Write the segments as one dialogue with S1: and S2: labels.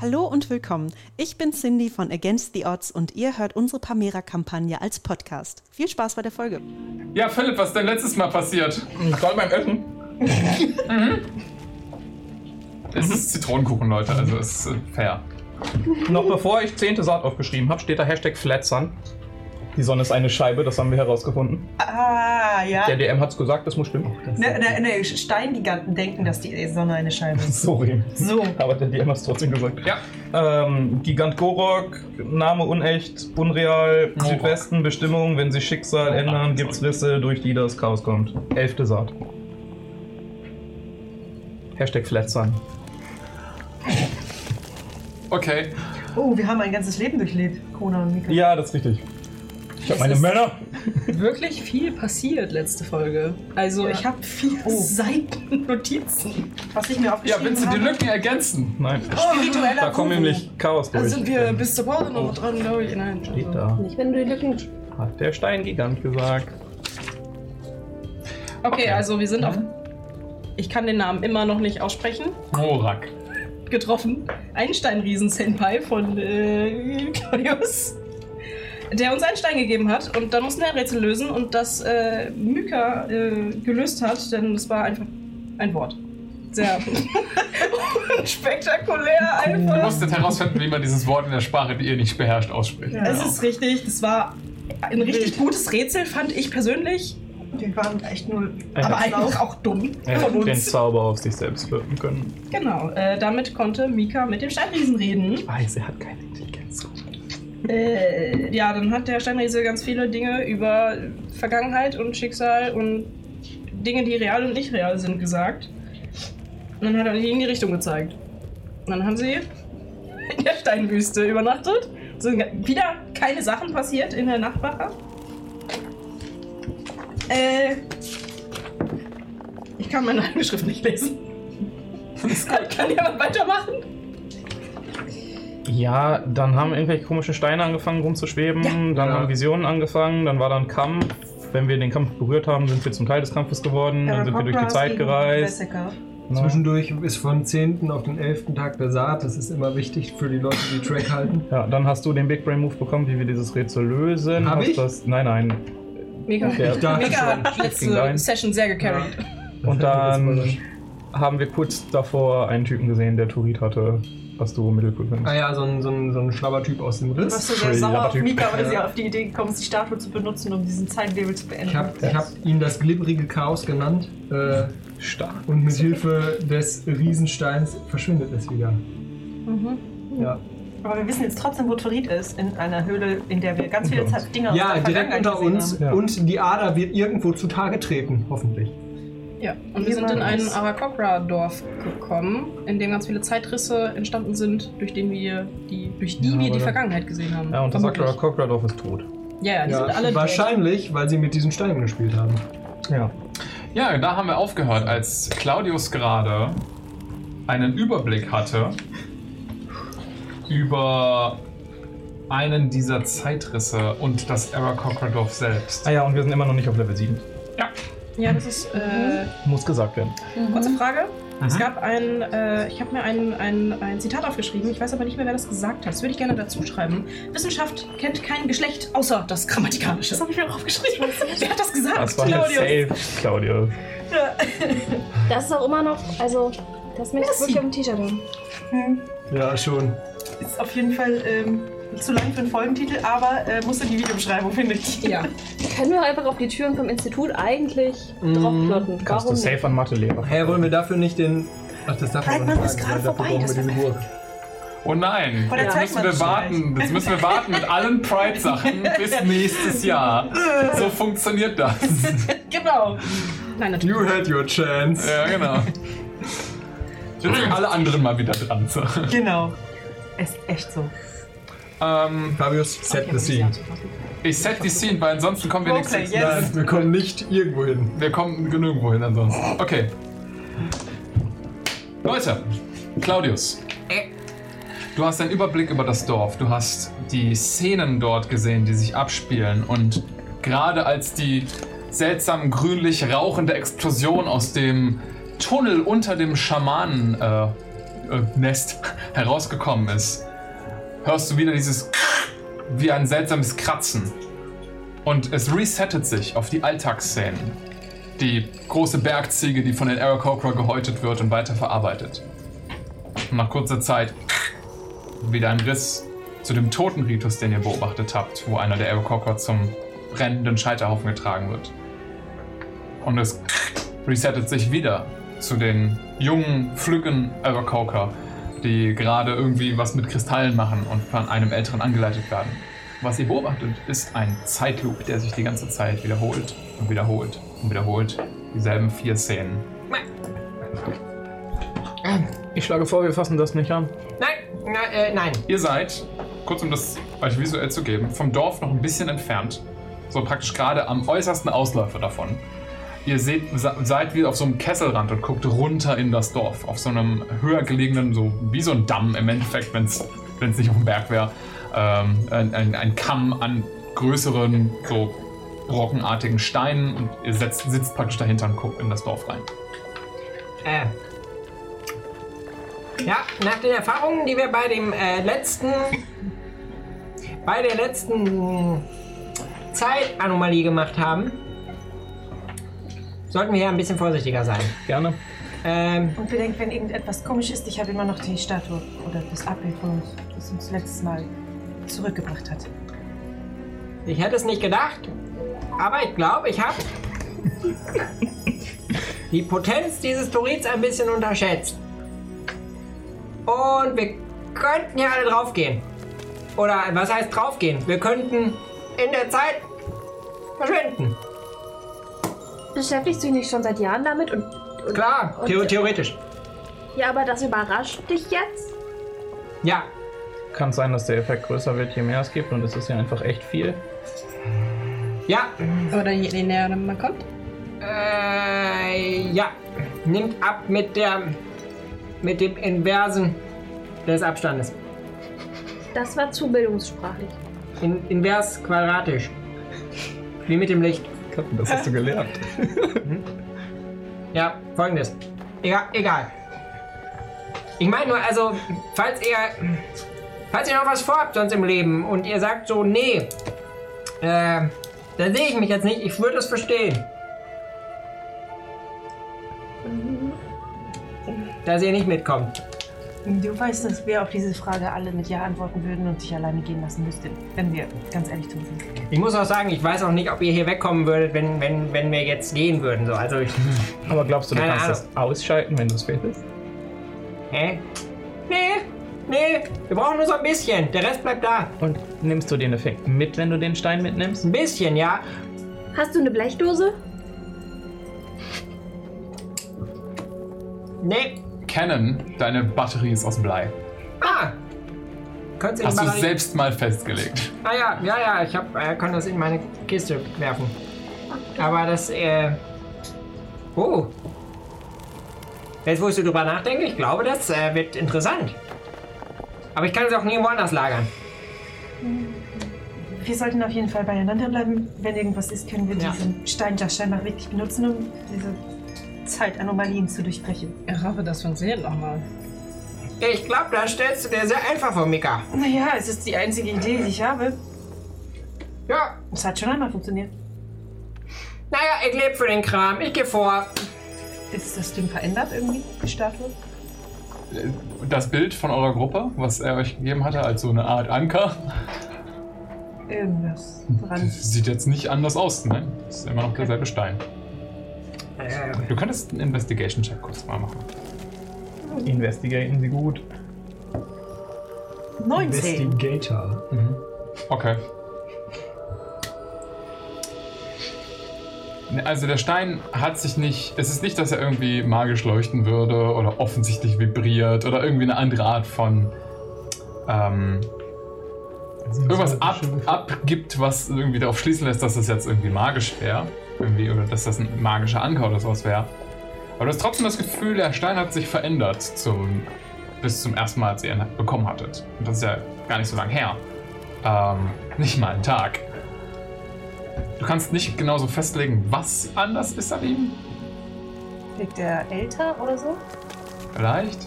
S1: Hallo und willkommen. Ich bin Cindy von Against the Odds und ihr hört unsere Pamera-Kampagne als Podcast. Viel Spaß bei der Folge.
S2: Ja, Philipp, was ist denn letztes Mal passiert?
S3: Soll beim Essen?
S2: Es ist Zitronenkuchen, Leute, also es ist äh, fair.
S3: Noch bevor ich zehnte Saat aufgeschrieben habe, steht da Hashtag Flatzern. Die Sonne ist eine Scheibe, das haben wir herausgefunden.
S4: Ah, ja.
S3: Der DM hat's gesagt, das muss stimmen.
S4: Ne, ne, ne, Steingiganten denken, dass die äh, Sonne eine Scheibe ist.
S3: Sorry.
S4: So.
S3: Aber der DM hat's trotzdem gesagt.
S2: Ja,
S3: Ähm, Gigant Gorok, Name unecht, unreal,
S2: Gorok.
S3: Südwesten, Bestimmung, wenn sich Schicksal
S2: Gorok.
S3: ändern, gibt's Risse, durch die das Chaos kommt. Elfte Saat. Hashtag Flatzern.
S2: okay.
S4: Oh, wir haben ein ganzes Leben durchlebt, Kona und Mika.
S3: Ja, das ist richtig. Ich hab meine Männer.
S5: wirklich viel passiert letzte Folge. Also ich habe vier Seiten Notizen.
S4: Was ich mir
S2: Ja,
S4: aufgeschrieben
S2: willst du die
S4: habe.
S2: Lücken ergänzen?
S3: Nein.
S5: Spiritueller
S3: Da kommen nämlich Chaos
S5: Da
S3: durch. Ähm, Oh.
S5: sind wir bis zur Pause noch dran, glaube ich. Nein, also
S3: Steht da.
S6: Nicht, wenn du die Lücken.
S3: Hat der Steingigant gesagt.
S5: Okay, also wir sind auf.
S3: Mhm.
S5: Ich kann den Namen immer noch nicht aussprechen.
S2: Morak.
S5: Getroffen. Einstein-Riesen-Senpai von äh, Claudius. Der uns einen Stein gegeben hat und dann mussten wir ein Rätsel lösen und das äh, Myka äh, gelöst hat, denn es war einfach ein Wort. Sehr spektakulär
S2: Ihr
S5: einfach.
S2: musstet herausfinden, wie man dieses Wort in der Sprache, die ihr nicht beherrscht, ausspricht.
S4: Ja.
S5: Es ist richtig, das war ein richtig gutes Rätsel, fand ich persönlich.
S4: Wir waren echt nur.
S5: aber
S4: Applaus.
S5: eigentlich auch dumm
S3: Er
S5: von
S3: hätte den
S5: uns.
S3: Zauber auf sich selbst wirken können.
S5: Genau, äh, damit konnte Mika mit dem Steinriesen reden.
S3: Weiß, er hat keine Intelligenz.
S5: Äh, ja, dann hat der Steinriese ganz viele Dinge über Vergangenheit und Schicksal und Dinge, die real und nicht real sind, gesagt. Und dann hat er ihnen die Richtung gezeigt. Und dann haben sie in der Steinwüste übernachtet. Es Sind wieder keine Sachen passiert in der Nachtwache. Äh. Ich kann meine eigene Schrift nicht lesen. Kann, kann jemand weitermachen?
S3: Ja, dann haben irgendwelche komischen Steine angefangen rumzuschweben,
S5: Ja.
S3: dann
S2: Ja.
S3: haben Visionen angefangen, dann war da ein Kampf. Wenn wir den Kampf berührt haben, sind wir zum Teil des Kampfes geworden, dann sind wir durch die Zeit gereist. Ne?
S4: Jessica.
S3: Na,
S7: Zwischendurch ist von 10. auf den 11. Tag der Saat. Das ist immer wichtig für die Leute, die Track halten.
S3: Ja, dann hast du den Big Brain Move bekommen, wie wir dieses Rätsel lösen.
S7: Hab
S3: hast
S7: ich?
S3: Das, nein, nein.
S5: Mega.
S3: Der,
S7: dachte
S5: Mega hat
S3: Ging
S5: letzte
S3: rein.
S5: Session sehr gecarried.
S3: Und
S7: Das
S3: dann
S7: war
S3: haben wir kurz davor einen Typen gesehen, der Turit hatte, was du mittelgut findest.
S7: Ah ja, so ein, so ein, so ein Schlabbertyp aus dem
S4: Du warst
S7: Riss.
S4: so sehr sauer auf
S3: Typ.
S4: Mika, weil sie
S7: Ja.
S4: auf die Idee gekommen ist, die Statue zu benutzen, um diesen Zeitlabel zu beenden.
S7: Ich habe ich hab ihn das glibberige Chaos genannt. Äh,
S3: Stark.
S7: und mit Hilfe des Riesensteins verschwindet es wieder.
S4: Mhm.
S7: Ja,
S4: Aber wir wissen jetzt trotzdem, wo Torit ist, in einer Höhle, in der wir ganz viele
S3: Unter uns.
S4: Dinge
S7: ja
S4: der
S7: direkt
S4: Vergangenheit
S7: unter
S4: gesehen
S7: uns.
S4: haben.
S3: Ja.
S7: Und die Ader wird irgendwo zutage treten, hoffentlich.
S5: Ja, und wir sind in ein Arakokra-Dorf gekommen, in dem ganz viele Zeitrisse entstanden sind, durch, den wir die, durch die
S3: Ja,
S5: wir
S3: aber
S5: die
S3: da-
S5: Vergangenheit gesehen haben.
S3: Ja, und das
S5: Vermutlich.
S3: Sakura Cockradorf ist tot.
S5: Ja, ja, die sind alle
S7: Ja, wahrscheinlich, weil sie mit diesen Steinen gespielt haben.
S3: Ja.
S2: Ja, da haben wir aufgehört, als Claudius gerade einen Überblick hatte über einen dieser Zeitrisse und das Arakokradov selbst.
S3: Ah ja, und wir sind immer noch nicht auf Level 7.
S5: tot. Ja, das ist. Äh,
S3: Muss gesagt werden.
S8: Mhm.
S5: Kurze Frage.
S3: Mhm.
S5: Es gab ein, äh, ich habe mir ein, ein, ein Zitat aufgeschrieben, ich weiß aber nicht mehr, wer das gesagt hat. Das würde ich gerne dazu schreiben. Wissenschaft kennt kein Geschlecht, außer das Grammatikalische. Das habe ich mir aufgeschrieben. Wer hat das gesagt?
S3: Das war eine Safe, Claudio.
S6: Das ist auch immer noch. Also, das möchte ich wirklich auf dem T-Shirt haben.
S7: Ja, schon.
S4: Ist auf jeden Fall ähm, zu lang für einen Folgentitel, aber äh, musst du die Videobeschreibung finden.
S5: Ja.
S6: Können wir einfach auf die Türen vom Institut eigentlich
S7: Mm,
S6: draufplotten?
S3: Kannst du
S6: Warum nicht?
S3: safe an Mathelehrer.
S7: Hä, wollen wir dafür nicht den. Ach, das darf man
S4: Reitmann
S7: nicht
S4: ist Halt, gerade
S7: sagen. Dafür
S4: vorbei,
S7: brauchen wir
S4: das
S7: diese
S4: war
S7: Burg.
S2: Oh nein,
S4: Oder
S2: jetzt
S4: zeig
S2: müssen
S4: mal
S2: wir
S4: das
S2: warten. Jetzt müssen wir warten mit allen Pride-Sachen bis nächstes Jahr. So funktioniert das.
S4: Genau.
S5: Nein, natürlich.
S7: You had your chance.
S2: Ja, genau. Jetzt sind alle anderen mal wieder dran. So.
S4: Genau. Ist echt so.
S2: Ähm,
S7: Fabius, set the scene.
S2: ich set die Scene, weil ansonsten kommen wir nichts.
S4: Okay, yes.
S7: Nein, wir kommen nicht irgendwo hin.
S2: Wir kommen nirgendwo hin ansonsten. Okay. Leute, Claudius. Du hast einen Überblick über das Dorf. Du hast die Szenen dort gesehen, die sich abspielen. Und gerade als die seltsam grünlich rauchende Explosion aus dem Tunnel unter dem Schamanen äh, äh, Nest herausgekommen ist, hörst du wieder dieses wie ein seltsames Kratzen. Und es resettet sich auf die Alltagsszenen. Die große Bergziege, die von den Aarakocra gehäutet wird und weiterverarbeitet. Und nach kurzer Zeit wieder ein Riss zu dem Totenritus, den ihr beobachtet habt, wo einer der Aarakocra zum brennenden Scheiterhaufen getragen wird. Und es resettet sich wieder zu den jungen, flüggen Aarakocra, die gerade irgendwie was mit Kristallen machen und von einem Älteren angeleitet werden. Was ihr beobachtet, ist ein Zeitloop, der sich die ganze Zeit wiederholt und wiederholt und wiederholt. Dieselben vier Szenen.
S3: Ich schlage vor, wir fassen das nicht an.
S9: Nein, na, äh, nein.
S2: Ihr seid, kurz um das euch visuell zu geben, vom Dorf noch ein bisschen entfernt. So praktisch gerade am äußersten Ausläufer davon. Ihr seht, sa- seid wie auf so einem Kesselrand und guckt runter in das Dorf. Auf so einem höher gelegenen, so wie so ein Damm im Endeffekt, wenn es nicht auf dem Berg wäre. Ähm, ein, ein, ein Kamm an größeren, so brockenartigen Steinen und ihr setzt, sitzt praktisch dahinter und guckt in das Dorf rein.
S9: Äh. Ja, nach den Erfahrungen, die wir bei dem äh, letzten, bei der letzten Zeitanomalie gemacht haben, sollten wir ja ein bisschen vorsichtiger sein.
S3: Gerne.
S9: Ähm,
S8: Und bedenkt, wenn irgendetwas komisch ist, ich habe immer noch die Statue oder das Abbild von uns, das uns letztes Mal zurückgebracht hat.
S9: ich hätte es nicht gedacht, aber ich glaube, ich habe die Potenz dieses Torits ein bisschen unterschätzt. Und wir könnten ja alle draufgehen. Oder was heißt draufgehen? Wir könnten in der Zeit verschwinden.
S6: Beschäftigst du dich nicht schon seit Jahren damit? Und, und
S9: Klar,
S6: Und-
S9: theo theoretisch.
S6: ja, aber das überrascht dich jetzt?
S9: Ja,
S3: Kann sein, dass der Effekt größer wird, je mehr es gibt und es ist ja einfach echt viel.
S9: ja,
S5: Oder je, je näher man kommt.
S9: äh, ja. Nimmt ab mit der, mit dem Inversen des Abstandes.
S6: Das war zu bildungssprachlich.
S9: In, invers quadratisch. Wie mit dem Licht.
S3: Katten, das hast du gelernt.
S9: Ja, folgendes. Egal, egal. Ich meine nur, also, falls ihr. Falls ihr noch was vorhabt sonst im Leben und ihr sagt so, nee, äh, dann sehe ich mich jetzt nicht, ich würde es verstehen. Dass ihr nicht mitkommt.
S8: Du weißt, dass wir auf diese Frage alle mit Ja antworten würden und dich alleine gehen lassen müssten, wenn wir ganz ehrlich tun sind.
S9: Ich muss auch sagen, ich weiß auch nicht, ob ihr hier wegkommen würdet, wenn, wenn, wenn wir jetzt gehen würden. So, also ich.
S3: Aber glaubst du, du
S9: Keine
S3: kannst das ausschalten, wenn du es willst?
S9: Hä? Nee, nee, wir brauchen nur so ein bisschen. Der Rest bleibt da.
S3: Und nimmst du den Effekt mit, wenn du den Stein mitnimmst?
S9: Ein bisschen, ja.
S6: Hast du eine Blechdose?
S9: Nee.
S2: Canon, deine Batterie ist aus Blei.
S9: Ah! Könntest
S2: Hast du
S9: Batterie-
S2: selbst mal festgelegt.
S9: Ah ja, ja, ja, ich hab, äh, kann das in meine Kiste werfen. Aber das, äh. Oh. Jetzt, wo ich so drüber nachdenke, ich glaube, das äh, wird interessant. Aber ich kann es auch nirgendwo anders lagern.
S8: Wir sollten auf jeden Fall beieinander bleiben. Wenn irgendwas ist, können wir
S9: Ja.
S8: diesen Stein ja scheinbar wirklich benutzen, um diese Zeitanomalien zu durchbrechen.
S5: Ich hoffe, das funktioniert nochmal.
S9: Ich glaube, das stellst du dir sehr einfach vor, Mika.
S8: Naja, es ist die einzige Idee, die ich habe.
S9: Ja,
S8: Es hat schon einmal funktioniert.
S9: naja, ich lebe für den Kram. Ich gehe vor.
S8: Ist das denn verändert irgendwie, die Statue?
S2: Das Bild von eurer Gruppe, was er euch gegeben hatte, als so eine Art Anker,
S8: Irgendwas
S5: Hm.
S8: dran.
S2: sieht jetzt nicht anders aus, ne? Das ist immer noch derselbe Stein.
S9: Äh,
S2: Du könntest einen Investigation-Check kurz mal machen.
S3: Investigaten sie gut.
S8: 19.
S7: Investigator.
S2: Okay. Ne, Also der Stein hat sich nicht. Es ist nicht, dass er irgendwie magisch leuchten würde oder offensichtlich vibriert oder irgendwie eine andere Art von ähm, irgendwas ab, abgibt, was irgendwie darauf schließen lässt, dass das jetzt irgendwie magisch wäre. Irgendwie, oder dass das ein magischer Anker oder sowas wäre. Aber du hast trotzdem das Gefühl, der Stein hat sich verändert zum, bis zum ersten Mal, als ihr ihn bekommen hattet. Und das ist ja gar nicht so lange her. Ähm, nicht mal einen Tag. Du kannst nicht genauso festlegen, was anders ist an ihm.
S8: Wirkt der älter oder so?
S2: Vielleicht.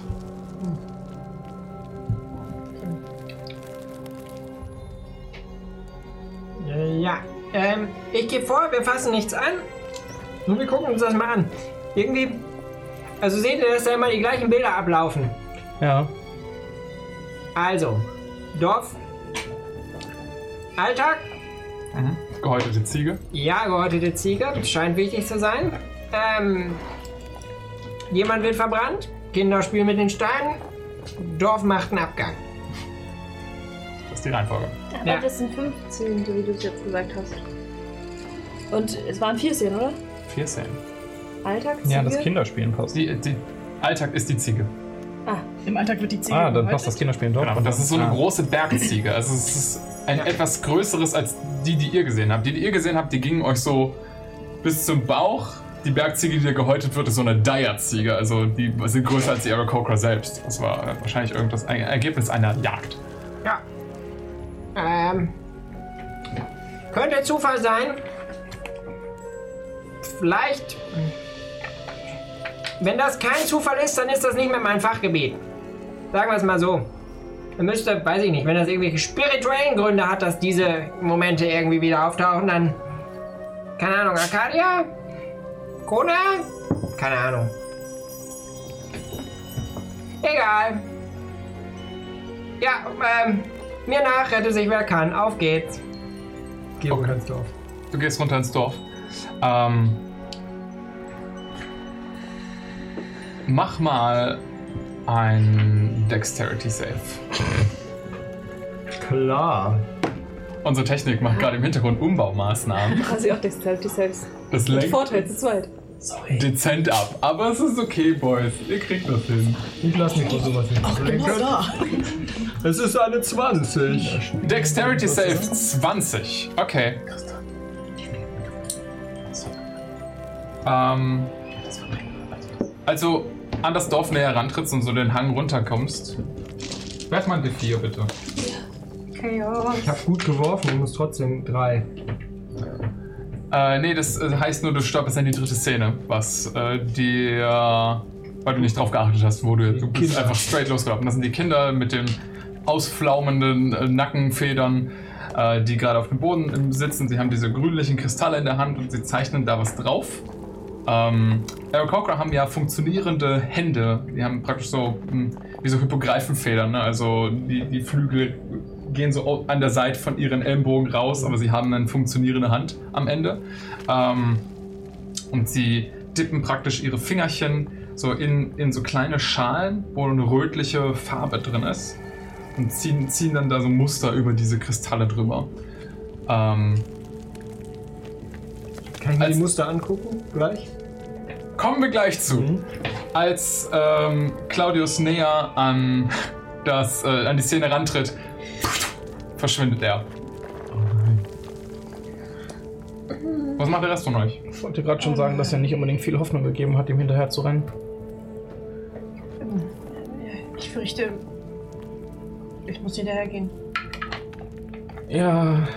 S9: Ähm, ich gebe vor, wir fassen nichts an. Nur wir gucken uns das mal an. Irgendwie. Also seht ihr, dass da immer die gleichen Bilder ablaufen.
S3: Ja.
S9: Also, Dorf. Alltag.
S2: Gehäutete Ziege.
S9: Ja, gehäutete Ziege. Scheint wichtig zu sein. Ähm, jemand wird verbrannt. Kinder spielen mit den Steinen. Dorf macht einen Abgang.
S2: Das ist die Reihenfolge.
S6: Aber
S9: Ja.
S6: das sind 15, so wie du es jetzt gesagt hast. Und es waren 14, oder?
S2: 14.
S6: Alltagsziege?
S3: Ja, das Kinderspielen passt.
S2: Die, die, Alltag ist die Ziege.
S5: Im Alltag wird die Ziege
S3: Ah, dann
S5: gehäutet.
S3: passt das Kinderspielen doch.
S2: Genau. Und das ist so eine
S3: Ah.
S2: große Bergziege. Also es ist ein
S9: Ja.
S2: etwas größeres als die, die ihr gesehen habt. Die, die ihr gesehen habt, die gingen euch so bis zum Bauch. Die Bergziege, die da gehäutet wird, ist so eine Dyer-Ziege. Also die sind größer als die Aarakocra selbst. Das war äh, wahrscheinlich irgendwas ein Ergebnis einer Jagd.
S9: Ja. Ähm. Könnte Zufall sein. Vielleicht. Wenn das kein Zufall ist, dann ist das nicht mehr mein Fachgebiet. Sagen wir es mal so. Dann müsste, weiß ich nicht, wenn das irgendwelche spirituellen Gründe hat, dass diese Momente irgendwie wieder auftauchen, dann. Keine Ahnung, Arcadia? Kona? Keine Ahnung. Egal. Ja, ähm, mir nach, rette sich wer kann. Auf geht's.
S7: Geh
S2: Okay.
S7: okay. ins Dorf.
S2: Du gehst runter ins Dorf. Ähm, mach mal ein Dexterity Save.
S7: Klar.
S2: Unsere Technik macht gerade im Hintergrund Umbaumaßnahmen.
S6: Quasi auch Dexterity Saves.
S2: Das
S6: Mit
S2: lenkt
S6: halt Vorteil halt. zu zweit.
S2: dezent ab. Aber es ist okay, Boys. Ihr kriegt das hin.
S7: Ich lass mich von sowas nicht ablenken. Es ist eine 20.
S2: Dexterity Save 20. Okay. Ähm, also an das Dorf näher rantrittst und so den Hang runterkommst. Werf mal ein D4, bitte.
S7: Ich hab gut geworfen und muss trotzdem 3.
S2: Äh, nee, das äh, heißt nur, du stoppst an die dritte Szene, was äh, die, äh, weil du nicht drauf geachtet hast, wo du, du bist
S7: Kinder.
S2: einfach straight losgelaufen. Das sind die Kinder mit den ausflaumenden äh, Nackenfedern, äh, die gerade auf dem Boden ähm, sitzen. Sie haben diese grünlichen Kristalle in der Hand und sie zeichnen da was drauf. Ähm, Aarakocra haben ja funktionierende Hände. Die haben praktisch so, mh, wie so Hypogreifenfedern, ne? also die, die Flügel gehen so au- an der Seite von ihren Ellenbogen raus, aber sie haben eine funktionierende Hand am Ende. Ähm, und sie dippen praktisch ihre Fingerchen so in, in so kleine Schalen, wo eine rötliche Farbe drin ist. Und ziehen, ziehen dann da so Muster über diese Kristalle drüber. Ähm,
S7: Kann ich mir
S2: Als-
S7: die Muster angucken? Gleich?
S2: kommen wir gleich zu.
S9: Mhm.
S2: Als ähm, Claudius näher an, das, äh, an die Szene rantritt, verschwindet er. Was macht der Rest von euch?
S3: Ich wollte gerade schon sagen, dass er nicht unbedingt viel Hoffnung gegeben hat, ihm hinterher zu rennen.
S4: Ich fürchte, ich muss hinterhergehen.
S3: Ja,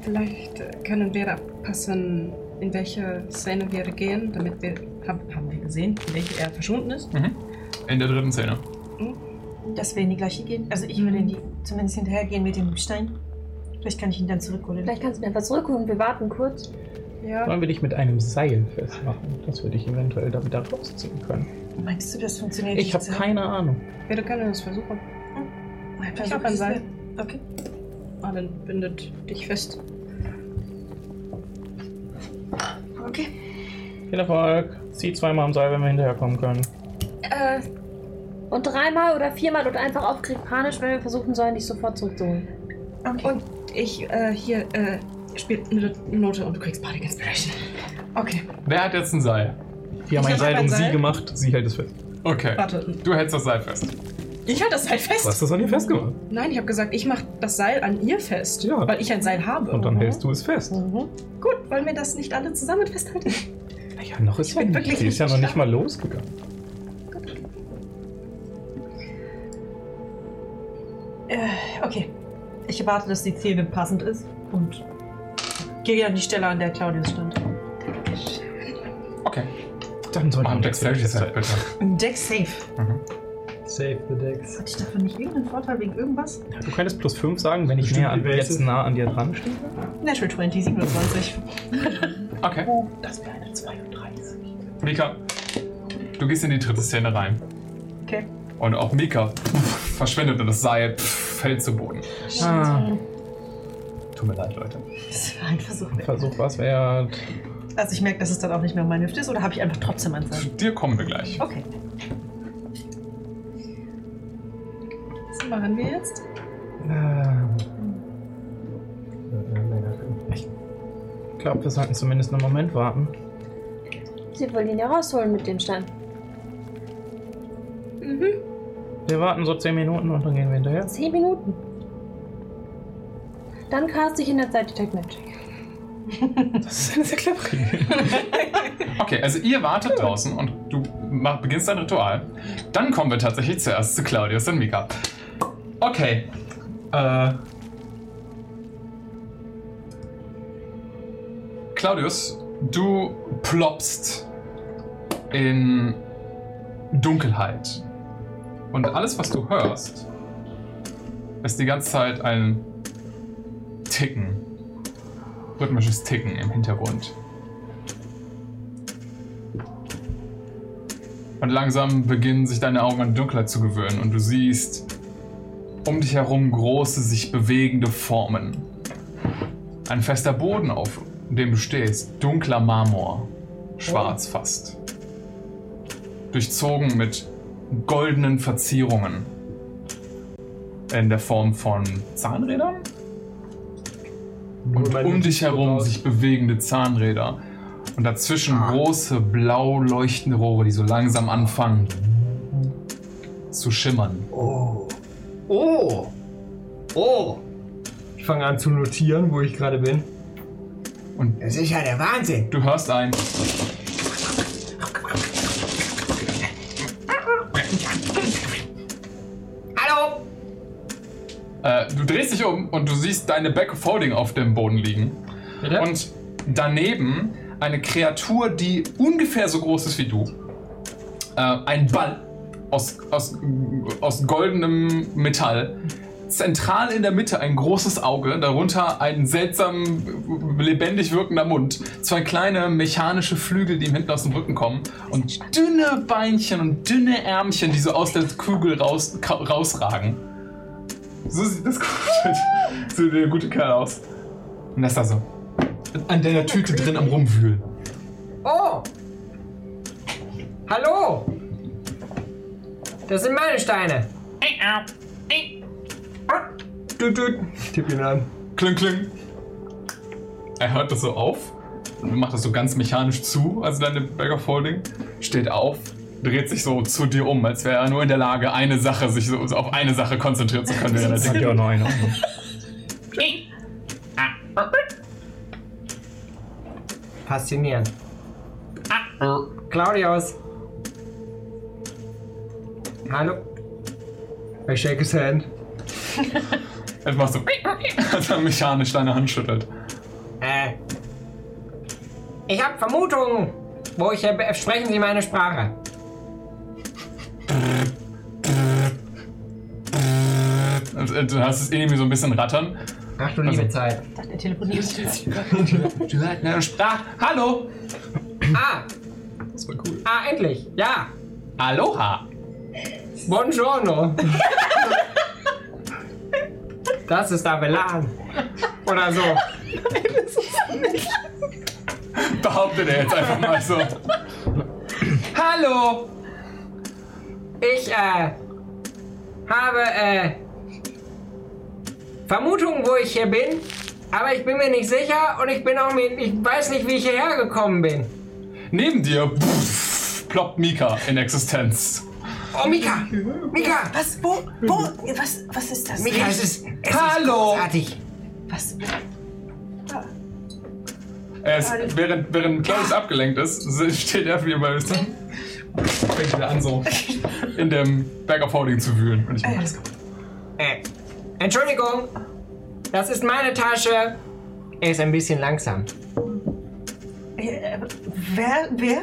S5: Vielleicht äh, können wir abpassen, in welche Szene wir gehen, damit wir. Hab, haben wir gesehen, in welche er verschwunden ist?
S2: In der dritten Szene.
S8: Dass wir in die gleiche gehen. Also ich will in die zumindest hinterhergehen mit dem Stein. Vielleicht kann ich ihn dann zurückholen.
S6: Vielleicht kannst du mir einfach zurückholen. Wir warten kurz.
S5: Ja.
S3: wollen wir dich mit einem Seil festmachen? Das würde ich eventuell damit da rausziehen können.
S8: Meinst du, das funktioniert
S3: Ich habe
S8: so?
S3: keine Ahnung.
S5: Wir können es versuchen.
S8: Mein
S5: Ich
S8: Versuch
S5: hab ein
S8: ist,
S5: Seil.
S8: Okay.
S5: Allen Ah, bindet dich fest.
S8: Okay.
S3: Viel Erfolg. Zieh zweimal am Seil, wenn wir hinterherkommen können.
S6: Äh, und dreimal oder viermal und einfach aufkrieg panisch, wenn wir versuchen sollen, dich sofort zurückzuholen.
S8: Okay.
S5: Und ich, äh, hier, äh, spiel eine Note und du kriegst Bardic Inspiration.
S4: Okay.
S2: Wer hat jetzt ein Seil?
S3: Wir haben ein
S5: Ich hab
S3: Seil
S5: ein
S3: um sie
S5: Seil.
S3: gemacht, sie hält es fest.
S2: Okay.
S5: Warte.
S2: Du hältst das Seil fest.
S5: Ich halte das Seil fest.
S3: Du hast das an ihr festgemacht.
S5: Nein, ich habe gesagt, ich mache das Seil an ihr fest,
S3: Ja.
S5: weil ich ein Seil habe. Mhm.
S3: Und dann hältst du es fest.
S5: Gut, wollen wir das nicht alle zusammen festhalten?
S3: Naja, noch ist ja
S5: bin
S3: nicht.
S5: wirklich
S3: Die ist ja
S5: nicht
S3: noch nicht mal losgegangen.
S8: Äh, okay. Ich erwarte, dass die Szene passend ist und gehe an die Stelle, an der Claudius stand.
S2: Okay.
S3: Dann soll
S2: Mach ein Dexterity Save bitte.
S8: Deck safe.
S2: Mhm.
S7: Save the Decks.
S4: Hatte ich davon nicht irgendeinen Vorteil wegen irgendwas?
S3: Du könntest plus 5 sagen, wenn ich
S7: Bestimmt
S3: näher an,
S7: evasive.
S3: jetzt nah an dir dran stehe.
S4: Natural 20, 27.
S2: Okay.
S4: Oh, das wäre eine 32.
S2: Mika, du gehst in die dritte Szene rein.
S4: Okay.
S2: Und auch Mika pff, verschwindet und das Seil pff, fällt zu Boden.
S3: Ah,
S2: Tut mir leid, Leute.
S4: Das war ein Versuch.
S3: Versuch was wäre.
S4: Also ich merke, dass es dann auch nicht mehr um meine Hüfte ist oder habe ich einfach trotzdem einen Fall?
S2: Zu dir kommen wir gleich.
S4: Okay.
S5: Was machen wir jetzt? Ah.
S3: Ich glaube, wir sollten zumindest einen Moment warten.
S6: Sie wollen ihn ja rausholen mit dem Stein. Mhm.
S3: Wir warten so 10 Minuten und dann gehen wir hinterher.
S6: Zehn Minuten. Dann cast ich in der Zeit Detect Magic.
S3: Das ist eine sehr clevere
S2: Okay, also ihr wartet draußen und du mach, beginnst dein Ritual. Dann kommen wir tatsächlich zuerst zu Claudius und Mika. Okay. Äh. Claudius, du plopst in Dunkelheit. Und alles, was du hörst, ist die ganze Zeit ein Ticken. Rhythmisches Ticken im Hintergrund. Und langsam beginnen sich deine Augen an Dunkelheit zu gewöhnen und du siehst um dich herum große, sich bewegende Formen. Ein fester Boden, auf dem du stehst, dunkler Marmor, schwarz fast. Durchzogen mit goldenen Verzierungen. In der Form von Zahnrädern? Und um dich herum sich bewegende Zahnräder. Und dazwischen große blau leuchtende Rohre, die so langsam anfangen zu schimmern.
S7: Oh.
S9: Oh! Oh!
S7: Ich fange an zu notieren, wo ich gerade bin.
S9: Das ist ja der Wahnsinn!
S2: Du hörst ein.
S9: Hallo!
S2: Äh, du drehst dich um und du siehst deine Back of Holding auf dem Boden liegen.
S7: Bitte?
S2: Und daneben eine Kreatur, die ungefähr so groß ist wie du. Äh, ein Ball aus, aus, aus goldenem Metall. Zentral in der Mitte ein großes Auge, darunter ein seltsam lebendig wirkender Mund, zwei kleine mechanische Flügel, die ihm hinten aus dem Rücken kommen und dünne Beinchen und dünne Ärmchen, die so aus der Kugel raus, ka- rausragen. So sieht das gute, so der gute Kerl aus. Und das da so. An deiner Tüte drin am Rumwühlen.
S9: Oh! Hallo! Das sind meine Steine! Ah,
S7: Tüt, tüt. Ich tippe ihn an.
S2: Kling, kling. Er hört das so auf, macht das so ganz mechanisch zu, also deine Bag of Holding, steht auf, dreht sich so zu dir um, als wäre er nur in der Lage, eine Sache, sich so so auf eine Sache konzentrieren zu können. während er
S3: Hat
S2: denkt.
S3: ja auch noch eine.
S9: Faszinierend.
S7: Ah.
S9: Claudius! Hallo!
S7: I shake his hand.
S2: Er macht so, als er mechanisch deine Hand schüttelt.
S9: Äh. Ich habe Vermutungen. Wo ich äh, sprechen Sie meine Sprache?
S2: Und, äh, Du hast es irgendwie so ein bisschen rattern.
S9: Ach du liebe
S7: Also.
S9: Zeit.
S4: Er telefoniert jetzt.
S2: Er sprach, hallo.
S9: Ah,
S2: Das war cool.
S9: ah, endlich. Ja.
S2: Aloha.
S9: Buongiorno. Das ist Avelan. Oder so.
S2: Behauptet er jetzt einfach mal so.
S9: Hallo. Ich, äh, habe, äh, Vermutungen, wo ich hier bin. Aber ich bin mir nicht sicher und ich bin auch mir, ich weiß nicht, wie ich hierher gekommen bin.
S2: Neben dir pff, ploppt Mika in Existenz.
S9: Oh, Mika! Mika!
S4: Was? Wo? Wo? Was, was ist das?
S9: Mika, es ist. Es Ist
S2: Hallo.
S9: großartig.
S4: Was?
S2: Er ist, während, während Klaus abgelenkt ist, se- steht er wie bei Fängt wieder an, so in dem Bag of Holding zu wühlen. Und ich mach das
S9: Äh, Entschuldigung, das ist meine Tasche. Er ist ein bisschen langsam.
S4: Äh, Wer? Wer?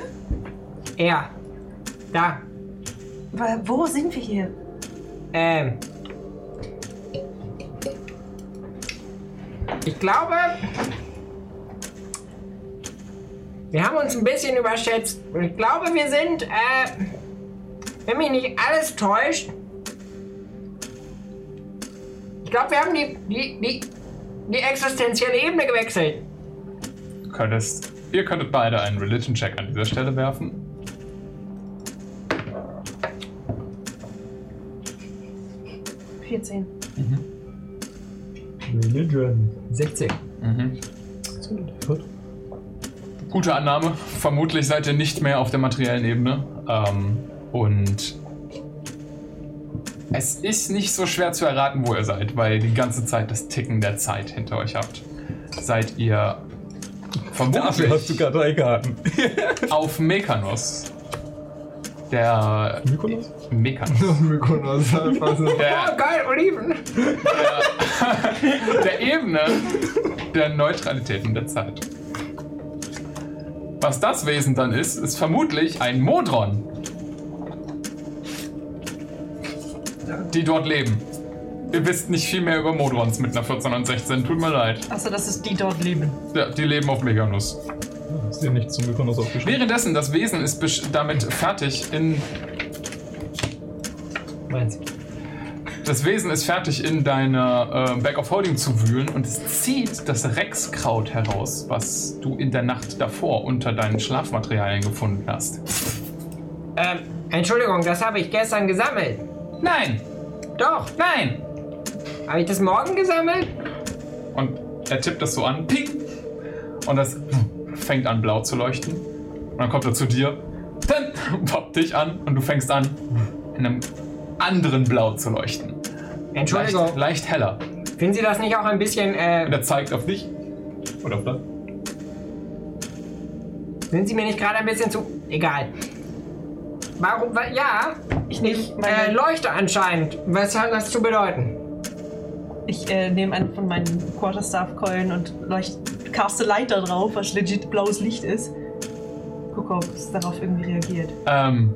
S9: Er. Da.
S4: Wa- Wo sind wir hier?
S9: Ähm. Ich glaube, wir haben uns ein bisschen überschätzt. Und ich glaube, wir sind, äh, wenn mich nicht alles täuscht, ich glaube, wir haben die, die, die, die existenzielle Ebene gewechselt.
S2: Du könntest, ihr könntet beide einen Religion-Check an dieser Stelle werfen.
S7: Religion.
S9: 16.
S2: Mhm. Gute Annahme. Vermutlich seid ihr nicht mehr auf der materiellen Ebene. Ähm, und es ist nicht so schwer zu erraten, wo ihr seid, weil ihr die ganze Zeit das Ticken der Zeit hinter euch habt. Seid ihr
S3: Dafür hast du
S2: vermutlich
S3: gerade drei Karten.
S2: auf Mekanos. Der
S3: Mykonos?
S7: Oh
S2: Mekanos.
S7: Mykonos. einfach so.
S2: Der,
S9: Oh, geil, Oliven.
S2: der Ebene der Neutralität und der Zeit. Was das Wesen dann ist, ist vermutlich ein Modron. Die dort leben. Ihr wisst nicht viel mehr über Modrons mit einer 14 und 16, tut mir leid.
S4: Achso, das ist die dort leben.
S2: Ja, die leben auf Meganus.
S3: Ist dir nichts zum Mykonos aufgeschrieben?
S2: Währenddessen, das Wesen ist besch- damit fertig in.
S9: Meins.
S2: Das Wesen ist fertig in deiner äh, Bag of Holding zu wühlen und es zieht das Rexkraut heraus, was du in der Nacht davor unter deinen Schlafmaterialien gefunden hast.
S9: Ähm, Entschuldigung, das habe ich gestern gesammelt.
S2: Nein!
S9: Doch,
S2: Nein!
S9: habe ich das morgen gesammelt?
S2: Und er tippt das so an. Ping! Und das fängt an blau zu leuchten. Und dann kommt er zu dir. Dann poppt dich an und du fängst an, in einem anderen Blau zu leuchten. Leicht,
S9: Entschuldigung.
S2: leicht heller.
S9: Finden Sie das nicht auch ein bisschen,
S2: Und
S9: äh,
S2: er zeigt auf dich. Oder auf das.
S9: sind Sie mir nicht gerade ein bisschen zu... Egal. Warum, wa- ja,
S4: Ich
S9: ich
S4: nehme
S9: äh,
S4: meine,
S9: leuchte anscheinend. Was hat das zu bedeuten?
S4: ich, äh, nehme einen von meinen Quarterstaff-Keulen und leucht, caste Light da drauf, was legit blaues Licht ist. Gucke, ob es darauf irgendwie reagiert.
S2: Ähm,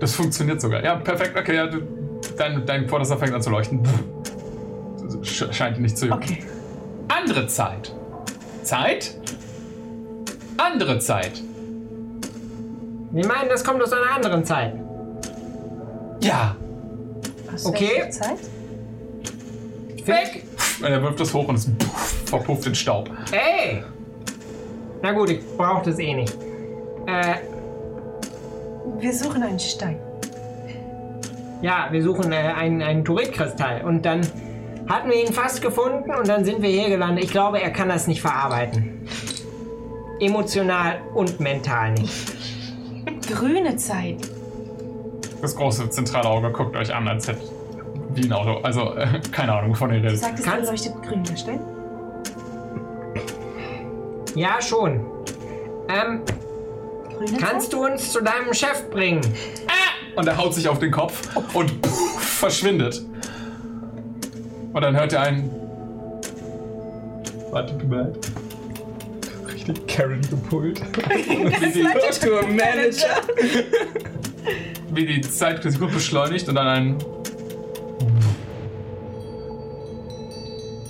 S2: das funktioniert sogar. Ja, perfekt. Okay, ja, du, dein, dein Vorderster fängt an zu leuchten. Sch scheint ihn nicht zu jucken.
S4: Okay.
S2: Andere Zeit. Zeit? Andere Zeit.
S9: Wir meinen, das kommt aus einer anderen Zeit.
S2: Ja.
S9: Okay.
S4: Zeit?
S9: Weg!
S2: Und er wirft das hoch und es verpufft in Staub.
S9: Ey! Na gut, ich brauche das eh nicht. Äh,
S4: Wir suchen einen Stein.
S9: ja, wir suchen äh, einen, einen Turitkristall. Und dann hatten wir ihn fast gefunden und dann sind wir hier gelandet. Ich glaube, er kann das nicht verarbeiten. Emotional und mental nicht.
S4: Grüne Zeit.
S2: Das große zentrale Auge guckt euch an, als hätte wie ein Auto. Also, äh, keine Ahnung, wovon ihr redet.
S4: Sagt es,
S9: Kannst-
S4: er leuchtet grün, der Stein?
S9: Ja, schon. Ähm,
S4: Grüne
S9: kannst du uns zu deinem Chef bringen?
S2: Und er haut sich auf den Kopf und verschwindet. Und dann hört ihr einen
S3: Warte, tut mir leid. Richtig Karen gepult.
S2: Tour Manager. Wie die Zeit sich gut beschleunigt und dann ein.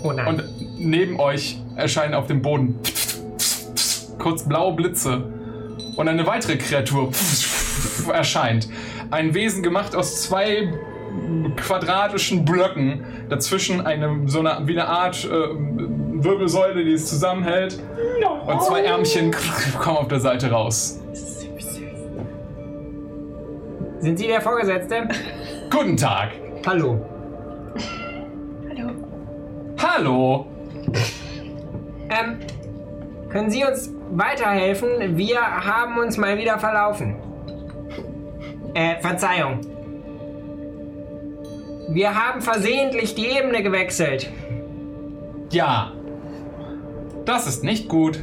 S9: Oh nein.
S2: Und neben euch erscheinen auf dem Boden kurz blaue Blitze und eine weitere Kreatur erscheint. Ein Wesen gemacht aus zwei quadratischen Blöcken. Dazwischen eine, so eine, wie eine Art äh, Wirbelsäule, die es zusammenhält. Und zwei Ärmchen kommen auf der Seite raus.
S9: Sind Sie der Vorgesetzte?
S2: Guten Tag.
S9: Hallo.
S2: Hallo.
S9: Ähm, können Sie uns weiterhelfen? Wir haben uns mal wieder verlaufen. Äh, Verzeihung. Wir haben versehentlich die Ebene gewechselt.
S2: Ja. Das ist nicht gut.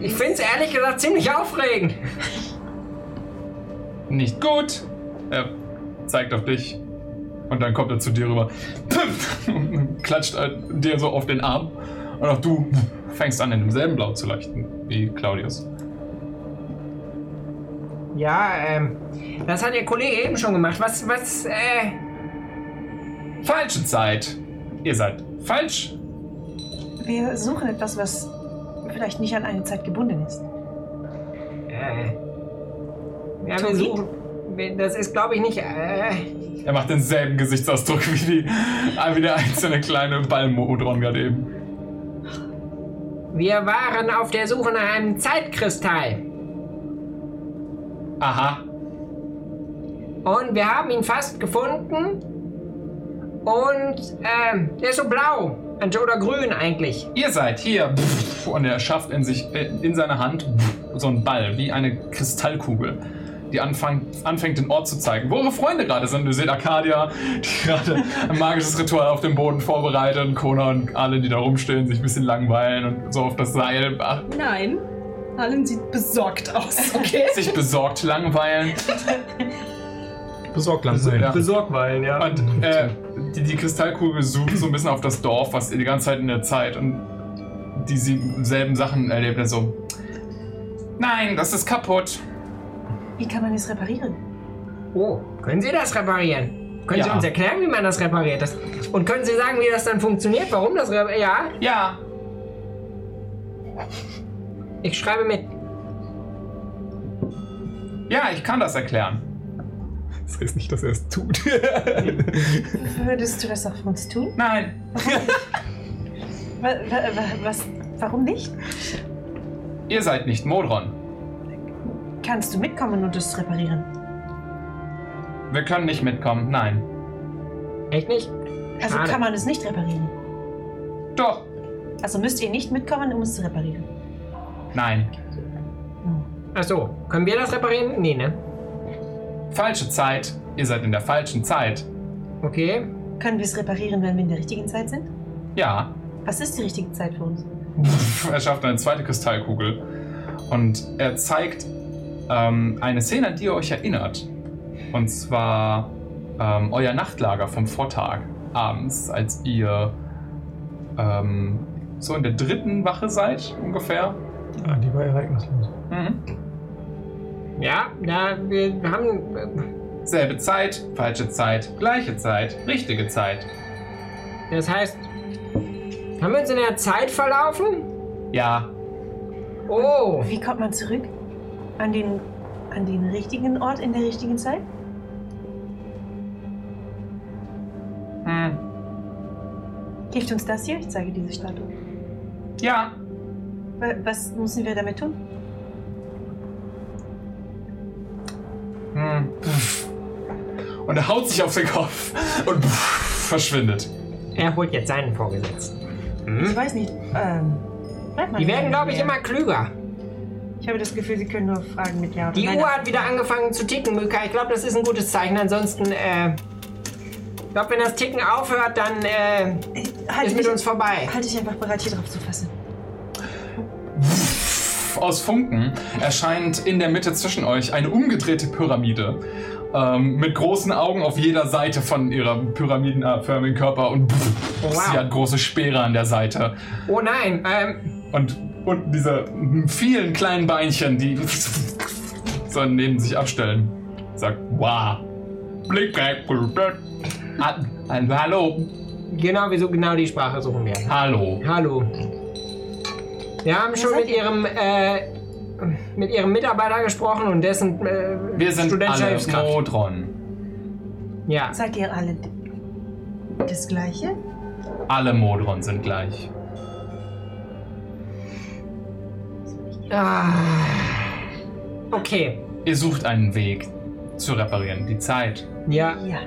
S9: Ich find's ehrlich gesagt ziemlich aufregend.
S2: Nicht gut. Er zeigt auf dich. Und dann kommt er zu dir rüber. Und Klatscht äh, dir so auf den Arm. Und auch du fängst an, in demselben Blau zu leuchten wie Claudius.
S9: Ja, ähm, das hat Ihr Kollege eben schon gemacht. Was, was, äh,
S2: Falsche Zeit. Ihr seid falsch.
S4: Wir suchen etwas, was vielleicht nicht an eine Zeit gebunden ist.
S9: äh, ja, wir suchen. wir- Das ist, glaube ich, nicht, äh,
S2: Er macht denselben Gesichtsausdruck wie, die, wie der einzelne kleine Ballmodron gerade eben.
S9: wir waren auf der Suche nach einem Zeitkristall.
S2: Aha.
S9: Und wir haben ihn fast gefunden. Und ähm, der ist so blau. Also, Oder grün eigentlich.
S2: Ihr seid hier. Pff, Und er schafft in, sich, äh, in seiner Hand pff, so einen Ball, wie eine Kristallkugel, die anfang, anfängt, den Ort zu zeigen, wo eure Freunde gerade sind. Ihr seht Arcadia, die gerade ein magisches Ritual auf dem Boden vorbereitet und Kona und alle, die da rumstehen, sich ein bisschen langweilen und so auf das Seil ach,
S5: Nein. Allen sieht besorgt aus, okay?
S2: sich besorgt langweilen.
S3: Besorgt
S2: Ja.
S7: Besorgweilen, ja.
S2: Und äh, die, die Kristallkugel sucht so ein bisschen auf das Dorf, was ihr die ganze Zeit in der Zeit und die selben Sachen erlebt. Er so, nein, das ist kaputt.
S4: Wie kann man es reparieren?
S9: Oh, können Sie das reparieren? Können Sie
S2: Ja.
S9: uns erklären, wie man das repariert? Das, und können Sie sagen, wie das dann funktioniert? Warum das repariert? Ja,
S2: Ja,
S9: ich schreibe mit.
S2: ja, ich kann das erklären.
S3: Das heißt nicht, dass er es tut.
S4: Würdest du das auch für uns tun?
S2: Nein,
S4: Wa- wa- wa- Was, warum nicht?
S2: ihr seid nicht Modron.
S4: Kannst du mitkommen und es reparieren?
S2: Wir können nicht mitkommen. Nein.
S9: Echt nicht?
S4: Also
S9: Schade.
S4: kann man es nicht reparieren.
S2: Doch.
S4: Also müsst ihr nicht mitkommen, um es zu reparieren.
S2: Nein.
S9: Ach so, können wir das reparieren? Nee, ne?
S2: Falsche Zeit. Ihr seid in der falschen Zeit.
S9: Okay.
S4: Können wir es reparieren, wenn wir in der richtigen Zeit sind?
S2: Ja.
S4: Was ist die richtige Zeit für uns?
S2: Er schafft eine zweite Kristallkugel und er zeigt ähm, eine Szene, an die ihr euch erinnert. Und zwar ähm, euer Nachtlager vom Vortag abends, als ihr ähm, so in der dritten Wache seid ungefähr. Mhm.
S3: ah, die war ereignislos.
S9: Ja, ja, wir haben. äh,
S2: Selbe Zeit, falsche Zeit, gleiche Zeit, richtige Zeit.
S9: Das heißt. Haben wir uns in der Zeit verlaufen?
S2: Ja,
S9: Oh.
S4: Wie kommt man zurück? An den, an den richtigen Ort in der richtigen Zeit?
S2: hm.
S4: Gebt uns das hier, ich zeige diese Statue.
S2: ja,
S4: Wa- Was müssen wir damit tun?
S2: hm. Und er haut sich auf den Kopf und verschwindet.
S9: Er holt jetzt seinen Vorgesetzten.
S4: Ich weiß nicht. Ähm, bleibt mal
S9: Hm? Die
S4: hier.
S9: werden, glaube ich, immer klüger.
S4: Ich habe das Gefühl, sie können nur fragen mit Ja oder
S9: Die
S4: Nein.
S9: Uhr hat wieder angefangen zu ticken, Mika. Ich glaube, das ist ein gutes Zeichen. Ansonsten, äh. Ich glaube, wenn das Ticken aufhört, dann äh,
S4: Halte
S9: ist mit
S4: dich,
S9: uns vorbei.
S4: halte Halt dich einfach bereit, hier drauf zu fassen.
S2: aus Funken erscheint in der Mitte zwischen euch eine umgedrehte Pyramide. Ähm, mit großen Augen auf jeder Seite von ihrem pyramidenförmigen Körper und pff,
S9: Wow.
S2: sie hat große Speere an der Seite.
S9: Oh nein, ähm,
S2: Und unten diese vielen kleinen Beinchen, die so neben sich abstellen. Sagt, wow. Blick, äh, Hallo,
S9: genau, wieso genau die Sprache suchen wir.
S2: hallo.
S9: Hallo. Wir haben schon mit ihrem, äh, mit ihrem Mitarbeiter gesprochen und dessen äh,
S2: Wir sind
S9: studentische
S2: alle
S9: Hilfskraft.
S2: Modron.
S9: Ja.
S4: Seid ihr alle das Gleiche?
S2: Alle Modron sind gleich.
S9: Ah. Okay.
S2: Ihr sucht einen Weg zu reparieren. Die Zeit
S9: Ja.
S4: Ja.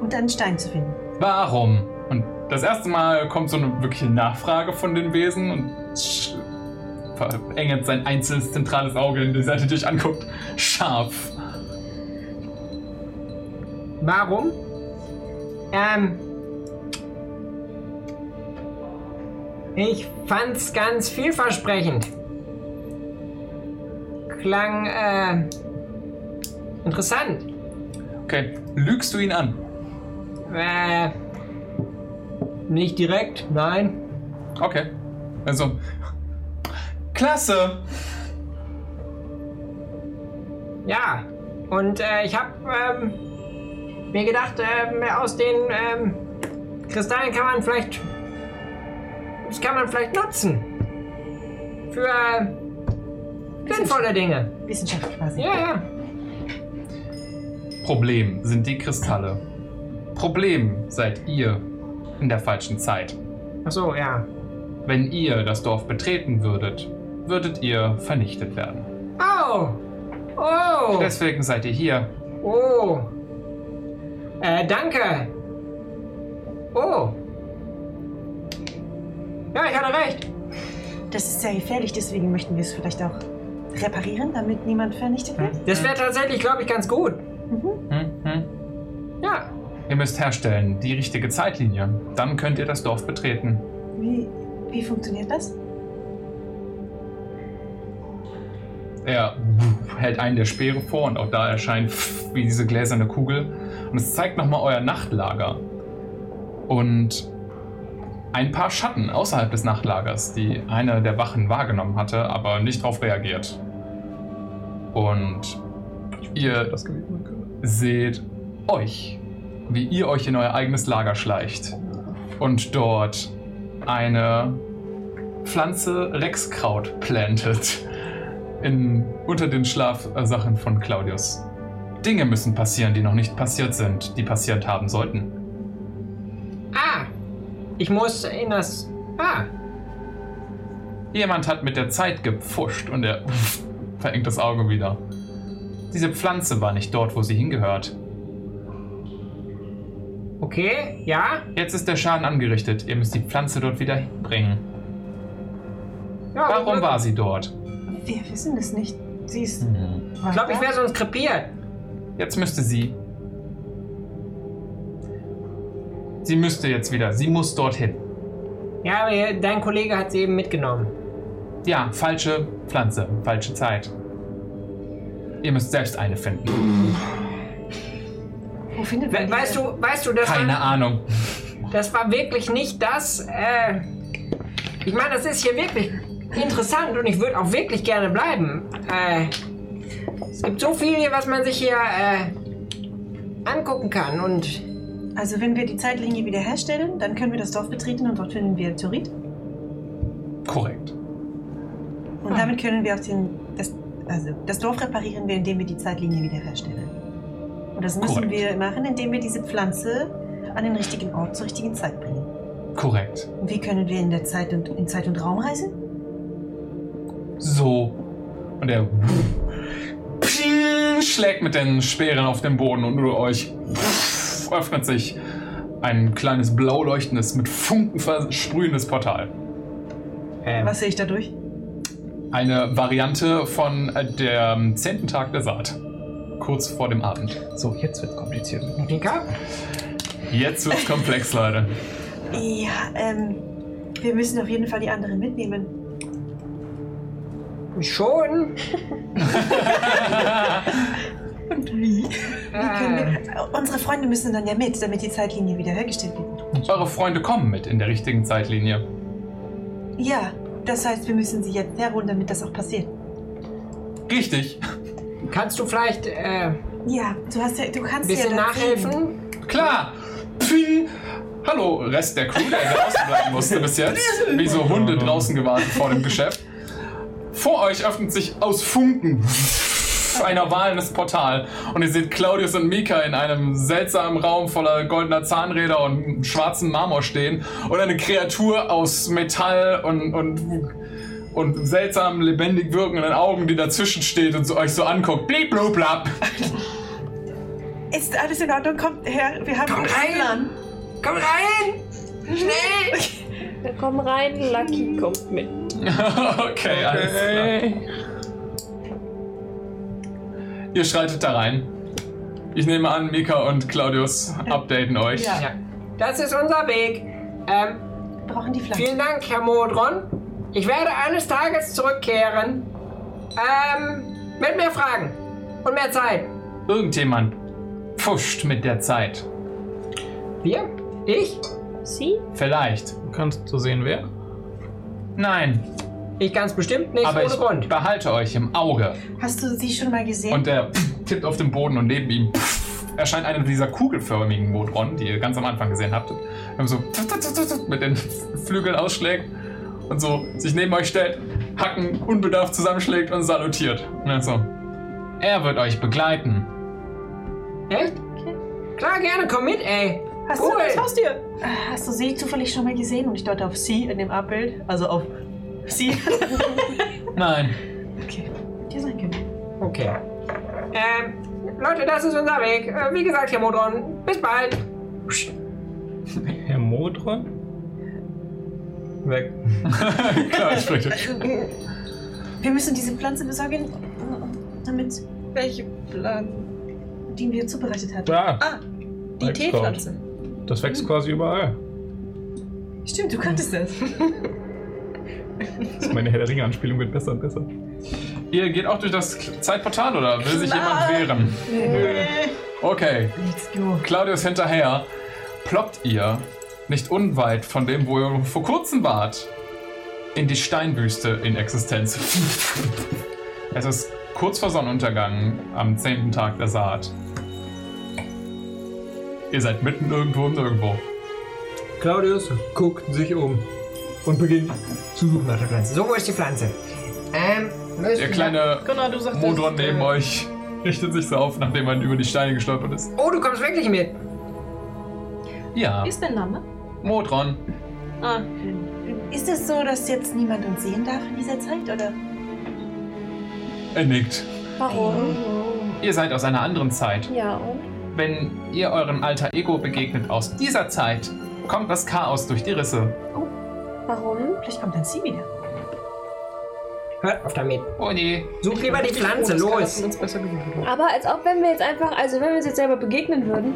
S4: Und einen Stein zu finden.
S2: Warum? Und das erste Mal kommt so eine wirkliche Nachfrage von den Wesen und sch- verengt sein einzelnes zentrales Auge, in die Seite, die euch anguckt, scharf.
S9: Warum? Ähm. Ich fand's ganz vielversprechend. Klang, äh, interessant.
S2: Okay, lügst du ihn an?
S9: Äh, nicht direkt, nein.
S2: Okay. Also, klasse!
S9: Ja, und äh, ich habe ähm, mir gedacht, ähm, aus den ähm, Kristallen kann man vielleicht. Das kann man vielleicht nutzen. Für äh, sinnvolle Dinge.
S4: Wissenschaft quasi.
S9: Ja, ja.
S2: Problem sind die Kristalle. Problem seid ihr in der falschen Zeit.
S9: Achso, ja.
S2: Wenn ihr das Dorf betreten würdet, würdet ihr vernichtet werden.
S9: Oh! Oh!
S2: Deswegen seid ihr hier.
S9: Oh. Äh, danke. Oh. Ja, ich hatte recht.
S4: Das ist sehr gefährlich, deswegen möchten wir es vielleicht auch reparieren, damit niemand vernichtet wird.
S9: Das wäre tatsächlich, glaube ich, ganz gut.
S2: Hm, hm.
S9: Ja.
S2: Ihr müsst herstellen die richtige Zeitlinie. Dann könnt ihr das Dorf betreten.
S4: Wie, wie funktioniert das?
S2: Er hält einen der Speere vor und auch da erscheint wie diese gläserne Kugel. Und es zeigt nochmal euer Nachtlager. Und ein paar Schatten außerhalb des Nachtlagers, die einer der Wachen wahrgenommen hatte, aber nicht darauf reagiert. Und ihr
S3: Das gewesen sein könnte.
S2: seht euch, wie ihr euch in euer eigenes Lager schleicht und dort eine Pflanze Rexkraut plantet in, unter den Schlafsachen von Claudius. Dinge müssen passieren, die noch nicht passiert sind, die passiert haben sollten.
S9: Ah. Ich muss in das. Ah.
S2: Jemand hat mit der Zeit gepfuscht und er verengt das Auge wieder. Diese Pflanze war nicht dort, wo sie hingehört.
S9: Okay. Ja.
S2: Jetzt ist der Schaden angerichtet. Ihr müsst die Pflanze dort wieder hinbringen.
S9: ja
S2: Warum war sie dort? Mhm.
S4: Wir wissen das nicht. Sie ist.
S9: Ich glaube, ich wäre sonst krepiert.
S2: Jetzt müsste sie. Sie müsste jetzt wieder. Sie muss dorthin.
S9: Ja, aber hier- dein Kollege hat sie eben mitgenommen.
S2: Ja, falsche Pflanze, falsche Zeit. Ihr müsst selbst eine finden.
S4: Wo findet
S9: We
S4: man die?
S9: weißt du, weißt du, das
S2: Keine
S9: war,
S2: Ahnung.
S9: das war wirklich nicht das. Äh, ich meine, das ist hier wirklich interessant und ich würde auch wirklich gerne bleiben. Äh, es gibt so viel hier, was man sich hier äh, angucken kann und
S4: Also, wenn wir die Zeitlinie wiederherstellen, dann können wir das Dorf betreten und dort finden wir Turit.
S2: Korrekt.
S4: Und
S9: Ah.
S4: damit können wir auch den. Das, also, das Dorf reparieren wir, indem wir die Zeitlinie wiederherstellen. Und das müssen
S2: Korrekt.
S4: wir machen, indem wir diese Pflanze an den richtigen Ort zur richtigen Zeit bringen.
S2: Korrekt.
S4: Und wie können wir in der Zeit und in Zeit und Raum reisen?
S2: So. Und er Psching, schlägt mit den Speeren auf den Boden und nur euch öffnet sich ein kleines blau leuchtendes, mit Funken versprühendes Portal.
S9: Ähm.
S4: Was sehe ich dadurch?
S2: Eine Variante von äh, der zehnten Tag der Saat. Kurz vor dem Abend.
S3: So, jetzt wird's kompliziert.
S9: Nika?
S2: Jetzt wird's komplex, Leute.
S4: Ja, ähm, wir müssen auf jeden Fall die anderen mitnehmen.
S9: Schon? Ah.
S4: Wie können wir, äh, unsere Freunde müssen dann ja mit, damit die Zeitlinie wiederhergestellt wird.
S2: Eure Freunde kommen mit in der richtigen Zeitlinie.
S4: Ja, das heißt, wir müssen sie jetzt herholen, damit das auch passiert.
S2: Richtig.
S9: Kannst du vielleicht äh, ein
S4: Ja, du hast ja, du kannst ja
S9: bisschen
S4: das sehen.
S9: nachhelfen?
S2: Klar. Pfing. Hallo, Rest der Crew, der draußen bleiben musste bis jetzt. Wie so Hunde draußen gewartet vor dem Geschäft. Vor euch öffnet sich aus Funken ein ovales Portal. Und ihr seht Claudius und Mika in einem seltsamen Raum voller goldener Zahnräder und schwarzem Marmor stehen. Und eine Kreatur aus Metall und, und, und seltsam lebendig wirkenden Augen, die dazwischen steht und so, euch so anguckt. Blip, blub, blab.
S4: Ist alles in Ordnung? Kommt her, wir haben
S9: Komm
S4: einen
S9: rein!
S4: Plan.
S9: Komm rein! Schnell!
S6: Wir kommen rein, Lucky kommt mit.
S2: okay, alles klar. Ihr schreitet da rein. Ich nehme an, Mika und Claudius updaten euch.
S4: Ja.
S9: Ja. Das ist unser Weg. Ähm,
S4: Wir brauchen die Pflanze.
S9: vielen Dank, Herr Modron. Ich werde eines Tages zurückkehren. Ähm, mit mehr Fragen und mehr Zeit.
S2: Irgendjemand pfuscht mit der Zeit.
S9: Wir? Ich?
S6: Sie?
S2: Vielleicht.
S3: Du kannst so sehen, wer?
S2: Nein.
S9: Ich ganz bestimmt nicht
S2: Aber
S9: ohne
S2: ich
S9: Grund.
S2: behalte euch im Auge.
S4: Hast du sie schon mal gesehen?
S2: Und er tippt auf den Boden und neben ihm erscheint eine dieser kugelförmigen Modron, die ihr ganz am Anfang gesehen habt. Und so mit den Flügeln ausschlägt und so sich neben euch stellt, Hacken unbedarft zusammenschlägt und salutiert. Ne, so. Er wird euch begleiten.
S9: Echt? Klar, gerne, komm mit, ey.
S4: Hast
S9: cool.
S4: du das Haustier? Hast du sie zufällig schon mal gesehen? Und ich deute auf sie in dem Abbild. Also auf sie.
S2: Nein.
S4: okay. Dir sein Kind.
S9: Okay. Ähm, Leute, das ist unser Weg. Äh, Wie gesagt, Herr Modron, bis bald.
S3: Herr Modron? Weg.
S2: Klar, ich spreche.
S4: Wir müssen diese Pflanze besorgen, damit
S5: Welche Plan?
S4: die mir zubereitet hat.
S3: Da,
S5: Ah,
S3: Nein,
S5: die Teepflanze.
S3: das wächst quasi überall.
S4: Stimmt, du kanntest das.
S3: Das ist meine Herr der Ringe-Anspielung wird besser und besser.
S2: Ihr geht auch durch das Zeitportal oder will sich jemand wehren? Okay.
S4: Let's go.
S2: Claudius hinterher, ploppt ihr nicht unweit von dem, wo ihr vor kurzem wart, in die Steinwüste in Existenz. es ist kurz vor Sonnenuntergang am zehnten Tag der Saat. Ihr seid mitten irgendwo im Nirgendwo.
S7: Claudius guckt sich um und beginnt zu suchen nach der Pflanze.
S9: So, wo ist die Pflanze? Ähm, müssen
S2: Der kleine
S5: Genau, du sagst
S2: Modron neben euch richtet sich so auf, nachdem man über die Steine gestolpert ist.
S9: wir... Oh, du kommst wirklich mit.
S2: Ja,
S5: Wie ist dein Name?
S2: Modron.
S5: Ah,
S4: Ist es so, dass jetzt niemand uns sehen darf in dieser Zeit, oder?
S2: Er nickt.
S6: Warum?
S2: Ihr seid aus einer anderen Zeit.
S6: Ja, und?
S2: Wenn ihr eurem alter Ego begegnet aus dieser Zeit, kommt das Chaos durch die Risse.
S6: Warum?
S4: Vielleicht kommt dann sie wieder.
S9: Hört auf damit.
S2: Oh nee.
S9: Such lieber die Pflanze, los.
S6: Aber als ob, wenn wir jetzt einfach, also wenn wir uns jetzt selber begegnen würden,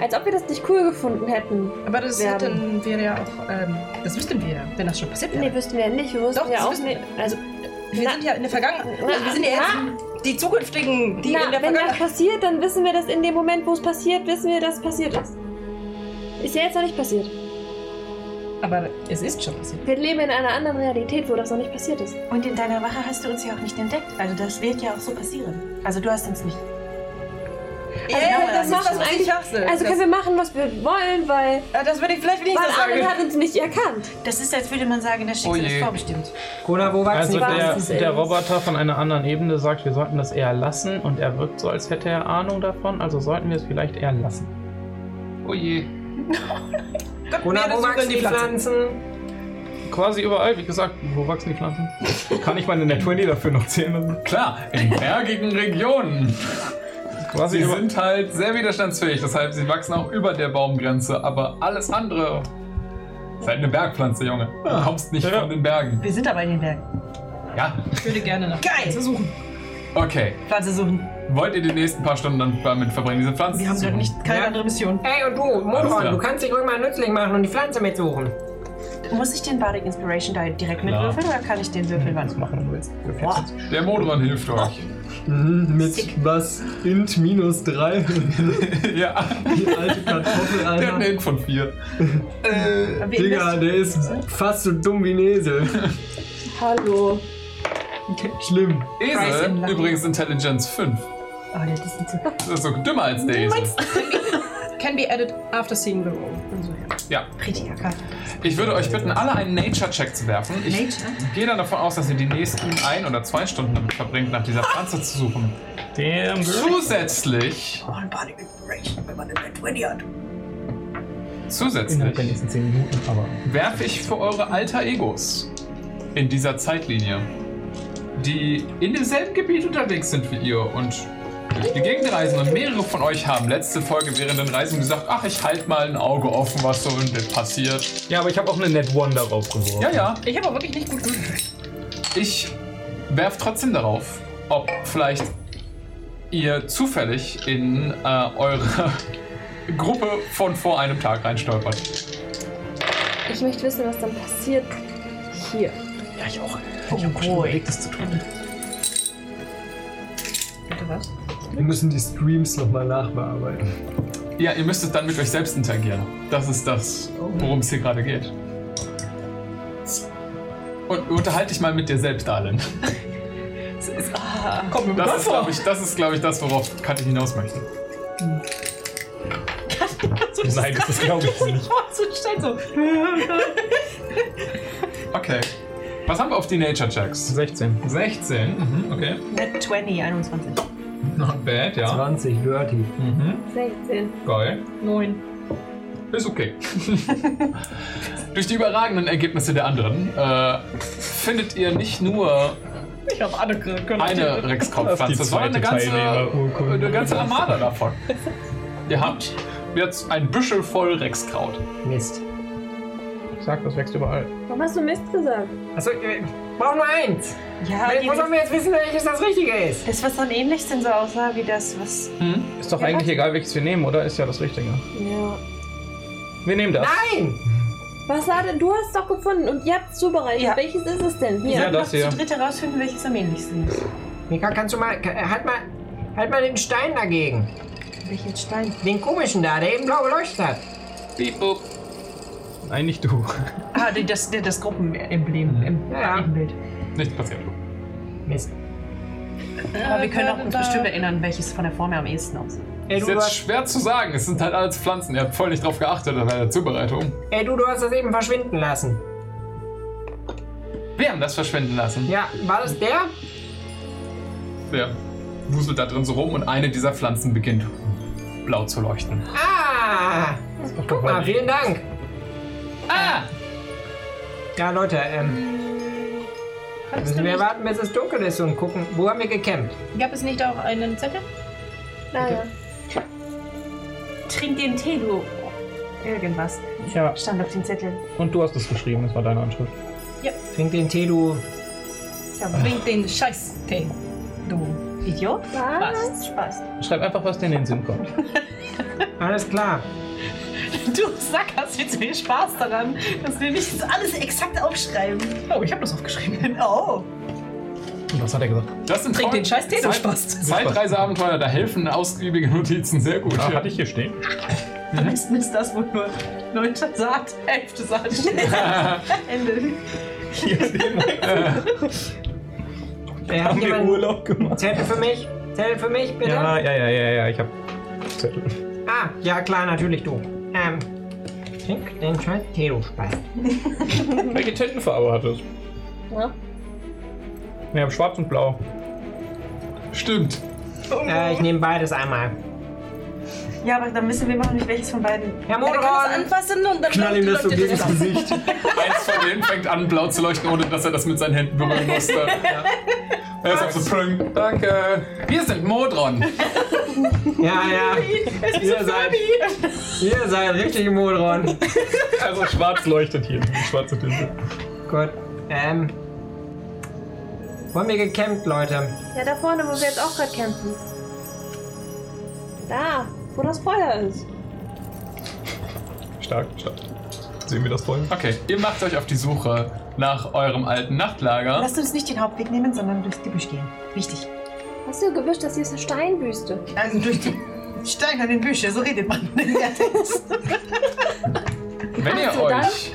S6: als ob wir das nicht cool gefunden hätten.
S5: aber das
S6: Wir
S5: hätten wir ja auch, ähm, das wüssten wir ja, wenn das schon passiert wäre.
S6: Nee, wüssten wir ja nicht. Wir wüssten
S5: Doch,
S6: ja
S5: das
S6: auch
S5: wissen
S6: nicht. Also,
S5: wir
S6: na-
S5: sind ja in der Vergangenheit, also wir sind ja jetzt
S6: na,
S5: die zukünftigen, die
S6: na,
S5: in der
S6: wenn das
S5: Vergangenheit.
S6: passiert, dann wissen wir das in dem Moment, wo es passiert, wissen wir, dass es passiert ist. Ist ja jetzt noch nicht passiert.
S5: Aber es ist schon passiert.
S6: Wir leben in einer anderen Realität, wo das noch nicht passiert ist.
S4: Und in deiner Wache hast du uns ja auch nicht entdeckt. Also das wird ja auch so passieren. Also du hast uns nicht.
S5: Also, Ja,
S6: ja, das
S5: ist
S6: macht
S5: schon
S6: uns eigentlich-
S5: Schwachsinn. das,
S6: Also können wir machen, was wir wollen, weil,
S5: Ah, das würde ich vielleicht nicht so
S6: weil
S5: sagen.
S6: Armin hat uns nicht erkannt.
S4: Das ist, als würde man sagen, das Schicksal
S2: Oh je.
S4: ist vorbestimmt.
S9: Kona, wo wachsen
S3: Also
S9: die
S3: der,
S9: Pflanzen?
S6: das ist
S3: der
S6: es.
S3: Roboter von einer anderen Ebene sagt, wir sollten das eher lassen und er wirkt so, als hätte er Ahnung davon, also sollten wir es vielleicht eher lassen.
S2: Oh je.
S9: Kona,
S5: Erde
S9: wo
S5: suchen
S9: wachsen
S5: die
S9: die Pflanzen?
S3: Quasi überall, wie gesagt, wo wachsen die Pflanzen? Kann ich meine Net 20 dafür noch zählen lassen?
S2: Klar, in bergigen Regionen.
S3: Quasi
S2: Sie
S3: über
S2: sind halt sehr widerstandsfähig, deshalb sie wachsen auch über der Baumgrenze, aber alles andere. Seid eine Bergpflanze, Junge. Du kommst nicht
S3: Ah. Ja.
S2: von den Bergen.
S4: Wir sind aber in den Bergen.
S2: Ja,
S5: Ich würde gerne nach
S4: Geil!
S5: Pflanze suchen.
S2: okay.
S4: Pflanze suchen.
S2: Wollt ihr die nächsten paar Stunden dann damit verbringen, diese Pflanzen
S4: Wir haben
S2: zu
S4: gerade
S2: suchen?
S4: nicht keine
S9: Ja.
S4: andere Mission.
S9: Ey, und du,
S2: Alles
S9: Modron,
S2: klar.
S9: du kannst dich ruhig mal nützlich machen und die Pflanze mitsuchen.
S4: Muss ich den Bardic Inspiration da direkt
S2: Klar.
S4: mitwürfeln oder kann ich den würfeln?
S3: was
S4: wann?
S3: machen du willst. Du
S4: Boah.
S3: fährst jetzt.
S2: Der Modron hilft euch.
S4: Ah.
S7: Mhm, mit was? Int minus 3.
S2: ja,
S7: die alte Kartoffel,
S4: Also-
S2: der hat eine
S7: Alter.
S2: Int von 4.
S7: Digga, der ist fast so dumm wie ein Esel.
S6: Hallo.
S7: Schlimm.
S4: Price in
S2: Esel,
S4: Luck.
S2: übrigens Intelligence 5.
S4: Oh, das ist ein Zucker.
S2: Das ist so dümmer als der Esel.
S5: Can be added after seeing the roll. Und so, ja.
S2: Ja.
S4: Richtiger Kaffee.
S2: Ich würde euch bitten, alle einen Nature-Check zu werfen. Ich
S4: Nature?
S2: gehe dann davon aus, dass ihr die nächsten ein oder zwei Stunden damit verbringt, nach dieser Pflanze zu suchen.
S3: Damn girl.
S2: Zusätzlich,
S4: Oh, ein Bardic Inspiration, wenn man eine 20 hat.
S3: Innerhalb der
S2: zusätzlich
S3: nächsten 10 Minuten, aber.
S2: werfe ich für eure Alter Egos in dieser Zeitlinie, die in demselben Gebiet unterwegs sind wie ihr und durch die Gegend reisen und mehrere von euch haben letzte Folge während den Reisen gesagt, ach, ich halte mal ein Auge offen, was so in der passiert.
S3: Ja, aber ich habe auch eine Net One darauf geworfen.
S2: Ja, ja,
S5: Ich habe aber wirklich nicht gut gewürfelt.
S2: Ich werf trotzdem darauf, ob vielleicht ihr zufällig in äh, eure Gruppe von vor einem Tag reinstolpert.
S6: Ich möchte wissen, was dann passiert hier.
S7: Wir müssen die Streams nochmal nachbearbeiten.
S2: Ja, ihr müsstet dann mit euch selbst interagieren. Das ist das, worum es hier gerade geht. Und unterhalte dich mal mit dir selbst, Allen.
S3: Kommt mir
S2: Das
S3: bekannt
S2: ist,
S3: vor.
S2: glaube ich, das, ist, glaub ich, das, worauf Katja hinaus möchte.
S3: Nein, das ist, glaube ich nicht.
S4: vorzustellen, so.
S2: Okay. Was haben wir auf die Nature Checks?
S3: 16.
S2: 16, mhm, okay.
S4: Net 20, 21.
S2: Not bad, ja.
S7: 20, dirty.
S2: Mhm,
S6: 16.
S2: geil.
S4: 9.
S2: Ist okay. Durch die überragenden Ergebnisse der anderen äh, findet ihr nicht nur
S4: Ich habe alle können.
S2: eine
S3: Auf die oh,
S2: Rexkopfpflanze, sondern eine ganze,
S3: Teilnehmerurkunde.
S2: eine ganze Armada davon. Ihr habt jetzt ein Büschel voll Rexkraut.
S9: Mist.
S3: Ich sag, das wächst überall.
S6: Warum hast du Mist gesagt?
S9: Achso, wir brauchen nur eins.
S4: Ja,
S9: Wo sollen
S4: die,
S9: wir jetzt wissen, welches das Richtige ist?
S4: das, was am ähnlichsten so aussah, wie das, was.
S2: Hm?
S3: Ist doch eigentlich egal, welches wir nehmen, oder? Ist ja das Richtige.
S6: Ja.
S3: Wir nehmen das.
S9: Nein!
S6: Was war denn? Du hast doch gefunden und ihr habt es zubereitet.
S4: Ja.
S6: Welches ist es denn?
S4: Wir
S3: Ja,
S6: Hier.
S4: sollten
S3: das
S4: noch
S3: hier.
S4: zu dritt herausfinden, welches am ähnlichsten ist.
S9: Mika, kannst du mal. kann- Halt mal. Halt mal den Stein dagegen.
S4: Welchen Stein?
S9: Den komischen da, der eben blau geleuchtet hat.
S2: Beep, boop.
S3: Nein, nicht du.
S4: Ah, die- das, die- das Gruppenemblem im
S9: Ja.
S4: Bild.
S2: Nichts passiert.
S9: Mist.
S4: Aber wir
S5: Äh,
S4: können auch uns bestimmt erinnern, welches von der Form her am ehesten aussieht.
S9: Ey, du,
S2: Ist
S9: du,
S2: jetzt
S9: hast,
S2: schwer zu sagen. Es sind halt alles Pflanzen. Ihr habt voll nicht drauf geachtet bei der Zubereitung.
S9: ey, du, du hast das eben verschwinden lassen.
S2: Wir haben das verschwinden lassen.
S9: Ja, war das der?
S2: Der wuselt da drin so rum und eine dieser Pflanzen beginnt blau zu leuchten.
S9: Ah! Guck mal, vielen Dank.
S2: Ah!
S9: Ja, Leute, ähm. Müssen wir warten, bis es dunkel ist und gucken, wo haben wir gecampt?
S5: Gab es nicht auch einen Zettel?
S6: Naja.
S4: Trink den Tee, du. Irgendwas.
S3: Ja.
S4: Stand auf dem Zettel.
S3: Und du hast es geschrieben, das war deine Anschrift.
S9: Trink den Tee, du.
S5: Ja, bring den Scheiß-Tee.
S4: Du Idiot. Spaß.
S6: Was?
S4: Spaß.
S3: Schreib einfach, was dir in den Sinn kommt.
S9: Alles klar.
S4: Du Sack, hast jetzt viel Spaß daran, dass wir nicht das alles exakt aufschreiben. Oh, ich habe das aufgeschrieben. Oh.
S3: Und was hat er gesagt?
S2: Das sind
S4: Trink
S2: voll-
S4: den scheiß Tee, du
S2: Zeit-
S4: Spaß.
S2: Zeitreiseabenteuer, da helfen ausgiebige Notizen sehr gut.
S3: Ah,
S2: Ja.
S3: hatte ich hier stehen?
S4: Meistens ist das wohl nur neunte Saat, elfte Saat, Ende.
S9: Äh, hat jemand
S3: Urlaub gemacht?
S9: Zettel für mich? Zettel für mich, bitte?
S3: Ja, ja, ja, ja, ja, ich hab Zettel.
S9: Ah, ja klar, natürlich du. Ähm, trink den scheiß Tee, du Spaß.
S3: Welche Tintenfarbe hat es?
S6: Ja.
S3: Wir haben schwarz und blau.
S2: Stimmt.
S9: Äh, ich nehme beides einmal.
S4: Ja, aber dann wissen wir noch nicht, welches von beiden.
S5: Ja,
S9: Herr
S5: du kannst
S9: Moderon!
S5: anfassen und dann
S7: Knall ihm das so
S5: läuft dir
S7: gegen das
S5: das ab.
S7: Gesicht.
S2: Eins von denen fängt an, blau zu leuchten, ohne dass er das mit seinen Händen berühren musste. Er ist auch so prüng. Danke. Wir sind Modron.
S9: Ja, ja. Ihr seid, ihr seid richtig Moderon.
S3: Also schwarz leuchtet hier, die schwarze Tinte.
S9: Gut. Ähm. Wollen wir gecampt, Leute?
S6: ja, da vorne, wo wir jetzt auch gerade kämpfen. Da, wo das Feuer ist.
S3: Stark, stark. Sehen wir das vorhin?
S2: Okay, ihr macht euch auf die Suche nach eurem alten Nachtlager.
S4: Lasst uns nicht den Hauptweg nehmen, sondern durchs Gebüsch gehen. Wichtig.
S6: Hast du gewischt, dass hier ist eine Steinwüste?
S4: Also durch die steinernen Büsche, so redet man.
S2: Wenn ihr
S6: Also dann-
S2: euch,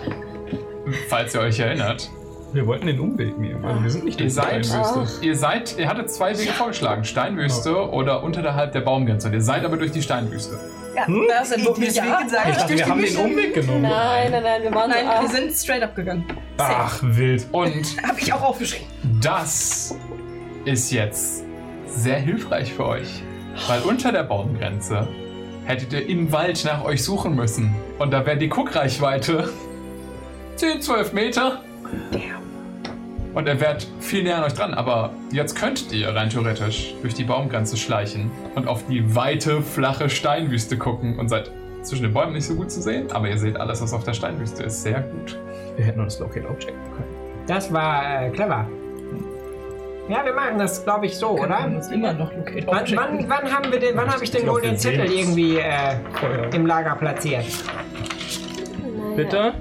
S2: falls ihr euch erinnert,
S3: Wir wollten den Umweg nehmen. Also wir sind nicht
S2: ihr seid,
S6: Steinwüste.
S2: ihr seid, ihr hattet zwei Wege vorgeschlagen, Steinwüste oder unterhalb der Baumgrenze. Und ihr seid aber durch die Steinwüste.
S5: Ja, das ist ein Buch,
S4: Ja.
S3: Ich dachte, wir haben den um- Umweg genommen.
S6: Ah. Nein, nein, nein, wir waren
S5: Nein,
S6: so arm.
S5: wir sind straight up gegangen.
S3: Ach, wild.
S2: Und
S5: Hab ich auch aufgeschrieben.
S2: das ist jetzt sehr hilfreich für euch, weil unter der Baumgrenze hättet ihr im Wald nach euch suchen müssen. Und da wäre die Guckreichweite 10, 12 Meter. Und ihr wärt viel näher an euch dran, aber jetzt könntet ihr rein theoretisch durch die Baumgrenze schleichen und auf die weite, flache Steinwüste gucken und seid zwischen den Bäumen nicht so gut zu sehen, aber ihr seht alles, was auf der Steinwüste ist, sehr gut.
S3: Wir hätten uns Locate abchecken können.
S9: Das war äh, clever. Ja, wir machen das, glaube ich, so,
S5: Wir
S9: oder?
S5: uns immer noch Locate
S9: Wann, wann, wann haben wir den, wann habe ich denn wohl den Zettel irgendwie äh,
S3: Feuer.
S9: im Lager platziert?
S6: Naja.
S3: Bitte?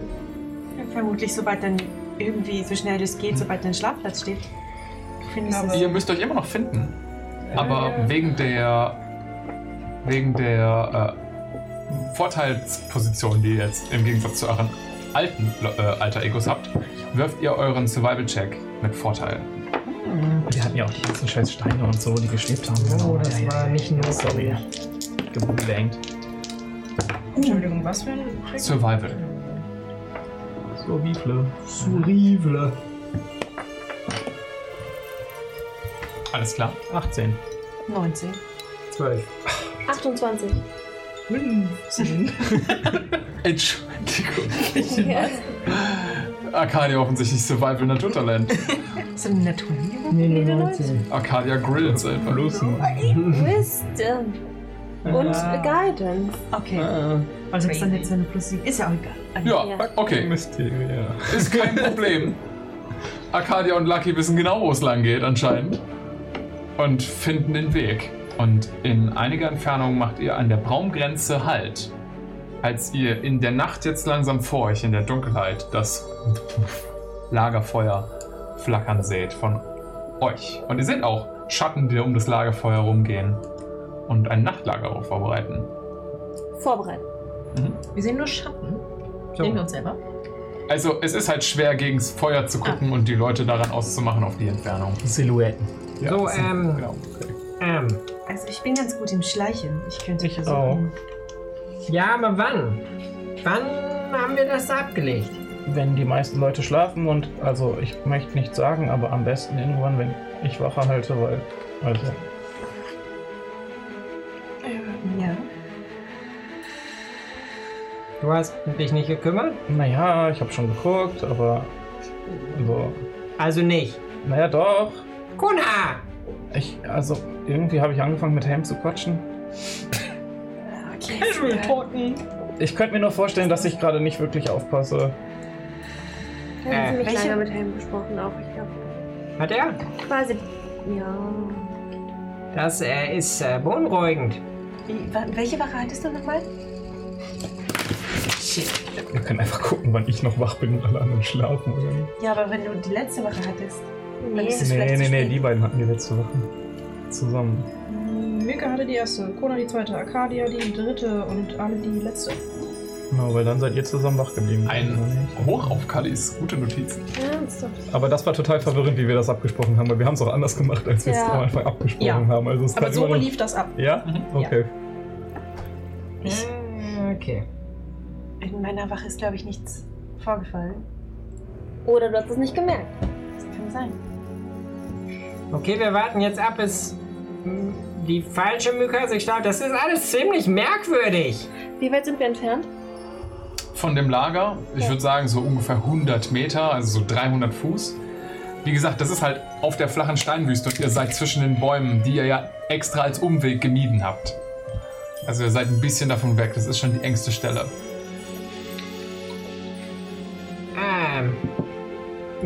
S4: Vermutlich, sobald dann irgendwie so schnell es geht, sobald dein Schlafplatz steht. Du findest es.
S2: Ihr müsst euch immer noch finden. Aber wegen der wegen der äh, Vorteilsposition, die ihr jetzt im Gegensatz zu euren alten äh, Alter Egos habt, wirft ihr euren Survival-Check mit Vorteil.
S3: Wir hatten ja auch die ganzen scheiß Steine und so, die geschwebt haben.
S9: Oh, das war nicht nur.
S3: Sorry. Gebulankt.
S5: Entschuldigung, was für ein Trick?
S2: Survival.
S3: So wie Flo.
S7: Survival.
S2: Alles klar.
S3: 18.
S4: 19.
S7: 12.
S6: 28.
S5: 15.
S2: Entschuldigung.
S6: Ja.
S2: Arcadia offensichtlich Survival Naturtalent.
S4: Sind eine Natur?
S7: Nee, nee, 19.
S2: Arcadia grillt einfach.
S3: Verlosen.
S6: Wisdom. Und Guidance.
S4: Okay.
S9: Ah.
S4: Also ist dann jetzt eine Plus 7. Ist ja auch egal.
S2: Ja,
S6: Ja.
S2: okay.
S3: Mysterium, ja.
S2: Ist kein Problem. Arcadia und Lucky wissen genau, wo es lang geht anscheinend. Und finden den Weg. Und in einiger Entfernung macht ihr an der Braumgrenze Halt. Als ihr in der Nacht jetzt langsam vor euch in der Dunkelheit das Lagerfeuer flackern seht von euch. Und ihr seht auch Schatten, die um das Lagerfeuer rumgehen und ein Nachtlager vorbereiten.
S6: Vorbereiten.
S4: Wir sehen nur Schatten.
S7: So.
S4: Sehen wir uns selber?
S2: Also es ist halt schwer, gegens Feuer zu gucken und die Leute daran auszumachen auf die Entfernung.
S3: Silhouetten.
S9: So, ähm.
S2: Genau.
S9: Ähm.
S4: Also ich bin ganz gut im Schleichen. Ich könnte ich
S3: auch.
S9: Ja, aber wann? Wann haben wir das abgelegt?
S3: Wenn die meisten Leute schlafen und, also ich möchte nicht sagen, aber am besten irgendwann, wenn ich Wache halte, weil, also,
S4: Ja.
S9: Du hast dich nicht gekümmert?
S3: naja, ich habe schon geguckt, aber, also,
S9: Also nicht.
S3: naja doch.
S9: Kuna!
S3: Ich, also, irgendwie habe ich angefangen mit Helm zu quatschen.
S5: Casual Talken.
S3: Ich könnte mir nur vorstellen, dass ich gerade nicht wirklich aufpasse.
S6: Ich habe ziemlich
S4: welche-
S6: lange mit Helm gesprochen, auch ich glaube.
S9: Hat er?
S6: Quasi. Ja.
S9: Das äh, ist äh, beunruhigend.
S4: Wie, wa- welche Wache hattest du nochmal?
S3: Wir können einfach gucken, wann ich noch wach bin und alle anderen schlafen, oder?
S4: Ja, aber wenn du die letzte Wache hattest.
S6: Nee.
S4: ist es
S3: Nee,
S4: vielleicht
S3: nee,
S4: zu
S3: nee,
S4: spät.
S3: die beiden hatten die letzte Woche. Zusammen.
S5: Milka hatte die erste, Kona die zweite, Arcadia die dritte und alle die letzte.
S3: Genau, weil dann seid ihr zusammen wach geblieben. Oder
S2: Ein
S3: nicht?
S2: Hoch auf Kallis, gute Notiz.
S6: Ernsthaft.
S3: Aber das war total verwirrend, wie wir das abgesprochen haben, weil wir haben es auch anders gemacht, als wir es
S6: Ja.
S3: am Anfang abgesprochen
S5: Ja.
S3: haben. Also es
S5: Aber
S3: kann
S5: so
S3: immer noch-
S5: lief Mhm. das ab.
S3: Ja? Okay.
S9: Äh, okay.
S4: In meiner Wache ist, glaube ich, nichts vorgefallen.
S6: Oder du hast es nicht gemerkt.
S4: Das kann sein.
S9: Okay, wir warten jetzt ab, bis mh, die falsche Mücke sich startet. Das ist alles ziemlich merkwürdig.
S6: Wie weit sind wir entfernt?
S2: Von dem Lager, ich
S6: Ja.
S2: würde sagen so ungefähr 100 Meter, also so 300 Fuß. Wie gesagt, das ist halt auf der flachen Steinwüste und ihr seid zwischen den Bäumen, die ihr ja extra als Umweg gemieden habt. Also ihr seid ein bisschen davon weg, das ist schon die engste Stelle.
S9: Ähm.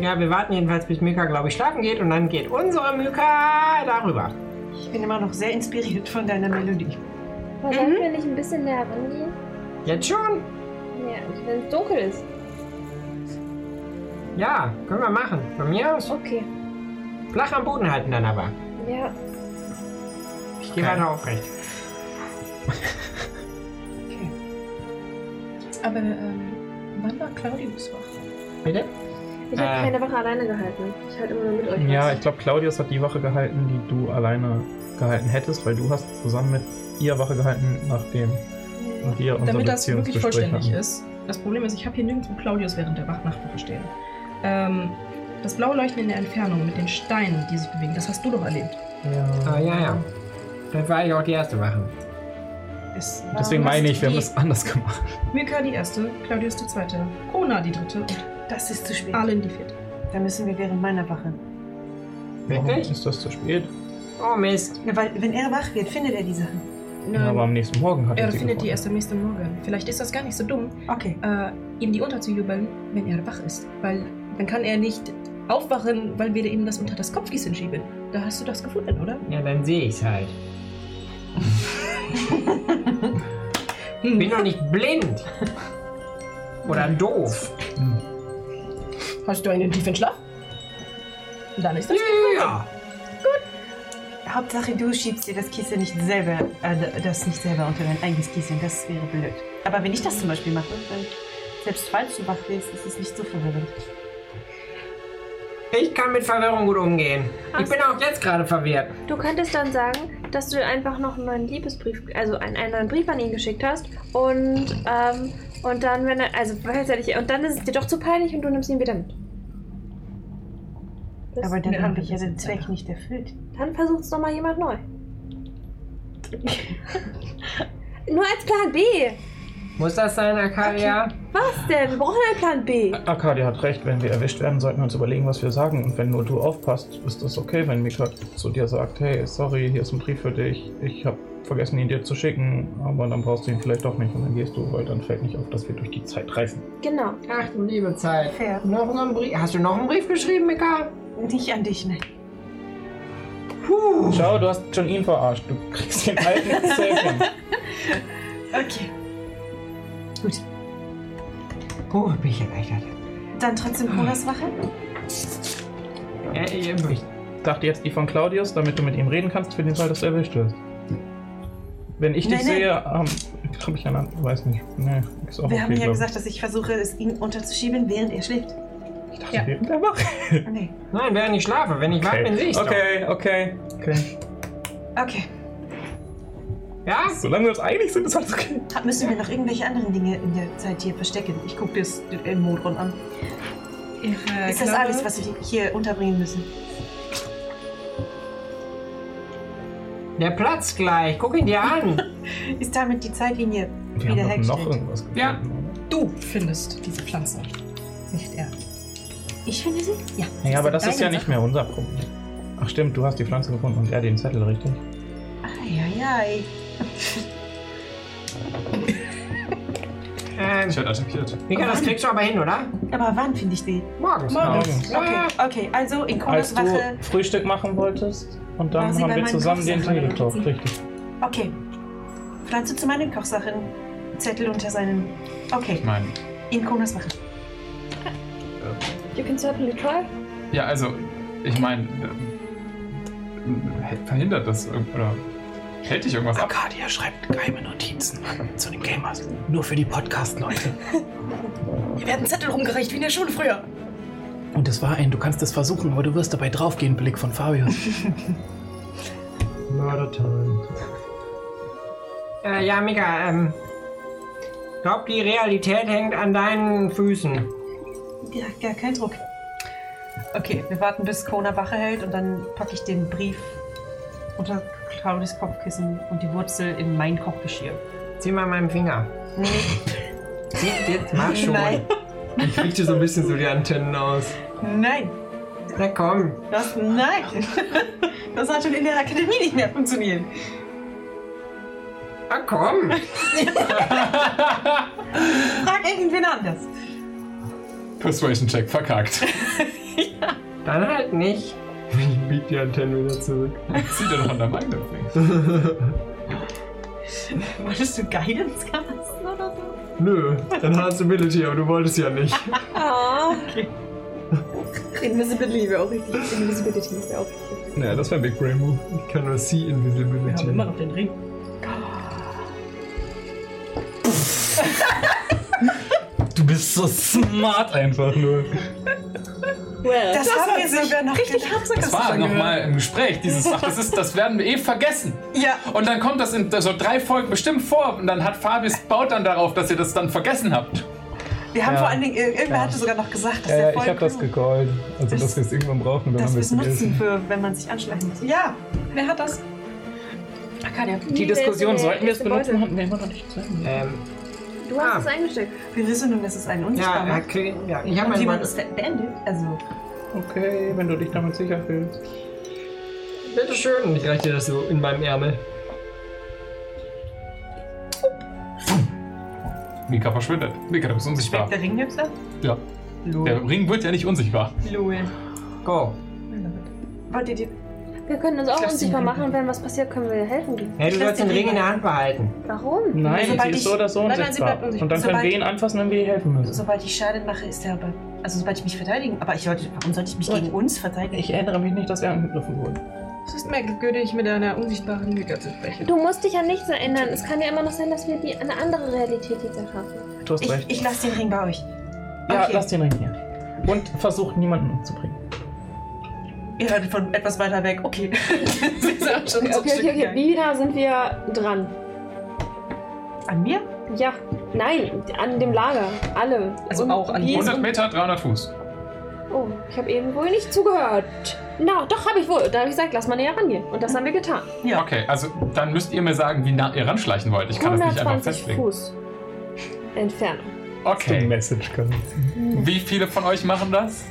S9: Ja, wir warten jedenfalls, bis Mika, glaube ich, schlafen geht und dann geht unsere Mika darüber.
S4: Ich bin immer noch sehr inspiriert von deiner Melodie.
S6: Aber Sollen wir nicht ein bisschen näher rangehen?
S9: Jetzt schon?
S6: Ja, wenn es dunkel ist.
S9: Ja, können wir machen. Von mir aus
S6: Okay.
S9: flach am Boden halten dann aber.
S6: Ja.
S9: Ich gehe
S2: Okay.
S9: weiter aufrecht.
S5: Aber ähm, wann war Claudius wach?
S9: Bitte?
S6: Ich habe
S9: Äh.
S6: keine Wache alleine gehalten. Ich halte immer nur mit euch.
S3: Ja, ich
S6: was.
S3: glaube, Claudius hat die Wache gehalten, die du alleine gehalten hättest, weil du hast zusammen mit ihr Wache gehalten, nachdem wir unser
S5: Damit das wirklich
S3: Beziehungsgespräch
S5: vollständig
S3: hatten.
S5: ist. Das Problem ist, ich habe hier nirgendwo Claudius während der Wachnachtwoche stehen. Ähm, das blaue Leuchten in der Entfernung mit den Steinen, die sich bewegen, das hast du doch erlebt.
S9: Ah, ja, ja. Das war ich auch die erste Wache.
S5: Es
S3: Deswegen
S5: waren
S3: meine ich, wir haben
S5: Ähm, die-
S3: es anders gemacht.
S5: Milka die erste, Claudius die zweite, Kona die dritte und
S4: Das ist zu spät.
S5: Arlen die vierte.
S4: Da müssen wir während meiner Wache.
S9: Wirklich?
S3: ist das zu spät?
S9: Oh Mist.
S4: Na, weil, wenn er wach wird, findet er die Sachen.
S3: Ja, aber am nächsten Morgen hat
S5: Ähm, er
S3: sie
S5: findet die
S3: gefunden.
S5: erst am nächsten Morgen. Vielleicht ist das gar nicht so dumm,
S4: Okay.
S5: äh, ihm die unterzujubeln, wenn er wach ist. Weil dann kann er nicht aufwachen, weil wir ihm das unter das Kopfkissen schieben. Da hast du das gefunden, oder?
S9: Ja, dann sehe ich's halt. Bin doch nicht blind. Oder doof.
S5: Hast du einen tiefen Schlaf? Dann ist das.
S9: Ja.
S4: Hauptsache, du schiebst dir das Kissen nicht selber, also, äh, das nicht selber unter dein eigenes Kissen. Das wäre blöd. Aber wenn ich das zum Beispiel mache, dann Selbst falls du was lest, ist es nicht so verwirrend.
S9: Ich kann mit Verwirrung gut umgehen. Ich
S6: Ach.
S9: bin auch jetzt gerade verwirrt.
S6: Du könntest dann sagen, dass du einfach noch einen neuen Liebesbrief, also einen, einen neuen Brief an ihn geschickt hast und, ähm, und dann, wenn er, also weiß er nicht, und dann ist es dir doch zu peinlich und du nimmst ihn wieder mit. Das,
S4: Aber dann
S5: Nee,
S4: habe ich ja
S5: das
S4: den
S5: ist
S4: Zweck nicht erfüllt.
S6: dann versucht es nochmal jemand neu. Nur als Plan B.
S9: Muss das sein, Akaria?
S6: Was denn? Wir brauchen einen Plan B.
S3: Arcadia hat recht, wenn wir erwischt werden, sollten wir uns überlegen, was wir sagen. Und wenn nur du aufpasst, ist das okay, wenn Mika zu dir sagt, hey, sorry, hier ist ein Brief für dich, ich habe vergessen, ihn dir zu schicken, aber dann brauchst du ihn vielleicht doch nicht und dann gehst du, weil dann fällt nicht auf, dass wir durch die Zeit reisen.
S6: Genau.
S9: Ach du liebe Zeit.
S4: Fair.
S9: Noch so ein Brief. Hast du noch einen Brief geschrieben, Mika?
S4: Nicht an dich, ne?
S3: Schau, du hast schon ihn verarscht, du kriegst den Halt alten Zählen.
S4: Okay.
S9: Oh, bin ich erleichtert.
S4: Dann trotzdem Honaswache?
S9: Ja, ich, ich,
S3: Dachte jetzt die von Claudius, damit du mit ihm reden kannst, für den Fall, dass du erwischt wirst. Wenn ich dich
S4: Nee, nee.
S3: sehe, ähm, hab ich einen anderen, weiß nicht. Nee, ist auch
S4: Wir
S3: okay,
S4: haben ja
S3: glaub ich.
S4: gesagt, dass ich versuche, es ihm unterzuschieben, während er schläft. Ah,
S3: Ich dachte, wir- wer macht?
S4: Nee.
S9: nein, während ich schlafe. Wenn ich wach bin, sehe ich
S3: Okay, okay, okay.
S4: Okay.
S9: Ja?
S3: Solange wir uns einig sind, ist alles okay.
S4: Ha- Müssen wir noch irgendwelche anderen Dinge in der Zeit hier verstecken? Ich gucke dir das in Modron an.
S5: Ihre
S4: Ist das
S5: Klappe-
S4: alles, was wir hier unterbringen müssen?
S9: Der Platz gleich. Guck ihn dir an.
S4: Ist damit die
S3: Wir
S4: Zeitlinie
S3: haben doch noch
S4: wiederhergestellt?
S3: irgendwas gefunden.
S9: Ja.
S5: Du findest diese Pflanze. Nicht er.
S4: Ich finde sie? Ja.
S3: Naja, aber das
S5: Deine
S3: ist ja nicht mehr unser Problem. Ach stimmt, du hast die Pflanze gefunden und er den Zettel, richtig?
S4: Eieiei.
S9: Ähm,
S2: Ich werde attackiert.
S9: Mika, das kriegst du aber hin, oder?
S4: Aber wann finde ich die?
S9: Morgens.
S3: Morgens.
S9: Ja.
S4: Okay,
S5: Ah.
S4: okay, also in
S3: Als
S4: Konas
S3: du
S4: Wache.
S3: Frühstück machen wolltest und
S4: War
S3: dann
S4: sie bei
S3: haben wir
S4: meinen
S3: zusammen den
S4: Kochsachen
S3: Tee getaucht, richtig.
S4: Okay. Pflanze zu meinen Kochsachen. Zettel unter seinen. Okay,
S2: Ich meine,
S4: in Konas Wache.
S6: You can certainly try.
S2: ja, also, ich meine, verhindert das irgend- oder hält dich irgendwas ab?
S10: Arcadia schreibt geheime Notizen zu den Gamers. Nur für die Podcast-Leute.
S5: Hier werden Zettel rumgereicht wie ne- in der Schule früher.
S10: Und es war ein, du kannst es versuchen, aber du wirst dabei draufgehen, Blick von Fabius.
S7: Murder Time.
S9: Äh, ja, Mika, ähm. Ich glaub, die Realität hängt an deinen Füßen.
S4: Ja, gar kein Druck. Okay, wir warten, bis Kona Wache hält und dann packe ich den Brief unter Claudis Kopfkissen und die Wurzel in mein Kochgeschirr.
S9: Zieh mal meinen Finger.
S4: Nee,
S9: Zieh, jetzt mach schon.
S4: Nein.
S7: Ich krieg dir so ein bisschen so die Antennen aus.
S4: nein,
S9: Na komm.
S4: das nein. Das hat schon in der Akademie nicht mehr funktioniert.
S9: Na komm.
S4: Frag irgendwen anders.
S2: Persuasion-Check verkackt.
S9: Dann halt nicht.
S7: Ich bieg die Antennen wieder zurück.
S2: Zieh dir doch an deinem eigenen Finger.
S4: Wolltest du Guidance casten oder so?
S7: Nö, Enhanced Ability, aber du wolltest ja nicht.
S6: Ah. Invisibility wäre auch richtig. Invisibility wäre auch richtig.
S3: Ja, das wäre Big Brain Move.
S7: Ich kann nur See
S5: Wir haben immer
S7: Invisibility.
S5: noch den Ring.
S10: Du bist so smart einfach nur.
S5: Äh,
S6: Well.
S4: Das, haben wir sogar noch richtig hart
S2: Das war nochmal im Gespräch, dieses Ach, das, ist, das werden wir eh vergessen.
S4: Ja.
S2: Und dann kommt das in so drei Folgen bestimmt vor und dann hat Fabius baut dann darauf, dass ihr das dann vergessen habt.
S4: Wir haben
S3: Ja.
S4: vor allen Dingen, äh, irgendwer
S3: Ja.
S4: hatte sogar noch gesagt, dass
S3: Ja,
S4: der
S3: ich
S4: voll
S3: habe das
S4: klug-
S3: gecallt. Also,
S4: Das-
S3: dass wir es irgendwann brauchen, dann
S4: dass
S3: haben
S4: wir
S3: wir
S4: es
S3: es
S4: nutzen,
S3: gelesen.
S4: für, wenn man sich anschleichen muss.
S5: Ja, wer hat das?
S4: Arcadia,
S3: Die Diskussion, sollten wir es benutzen,
S6: Beutel.
S3: hatten wir immer noch nicht. zu Ende.
S9: Ähm,
S6: Du hast
S9: Ah.
S6: es eingesteckt.
S4: wir wissen nun, dass es einen
S9: ja,
S4: unsichtbar
S9: er
S4: macht.
S9: krieg, ja, ich habe
S4: Und
S9: meinen
S4: jemand
S9: Beutel.
S4: ist beendet. Also,
S3: Okay, wenn du dich damit sicher fühlst.
S7: Bitteschön. Ich reich dir das so in meinem Ärmel.
S2: Mika verschwindet. Mika, du bist unsichtbar.
S4: der Ring gibt's da?
S2: Ja. Der Ring wird ja nicht unsichtbar.
S4: Lul.
S9: Go.
S4: Wollt ihr die
S6: Wir können uns auch
S5: lass
S6: unsichtbar
S5: den
S6: machen und wenn was passiert, können wir helfen.
S9: Hey, du
S4: Ich lass
S9: sollst den
S4: den
S9: Ring in
S4: Ring
S9: der Hand behalten.
S6: Warum?
S3: Nein,
S4: sobald
S3: sie
S4: ich-
S3: ist so oder so
S5: Nein, nein, sie
S3: unsichtbar.
S5: bleibt unsichtbar.
S3: Und dann können wir
S4: Sobald-
S3: ihn anfassen, wenn wir ihr helfen müssen.
S4: Sobald ich Schaden mache, ist er aber. Also sobald ich mich verteidigen. Aber ich sollte, warum sollte ich mich gegen uns verteidigen?
S3: Ich erinnere mich nicht, dass er angegriffen wurde.
S5: Es ist merkwürdig, mit einer unsichtbaren Mücke zu sprechen.
S6: Du musst dich an nichts erinnern. Es kann ja immer noch sein, dass wir die, eine andere Realität jetzt erschaffen.
S3: Du hast
S4: Ich,
S3: recht.
S4: ich lasse den Ring bei euch.
S3: ja,
S4: okay.
S3: lass den Ring hier. Und versuch niemanden umzubringen.
S4: Ihr hört von etwas weiter weg. Okay. Sie sind auch schon so ein
S6: Okay, okay,
S4: Stück
S6: okay.
S4: gegangen.
S6: Wieder sind wir dran.
S4: An mir?
S6: Ja, nein, an dem Lager. Alle.
S4: Also auch an
S6: die-
S2: 100 Meter, 300 Fuß.
S6: Oh, ich habe eben wohl nicht zugehört. Na, doch, habe ich wohl. Da habe ich gesagt, lass mal näher rangehen. Und das haben wir getan.
S4: Ja.
S2: Okay, also dann müsst ihr mir sagen, wie nah ihr ranschleichen wollt. Ich kann das nicht einfach
S6: 120
S2: festlegen.
S6: Fuß Entfernung.
S2: Okay,
S7: Message kommt.
S2: wie viele von euch machen das?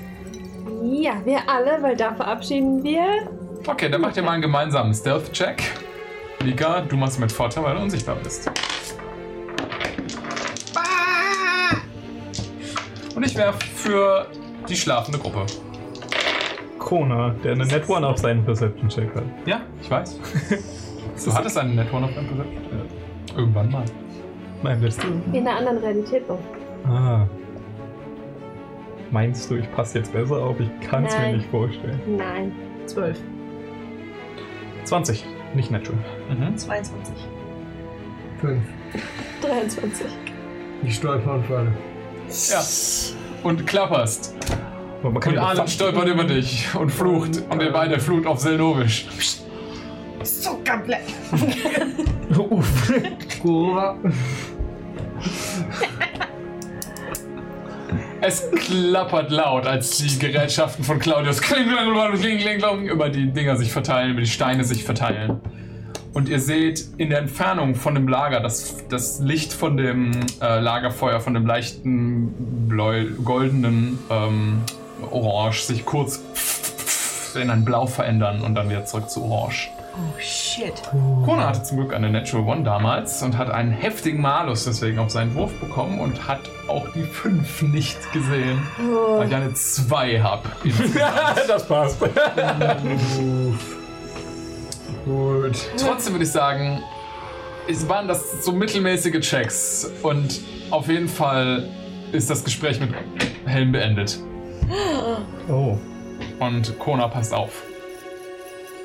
S6: Ja, wir alle, weil da verabschieden wir.
S2: Okay, dann macht ihr mal einen gemeinsamen Stealth-Check. Lika, du machst mit Vorteil, weil du unsichtbar bist. Ah! Und ich werfe für die schlafende Gruppe.
S3: Kona, der eine Net One auf seinen Perception-Check hat.
S2: Ja, ich weiß. Du hattest einen Net One auf deinem Perception. Irgendwann mal.
S3: Nein, willst du?
S6: In einer anderen Realität Oh, noch.
S3: Ah. Meinst du, ich passe jetzt besser auf? Ich kann es mir
S6: Nein.
S3: nicht vorstellen.
S6: Nein.
S4: Zwölf.
S3: 20, nicht natural.
S2: Mhm.
S4: 22.
S7: Fünf.
S6: 23.
S7: Ich stolper und falle.
S2: Ja. Und klapperst.
S3: Aber man kann
S2: Und
S3: ja
S2: Arlen
S3: fast-
S2: stolpert über dich und flucht. Und ihr beide flucht auf Selnovisch.
S5: So komplett.
S3: Uff.
S7: Gura.
S2: Es klappert laut, als die Gerätschaften von Claudius kling, kling, kling, kling, kling, kling, über die Dinger sich verteilen, über die Steine sich verteilen. Und ihr seht in der Entfernung von dem Lager das, das Licht von dem äh, Lagerfeuer, von dem leichten, bläu, goldenen ähm, Orange sich kurz in ein Blau verändern und dann wieder zurück zu Orange.
S4: Oh shit.
S2: Kona hatte zum Glück eine Natural One damals und hat einen heftigen Malus deswegen auf seinen Wurf bekommen und hat auch die 5 nicht gesehen. Weil ich eine 2 habe.
S3: das passt.
S7: Uff. Gut.
S2: Trotzdem würde ich sagen, es waren das so mittelmäßige Checks und auf jeden Fall ist das Gespräch mit Helm beendet.
S3: Oh.
S2: Und Kona passt auf.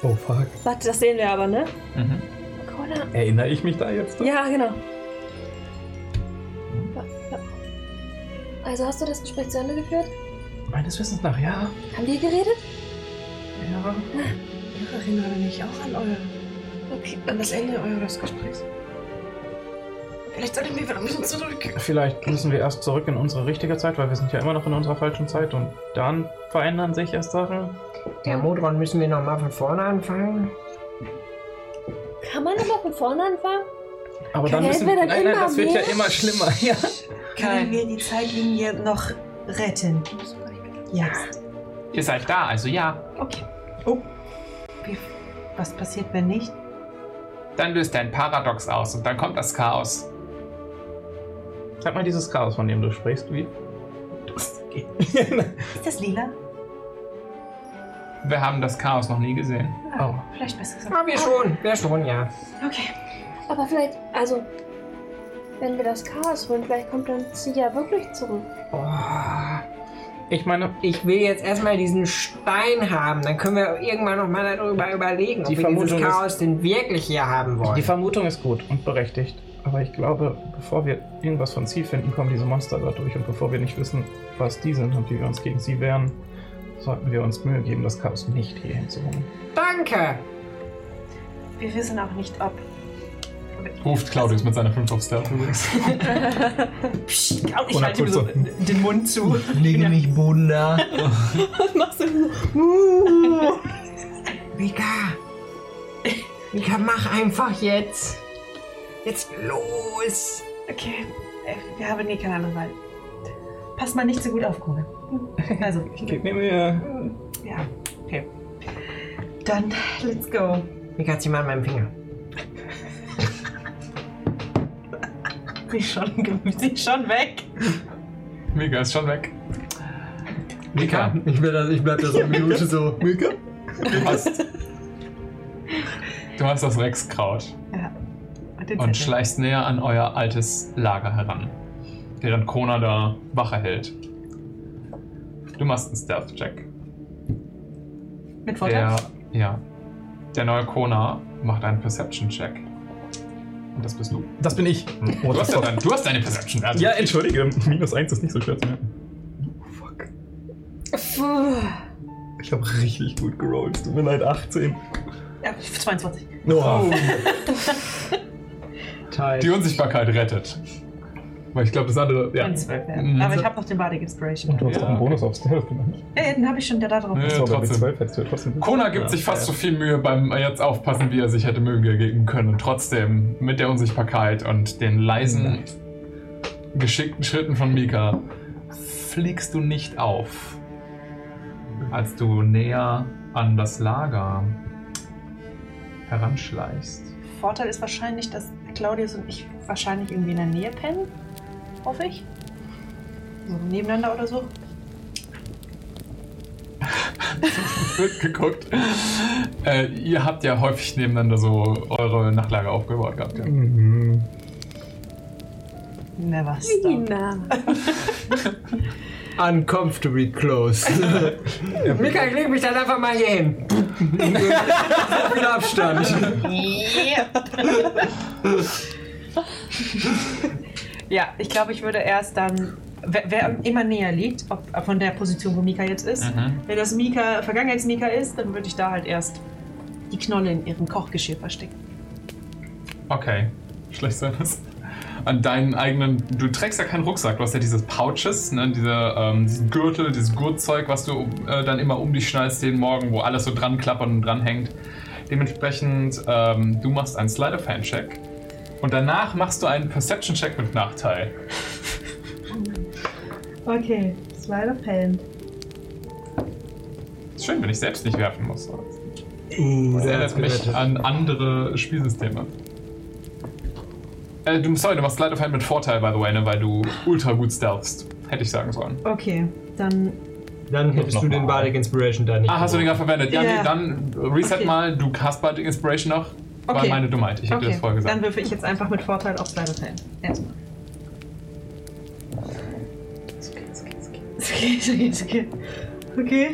S3: Oh fuck.
S6: Warte, das sehen wir aber, ne?
S2: Mhm.
S6: Corona.
S3: Erinnere ich mich da jetzt? dran?
S6: Ja, genau. Ja, ja. Also hast du das Gespräch zu Ende geführt?
S3: Meines Wissens nach, ja.
S6: Haben wir geredet?
S5: Ja. Ich erinnere mich auch an, euer,
S6: Okay.
S5: an das Ende eures Gesprächs. Vielleicht sollten wir wieder ein bisschen zurück.
S3: Vielleicht müssen wir erst zurück in unsere richtige Zeit, weil wir sind ja immer noch in unserer falschen Zeit und dann verändern sich erst Sachen.
S9: Der Modron müssen wir nochmal von vorne anfangen.
S6: Kann man immer von vorne anfangen?
S3: Aber dann
S6: Hätten
S3: müssen
S6: wir dann
S3: nein, nein,
S6: immer
S3: das wird ja
S6: mehr?
S3: immer schlimmer. Ja.
S4: Können wir die Zeitlinie noch retten? Ja.
S2: Ihr seid da, also ja.
S4: Okay. Oh. Wie, was passiert, wenn nicht?
S2: Dann löst ein Paradox aus und dann kommt das Chaos.
S3: Sag mal dieses Chaos, von dem du sprichst, wie?
S4: Ist das lila?
S2: Wir haben das Chaos noch nie gesehen.
S3: Oh.
S4: Vielleicht besser gesagt.
S9: Ah, wir schon. Wir schon, ja.
S4: Okay.
S6: Aber vielleicht, also, wenn wir das Chaos holen, vielleicht kommt dann sie ja wirklich zurück.
S9: Oh,
S3: Ich meine,
S9: ich will jetzt erstmal diesen Stein haben. Dann können wir irgendwann nochmal darüber überlegen,
S3: Die
S9: ob wir dieses
S3: Vermutung ist-
S9: Chaos denn wirklich hier haben
S3: die
S9: wollen.
S3: Vermutung ist gut und berechtigt. Aber ich glaube, bevor wir irgendwas von sie finden, kommen diese Monster da durch. Und bevor wir nicht wissen, was die sind und wie wir uns gegen sie wehren, sollten wir uns Mühe geben, das Chaos nicht hier hinzuholen.
S9: Danke!
S4: Wir wissen auch nicht, ob.
S2: Ruft Claudius mit seiner 5 auf Stealth übrigens.
S4: Psst, ich
S3: Oder
S4: halte ihm
S3: kurz
S4: so
S3: so-
S4: den Mund zu.
S7: Lege mich Boden da.
S4: Was machst du?
S9: Mika! Mika, mach einfach jetzt! Jetzt los!
S4: Okay. Äh, Wir haben eh keine andere Wahl. Pass mal nicht so gut auf, Kugel. Also,
S3: Gib mir Mühe.
S4: ja. Okay. Dann, let's go.
S9: Mika, zieh mal an meinem Finger.
S4: Sie ist schon, sie ist schon weg.
S2: Mika ist schon weg. Mika,
S7: Ich, bin da, ich bleib da so eine Minute so. Mika?
S2: du hast, du hast das Rexkraut
S4: Und, den
S2: und
S4: Zettel.
S2: schleichst näher an euer altes Lager heran, während Kona da Wache hält. Du machst einen Stealth-Check.
S4: Mit Vorteil.
S2: Der, ja, Der neue Kona macht einen Perception-Check. Und das bist du.
S10: Das bin ich.
S7: Hm.
S2: Du hast, ja dein, du hast deine Perception. Also
S3: Oh, Ja, entschuldige, minus 1 ist nicht so schwer zu merken.
S7: Oh, Fuck.
S6: Puh.
S7: Ich habe richtig gut gerollt. Es Tut mir leid, 18.
S4: Ja, 22.
S3: Oh.
S2: Die Unsichtbarkeit rettet. Weil ich glaube, das andere. Ja.
S4: Und 12, ja.
S2: Mhm.
S4: Aber ich habe noch den Bardic Inspiration.
S3: Und du hast
S2: Ja,
S3: auch einen
S2: okay.
S3: Bonus auf Stealth gemacht.
S4: Ja, ja, den habe ich schon, der da drauf.
S7: Äh,
S2: Nö,
S4: ist.
S3: So, aber mit
S2: trotzdem.
S3: 12 hättest du ja trotzdem.
S2: Kona gibt sich fast so viel Mühe beim jetzt aufpassen, wie er sich hätte Mühe geben können. Und trotzdem mit der Unsichtbarkeit und den leisen, geschickten Schritten von Mika fliegst du nicht auf, als du näher an das Lager heranschleichst.
S4: Vorteil ist wahrscheinlich, dass Claudius und ich wahrscheinlich irgendwie in der Nähe pennen. Hoffe ich. So nebeneinander oder so.
S2: Wird geguckt. Äh, ihr habt ja häufig nebeneinander so eure Nachtlager aufgebaut gehabt. Ja.
S3: Mhm.
S4: Never stop.
S6: Nina.
S7: Uncomfortably close.
S9: Mika, ich leg mich dann einfach mal hier hin.
S7: Mit Abstand.
S4: Ja, ich glaube, ich würde erst dann, wer, wer immer näher liegt, ob, von der Position, wo Mika jetzt ist,
S2: Mhm.
S4: wenn das Mika Vergangenheits-Mika ist, dann würde ich da halt erst die Knolle in ihrem Kochgeschirr verstecken.
S2: Okay. Schlecht sein das. An deinen eigenen. Du trägst ja keinen Rucksack, du hast ja diese Pouches, ne? diese, ähm, diesen Gürtel, dieses Gurtzeug, was du äh, dann immer um dich schnallst jeden Morgen, wo alles so dran klappert und dran hängt. Dementsprechend, ähm, du machst einen Slider-Fan-Check. Und danach machst du einen Perception-Check mit Nachteil.
S5: Okay, Slide of Hand.
S2: Ist schön, wenn ich selbst nicht werfen muss. Das
S7: Uh, der
S2: erinnert
S7: hat's
S2: mich
S7: gerettet.
S2: an andere Spielsysteme. Äh, du, sorry, du machst Slide of Hand mit Vorteil, by the way, ne? weil du ultra gut stealthst. Hätte ich sagen sollen.
S4: Okay, dann
S7: Dann hättest du den Bardic Inspiration da nicht.
S2: Ah, hast du den gerade verwendet? Ja,
S4: Ja.
S2: nee, dann reset
S4: Okay.
S2: mal. Du hast bald Inspiration noch. War
S4: Okay.
S2: meine Dummheit. Ich hätte
S4: okay,
S2: das vorher
S4: dann
S2: gesagt.
S4: würfe ich jetzt einfach mit Vorteil auf Slide of Hand. Erstmal.
S5: Okay, okay, okay. Okay.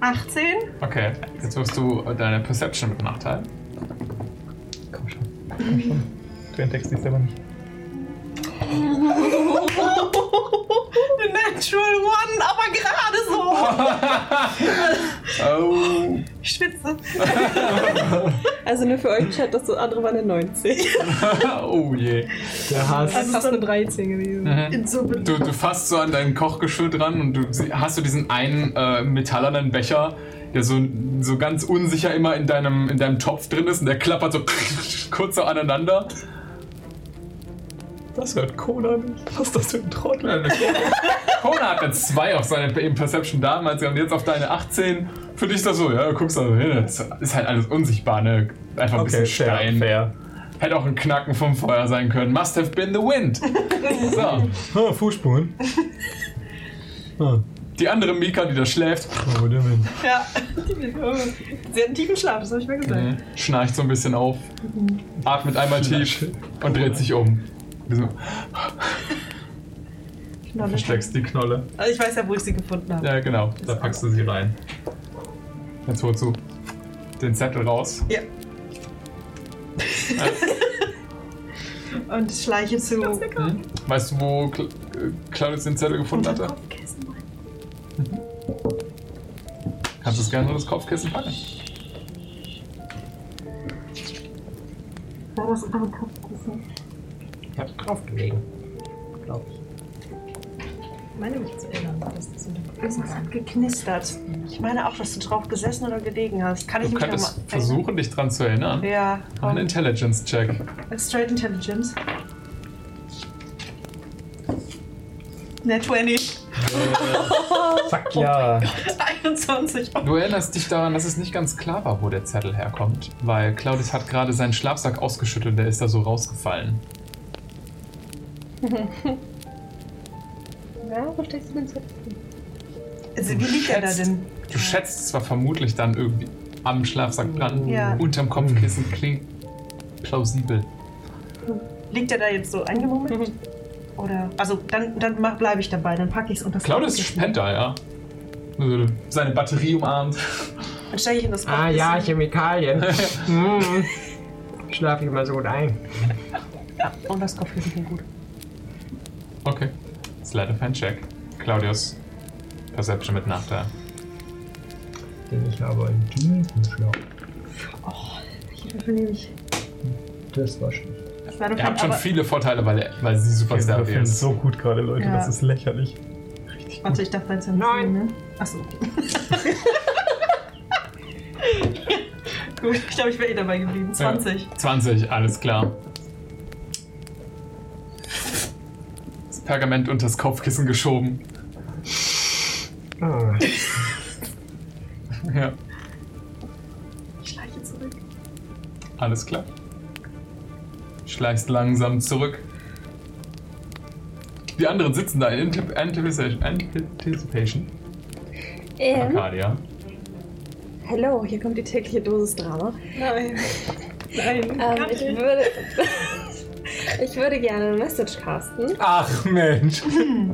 S5: 18?
S2: Okay, jetzt wirst du deine Perception mit Nachteil.
S3: Komm schon. Komm schon. Du entdeckst dich selber nicht.
S5: Natural One, aber gerade so.
S2: Oh.
S5: Ich schwitze.
S6: Also nur für euch, Chat, das andere war eine 90.
S2: oh je.
S7: Der
S5: Das
S7: Hass.
S5: ist Also fast eine 13 gewesen.
S2: Mhm.
S5: In Suppe.
S2: Du, du fasst so an dein Kochgeschirr dran und du sie- hast du diesen einen äh, metallernen Becher, der so, so ganz unsicher immer in deinem, in deinem Topf drin ist und der klappert so kurz so aneinander.
S3: Das hört Cola nicht. Was ist das für ein Trottel?
S2: Kona hat eine 2 auf seine P- Perception damals und jetzt auf deine 18. Für dich ist das so, ja, du guckst da so hin. Das ist halt alles unsichtbar, ne? Einfach ein
S3: Okay,
S2: bisschen
S3: fair,
S2: Stein.
S3: fair.
S2: Hätte auch ein Knacken vom Feuer sein können. Must have been the wind. so.
S7: Ah, Fußspuren. ah,
S2: Die andere Mika, die da schläft,
S7: oh, der Wind.
S4: Ja, sie hat einen tiefen Schlaf, das habe ich mir gesagt.
S3: Mhm.
S2: schnarcht so ein bisschen auf, atmet einmal tief und dreht sich um. Du so,
S4: Knolle.
S2: versteckst die Knolle.
S4: Also ich weiß ja, wo ich sie gefunden habe.
S2: Ja, genau. Da packst du sie rein. Jetzt holst du den Zettel raus.
S4: Und ich schleiche zu.
S2: Mhm. Weißt du, wo Cla äh, Claudius den Zettel gefunden hatte? Mhm. Kannst du es gerne unter das Kopfkissen packen?
S9: Ich hab's draufgelegen. Glaub ich.
S4: Meine mich zu erinnern. Das ist Irgendwas hat geknistert. Ich meine auch, dass du drauf gesessen oder gelegen hast. Kann ich
S2: Du
S4: mich noch
S2: könntest
S4: mal-
S2: versuchen, dich dran zu erinnern.
S4: Ja,
S2: Mach einen
S4: komm.
S2: Intelligence-Check.
S4: Straight Intelligence. Net 20.
S3: Fuck ja.
S4: 21.
S2: Du erinnerst dich daran, dass es nicht ganz klar war, wo der Zettel herkommt, weil Claudius hat gerade seinen Schlafsack ausgeschüttelt, der ist da so rausgefallen.
S6: Ja, wo steckst du den Zettel?
S4: Also, wie liegt er da denn?
S2: Du schätzt es zwar vermutlich dann irgendwie am Schlafsack dran,
S4: Ja.
S2: unterm Kopfkissen klingt plausibel.
S4: Liegt er da jetzt so eingemummelt?
S3: Mhm.
S4: Oder? Also, dann, dann bleibe ich dabei. Dann packe ich es unter das
S2: Claudius ist
S4: Kopfkissen.
S2: Spender, ja. Seine Batterie Also, umarmt.
S4: Dann steige ich in das
S9: Ah
S4: Kopfkissen.
S9: ja, Chemikalien. mm. Schlaf ich immer so gut ein.
S4: Und das Kopfkissen klingt gut.
S2: Okay. Slide of Hand Check. Claudius. Perception mit Nachteil.
S7: Denn ich habe einen tiefen Schlauch.
S6: Dafür nehme ich.
S7: Das war schlecht.
S2: Ihr habt schon viele Vorteile, weil, er- weil sie Superstar
S3: Wir
S2: ist.
S3: sind so gut gerade, Leute,
S4: Ja.
S3: das ist lächerlich.
S4: Warte, ich darf jetzt ja
S9: Nein.
S4: Ne? Achso. Gut, ich glaube, ich wäre eh dabei geblieben. 20.
S2: Ja, 20, alles klar. Das Pergament unter das Kopfkissen geschoben.
S9: Ah,
S2: Ja,
S4: Ich schleiche zurück.
S2: alles klar. Schleichst langsam zurück. Die anderen sitzen da in Antip- Anticipation. Anticipation.
S6: Ähm,
S2: Arcadia.
S6: hello, hier kommt die tägliche Dosis Drama.
S5: Nein. Nein.
S6: Ähm, ich würde. ich würde gerne eine Message casten.
S2: Ach Mensch.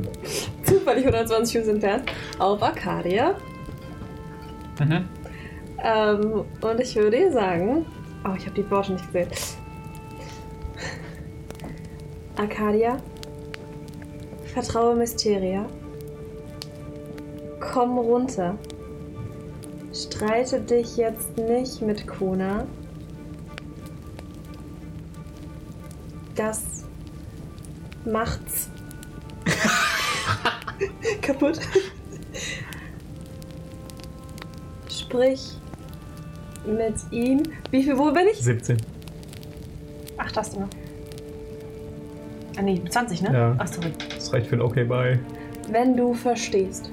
S6: zufällig 120 Fuß entfernt, auf Arcadia.
S2: Mhm.
S6: Ähm, und ich würde ihr sagen. Oh, ich habe die Worte nicht gesehen. Arcadia, vertraue Mysteria. Komm runter. Streite dich jetzt nicht mit Kona. Das macht's kaputt. Sprich mit ihm. Wie viel, wo bin ich?
S3: 17.
S4: Ach, das du noch. Ah, nee, 20, ne?
S3: Ja.
S4: Ach, sorry.
S3: Das reicht für ein Okay, bye.
S6: Wenn du verstehst.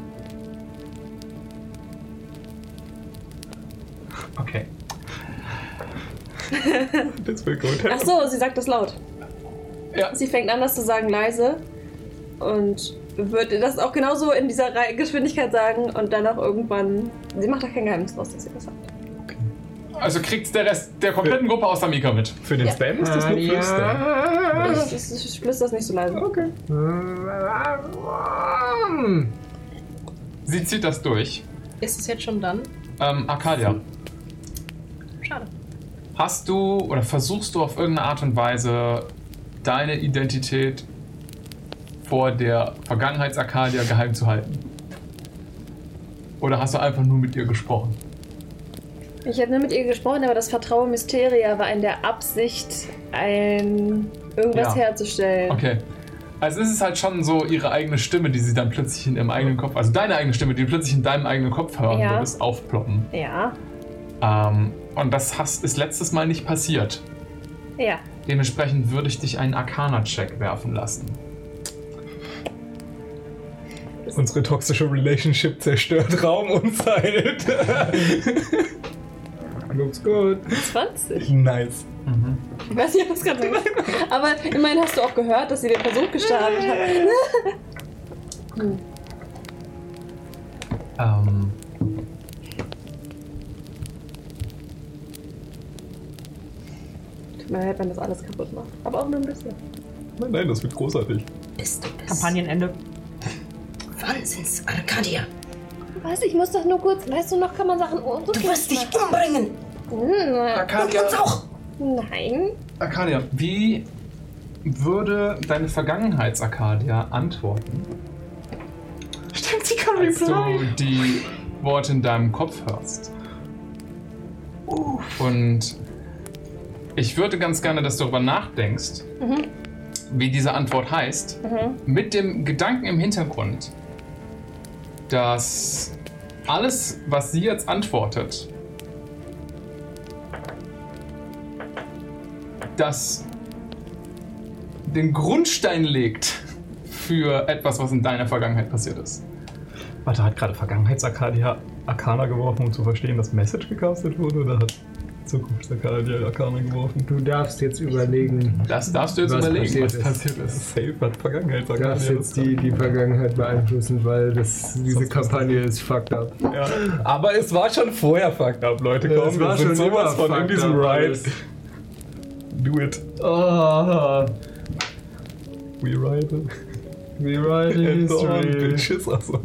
S2: Okay.
S3: Das wird gut.
S6: Ach so, sie sagt das laut.
S2: Ja.
S6: Sie fängt an, das zu sagen leise und wird das auch genauso in dieser Rei- Geschwindigkeit sagen und dann auch irgendwann. Sie macht da kein Geheimnis draus, dass sie das sagt.
S2: Also kriegt der Rest der kompletten Gruppe außer Mika mit.
S3: Für den Spam ist
S9: Ah,
S3: das nur Flüstern.
S9: ja.
S6: Ich, ich, ich flüstere das nicht so leise.
S3: Okay.
S9: Warum?
S2: Sie zieht das durch.
S5: Ist es jetzt schon dann?
S2: Ähm, Arcadia.
S5: Schade.
S2: Hast du oder versuchst du auf irgendeine Art und Weise deine Identität vor der Vergangenheits-Arcadia geheim zu halten? Oder hast du einfach nur mit ihr gesprochen?
S6: Ich habe nur mit ihr gesprochen, aber das Vertrauen Mysteria war in der Absicht, ein irgendwas
S2: Ja.
S6: herzustellen.
S2: Okay. Also es ist halt schon so ihre eigene Stimme, die sie dann plötzlich in ihrem eigenen Kopf, also deine eigene Stimme, die du plötzlich in deinem eigenen Kopf hören
S6: Ja.
S2: würdest, aufploppen.
S6: Ja,
S2: Ähm, und das hast, ist letztes Mal nicht passiert.
S6: ja.
S2: Dementsprechend würde ich dich einen Arcana-Check werfen lassen.
S3: Unsere toxische Relationship zerstört Raum und Zeit. Looks good.
S6: 20.
S3: Nice.
S2: Mhm.
S6: Ich weiß nicht, ob das gerade gesagt habe. Aber immerhin hast du auch gehört, dass sie den Versuch gestartet hat.
S2: Ähm.
S6: Tut mir leid, wenn das alles kaputt macht. Aber auch nur ein bisschen.
S3: Nein, nein, das wird großartig.
S4: Kampagnenende.
S5: Wahnsinn, Arcadia.
S6: Was? Ich muss doch nur kurz. Weißt du, noch kann man Sachen umdrücken.
S5: Du wirst dich umbringen.
S2: Arcadia,
S6: Hm, Nein.
S2: Arcadia, wie würde deine Vergangenheits-Arcadia antworten? Stimmt, sie kann Als du die Worte in deinem Kopf hörst. Und ich würde ganz gerne, dass du darüber nachdenkst, wie diese Antwort heißt, mit dem Gedanken im Hintergrund, dass alles, was sie jetzt antwortet, das den Grundstein legt für etwas, was in deiner Vergangenheit passiert ist.
S3: Warte, hat gerade Vergangenheits-Arcadia Arcana geworfen, um zu verstehen, dass Message gecastet wurde? Oder hat Zukunfts-Arcadia Arcana geworfen?
S7: Du darfst jetzt überlegen.
S2: Das darfst du jetzt
S7: Was
S2: überlegen,
S7: passiert
S2: was
S7: ist.
S2: passiert ist.
S3: Safe hat
S7: Du darfst
S3: Vergangenheits-Arcadia.
S7: jetzt die, die Vergangenheit beeinflussen, weil das, diese Kampagne ist fucked up.
S3: Ja. Aber es war schon vorher fucked up, Leute.
S7: Ja,
S3: Komm,
S7: es
S3: wir
S7: war
S3: sind
S7: schon
S3: sowas
S7: immer
S3: von in
S7: fucked
S3: diesem
S7: up
S3: Ride.
S7: alles.
S3: Do it.
S7: Oh,
S3: We ride also. it.
S7: rewriting
S3: And on,
S7: history.
S3: bitches. Also.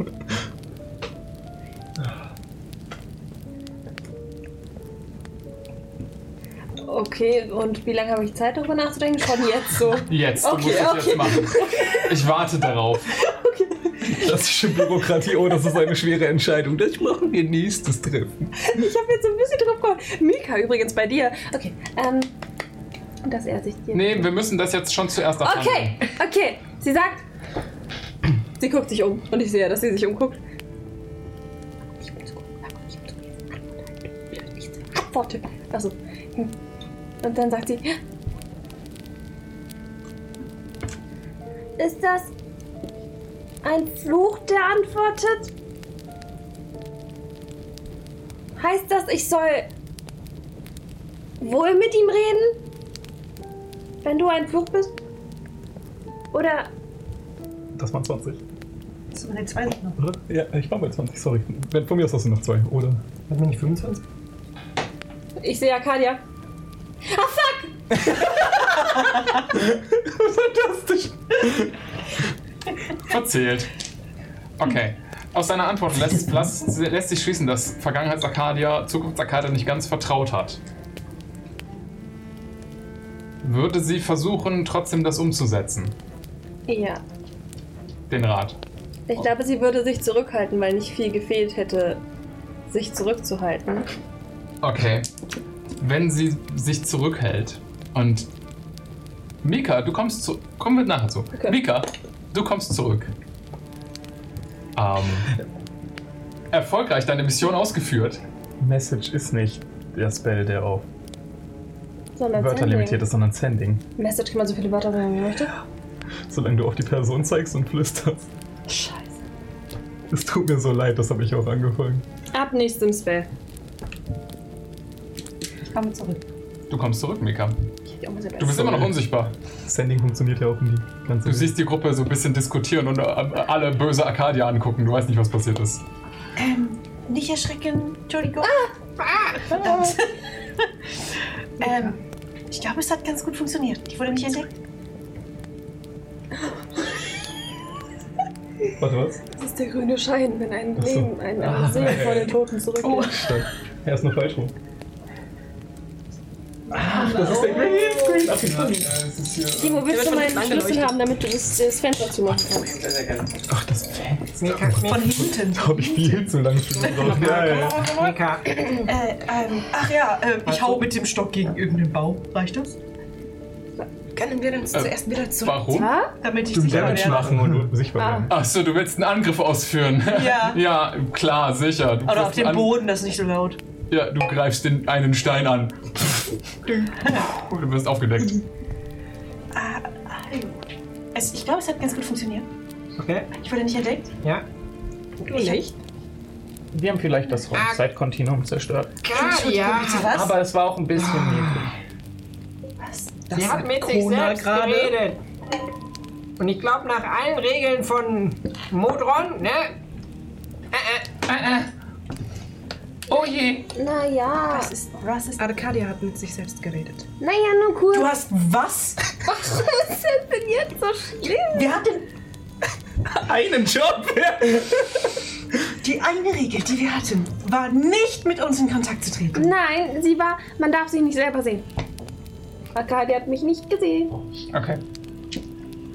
S6: Okay, und wie lange habe ich Zeit, darüber nachzudenken? Schon jetzt so.
S2: Jetzt, du
S6: Okay,
S2: musst es jetzt
S6: okay.
S2: machen. Ich warte darauf.
S7: Klassische Bürokratie, oh, das ist eine schwere Entscheidung. Das machen wir nächstes Treffen.
S6: Ich habe jetzt so ein bisschen drauf gekommen. Mika übrigens bei dir. Okay, ähm, dass er sich dir.
S2: Nee, wir müssen das jetzt schon zuerst erfahren.
S6: Okay, okay. Sie sagt. Sie guckt sich um und ich sehe, dass sie sich umguckt. Ich muss gucken, warum ich muss gucken. Ich antworte. Achso. Hm. Und dann sagt sie. Ist das ein Fluch, der antwortet? Heißt das, ich soll wohl mit ihm reden? Wenn du ein Fluch bist? Oder
S3: Das waren 20.
S4: Das waren die zwei Sachen.
S3: Oder? Ja, ich war bei 20, sorry. Wenn- Von mir aus hast du noch zwei, oder?
S7: Hat man nicht 25?
S6: ich sehe Arcadia. Ah, fuck!
S2: Verzählt. Okay. Aus seiner Antwort lässt, lässt, lässt sich schließen, dass Vergangenheits-Arcadia Zukunfts-Arcadia nicht ganz vertraut hat. Würde sie versuchen, trotzdem das umzusetzen,
S6: Ja,
S2: den Rat.
S6: ich glaube, sie würde sich zurückhalten, weil nicht viel gefehlt hätte, sich zurückzuhalten.
S2: Okay. Wenn sie sich zurückhält und Mika, du kommst zu. Kommen wir nachher zu.
S6: Okay.
S2: Mika, du kommst zurück. Ähm, erfolgreich deine Mission ausgeführt.
S3: Message ist nicht der Spell, der auf
S6: Sondern
S3: Wörter
S6: Sending.
S3: limitiert ist, sondern Sending.
S6: Message kann man so viele Wörter sagen, wie man möchte.
S3: Solange du auf die Person zeigst und flüsterst.
S6: Scheiße.
S3: Es tut mir so leid, das habe ich auch angefangen.
S6: Ab nächstem Spell.
S4: Ich komme zurück.
S2: Du kommst zurück, Mika.
S6: Ich hätte auch mal
S2: Du bist immer noch unsichtbar.
S3: Sending funktioniert ja auch in die ganze
S2: Du siehst die Gruppe so ein bisschen diskutieren und äh, alle böse Arcadia angucken. Du weißt nicht, was passiert ist.
S4: Nicht erschrecken, Entschuldigung. Verdammt. ähm, ich glaube, es hat ganz gut funktioniert. Ich wurde nicht entdeckt.
S3: Warte, was?
S6: Das ist der grüne Schein, wenn ein
S3: Ach so. Ah,
S6: Leben, ein, eine Seele von den Toten zurückgeht.
S3: Stopp. Er ist noch falsch rum. Ach, das ist der Green Screen. Ach,
S7: Ja, es ist hier.
S6: Timo, willst du meinen Schlüssel haben, damit du das, das Fenster zumachen kannst?
S3: Ach, das fängt.
S9: Mika,
S4: Von hinten.
S3: Habe ich viel zu lang für gebraucht. Ja, ja.
S9: Mika,
S4: Äh, ähm, ach ja, äh, ich hau mit dem Stock gegen irgendeinen Baum. Reicht das? Können wir uns
S2: Äh,
S4: zuerst wieder zurück,
S2: Warum?
S6: Ja? Ah.
S4: damit ich
S7: Zum
S4: sicher
S7: Damage
S4: werde?
S7: machen und.
S3: Nur sichtbar werden.
S2: Achso, du willst einen Angriff ausführen.
S4: Ja.
S2: ja, klar, sicher. Du
S4: Oder
S2: griffst
S4: auf den
S2: an-
S4: Boden, das ist nicht so laut.
S2: Ja, du greifst den einen Stein an. Und du wirst aufgedeckt.
S4: Es, ich glaube, es hat ganz gut funktioniert.
S9: okay,
S4: Ich wurde nicht entdeckt.
S9: ja.
S4: Du nicht?
S3: Wir haben vielleicht das
S9: Ah.
S3: Zeitkontinuum zerstört.
S9: Claudia,
S4: Was?
S3: Aber es war auch ein bisschen
S6: Ah.
S3: niedlich.
S9: sie hat mit sich
S4: Corona
S9: selbst
S4: gerade.
S9: geredet. Und ich glaube, nach allen Regeln von Modron, ne?
S6: Naja.
S4: Was ist, was ist
S5: Arcadia hat mit sich selbst geredet.
S6: Naja, nur cool.
S4: Du hast was?
S6: Was ist denn denn jetzt so schlimm?
S4: Wer hat denn
S3: Einen Job!
S4: die eine Regel, die wir hatten, war nicht mit uns in Kontakt zu treten?
S6: Nein, sie war. Man darf sie nicht selber sehen. Arcadia hat mich nicht gesehen.
S2: Okay.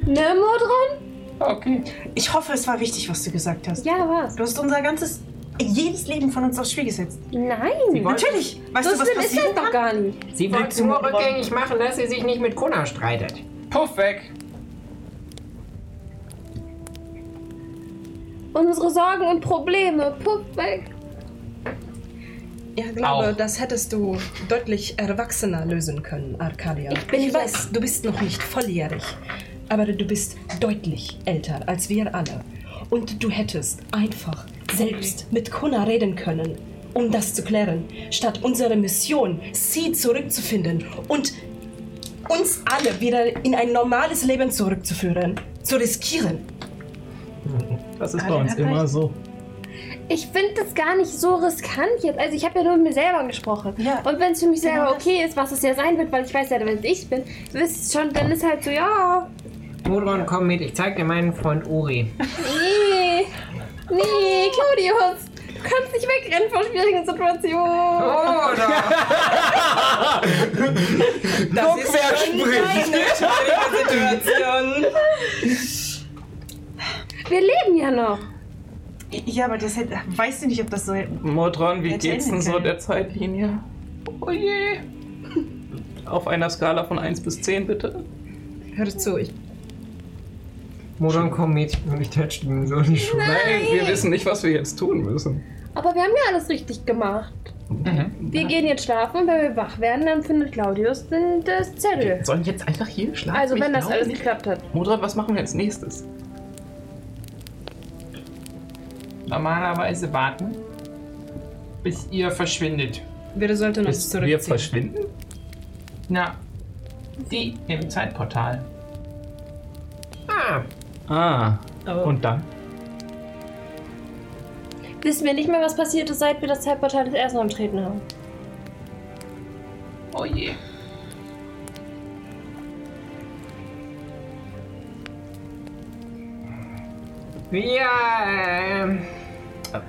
S6: Ne, Modron?
S2: Okay.
S4: Ich hoffe, es war wichtig, was du gesagt hast.
S6: Ja, was?
S4: Du hast unser ganzes, jedes Leben von uns aufs Spiel gesetzt.
S6: Nein.
S4: Natürlich. Weißt
S6: So
S4: du, was
S6: schlimm ist das
S4: passiert
S6: doch
S4: kann?
S6: gar nicht.
S9: Sie
S4: Willst
S9: wollte
S4: du
S9: nur
S4: Modron?
S9: rückgängig machen, dass sie sich nicht mit Kona streitet.
S2: Puff weg.
S6: Unsere Sorgen und Probleme. Puff weg.
S5: Ja, glaube,
S2: Auch.
S5: das hättest du deutlich erwachsener lösen können, Arcadia.
S6: Ich bin
S5: ich weiß, du bist noch nicht volljährig, aber du bist deutlich älter als wir alle. Und du hättest einfach selbst mit Kona reden können, um das zu klären, statt unsere Mission, sie zurückzufinden und uns alle wieder in ein normales Leben zurückzuführen, zu riskieren.
S3: Das ist
S4: Ah,
S3: bei
S4: den
S3: uns
S4: hat er
S3: immer so.
S6: Ich finde das gar nicht so riskant jetzt. Also ich habe ja nur mit mir selber gesprochen.
S4: Ja.
S6: Und wenn es für mich selber
S4: Genau das.
S6: okay ist, was es ja sein wird, weil ich weiß ja, wenn es ich bin, wisst schon, dann ist halt so, ja,
S9: Modron, komm mit, ich zeig dir meinen Freund Uri.
S6: nee, nee, Claudius, Du kannst nicht wegrennen vor schwierigen Situationen.
S9: Oh, da.
S5: Das Guck, ist wer spricht. Situation.
S6: Wir leben ja noch.
S4: Ja, aber das hätte. Weißt du nicht, ob das so.
S3: Motron, wie
S4: Jetzt
S3: geht's denn
S4: enden
S3: so
S4: können.
S3: der Zeitlinie? Oh je. Auf einer Skala von 1 bis 10, bitte.
S4: Hört zu, ich.
S7: Modern komm Mädchen und ich tätsch ihm so in die Schuhe.
S3: Nein, wir wissen nicht, was wir jetzt tun müssen.
S6: Aber wir haben ja alles richtig gemacht. Wir gehen jetzt schlafen und wenn wir wach werden, dann findet Claudius den, das Zettel.
S3: Sollen jetzt einfach hier schlafen?
S6: Also wenn das alles geklappt hat.
S3: Modron, was machen wir als nächstes?
S9: Normalerweise warten, bis ihr verschwindet.
S5: Wir sollten uns
S10: Wir
S5: zurückziehen.
S10: verschwinden?
S9: Na, die im Zeitportal. Ah,
S10: Ah,
S5: Aber-
S10: und dann?
S6: Wissen wir nicht mehr, was passiert ist, seit wir das Zeitportal das erste Mal betreten haben.
S9: oh je. Wir, ähm,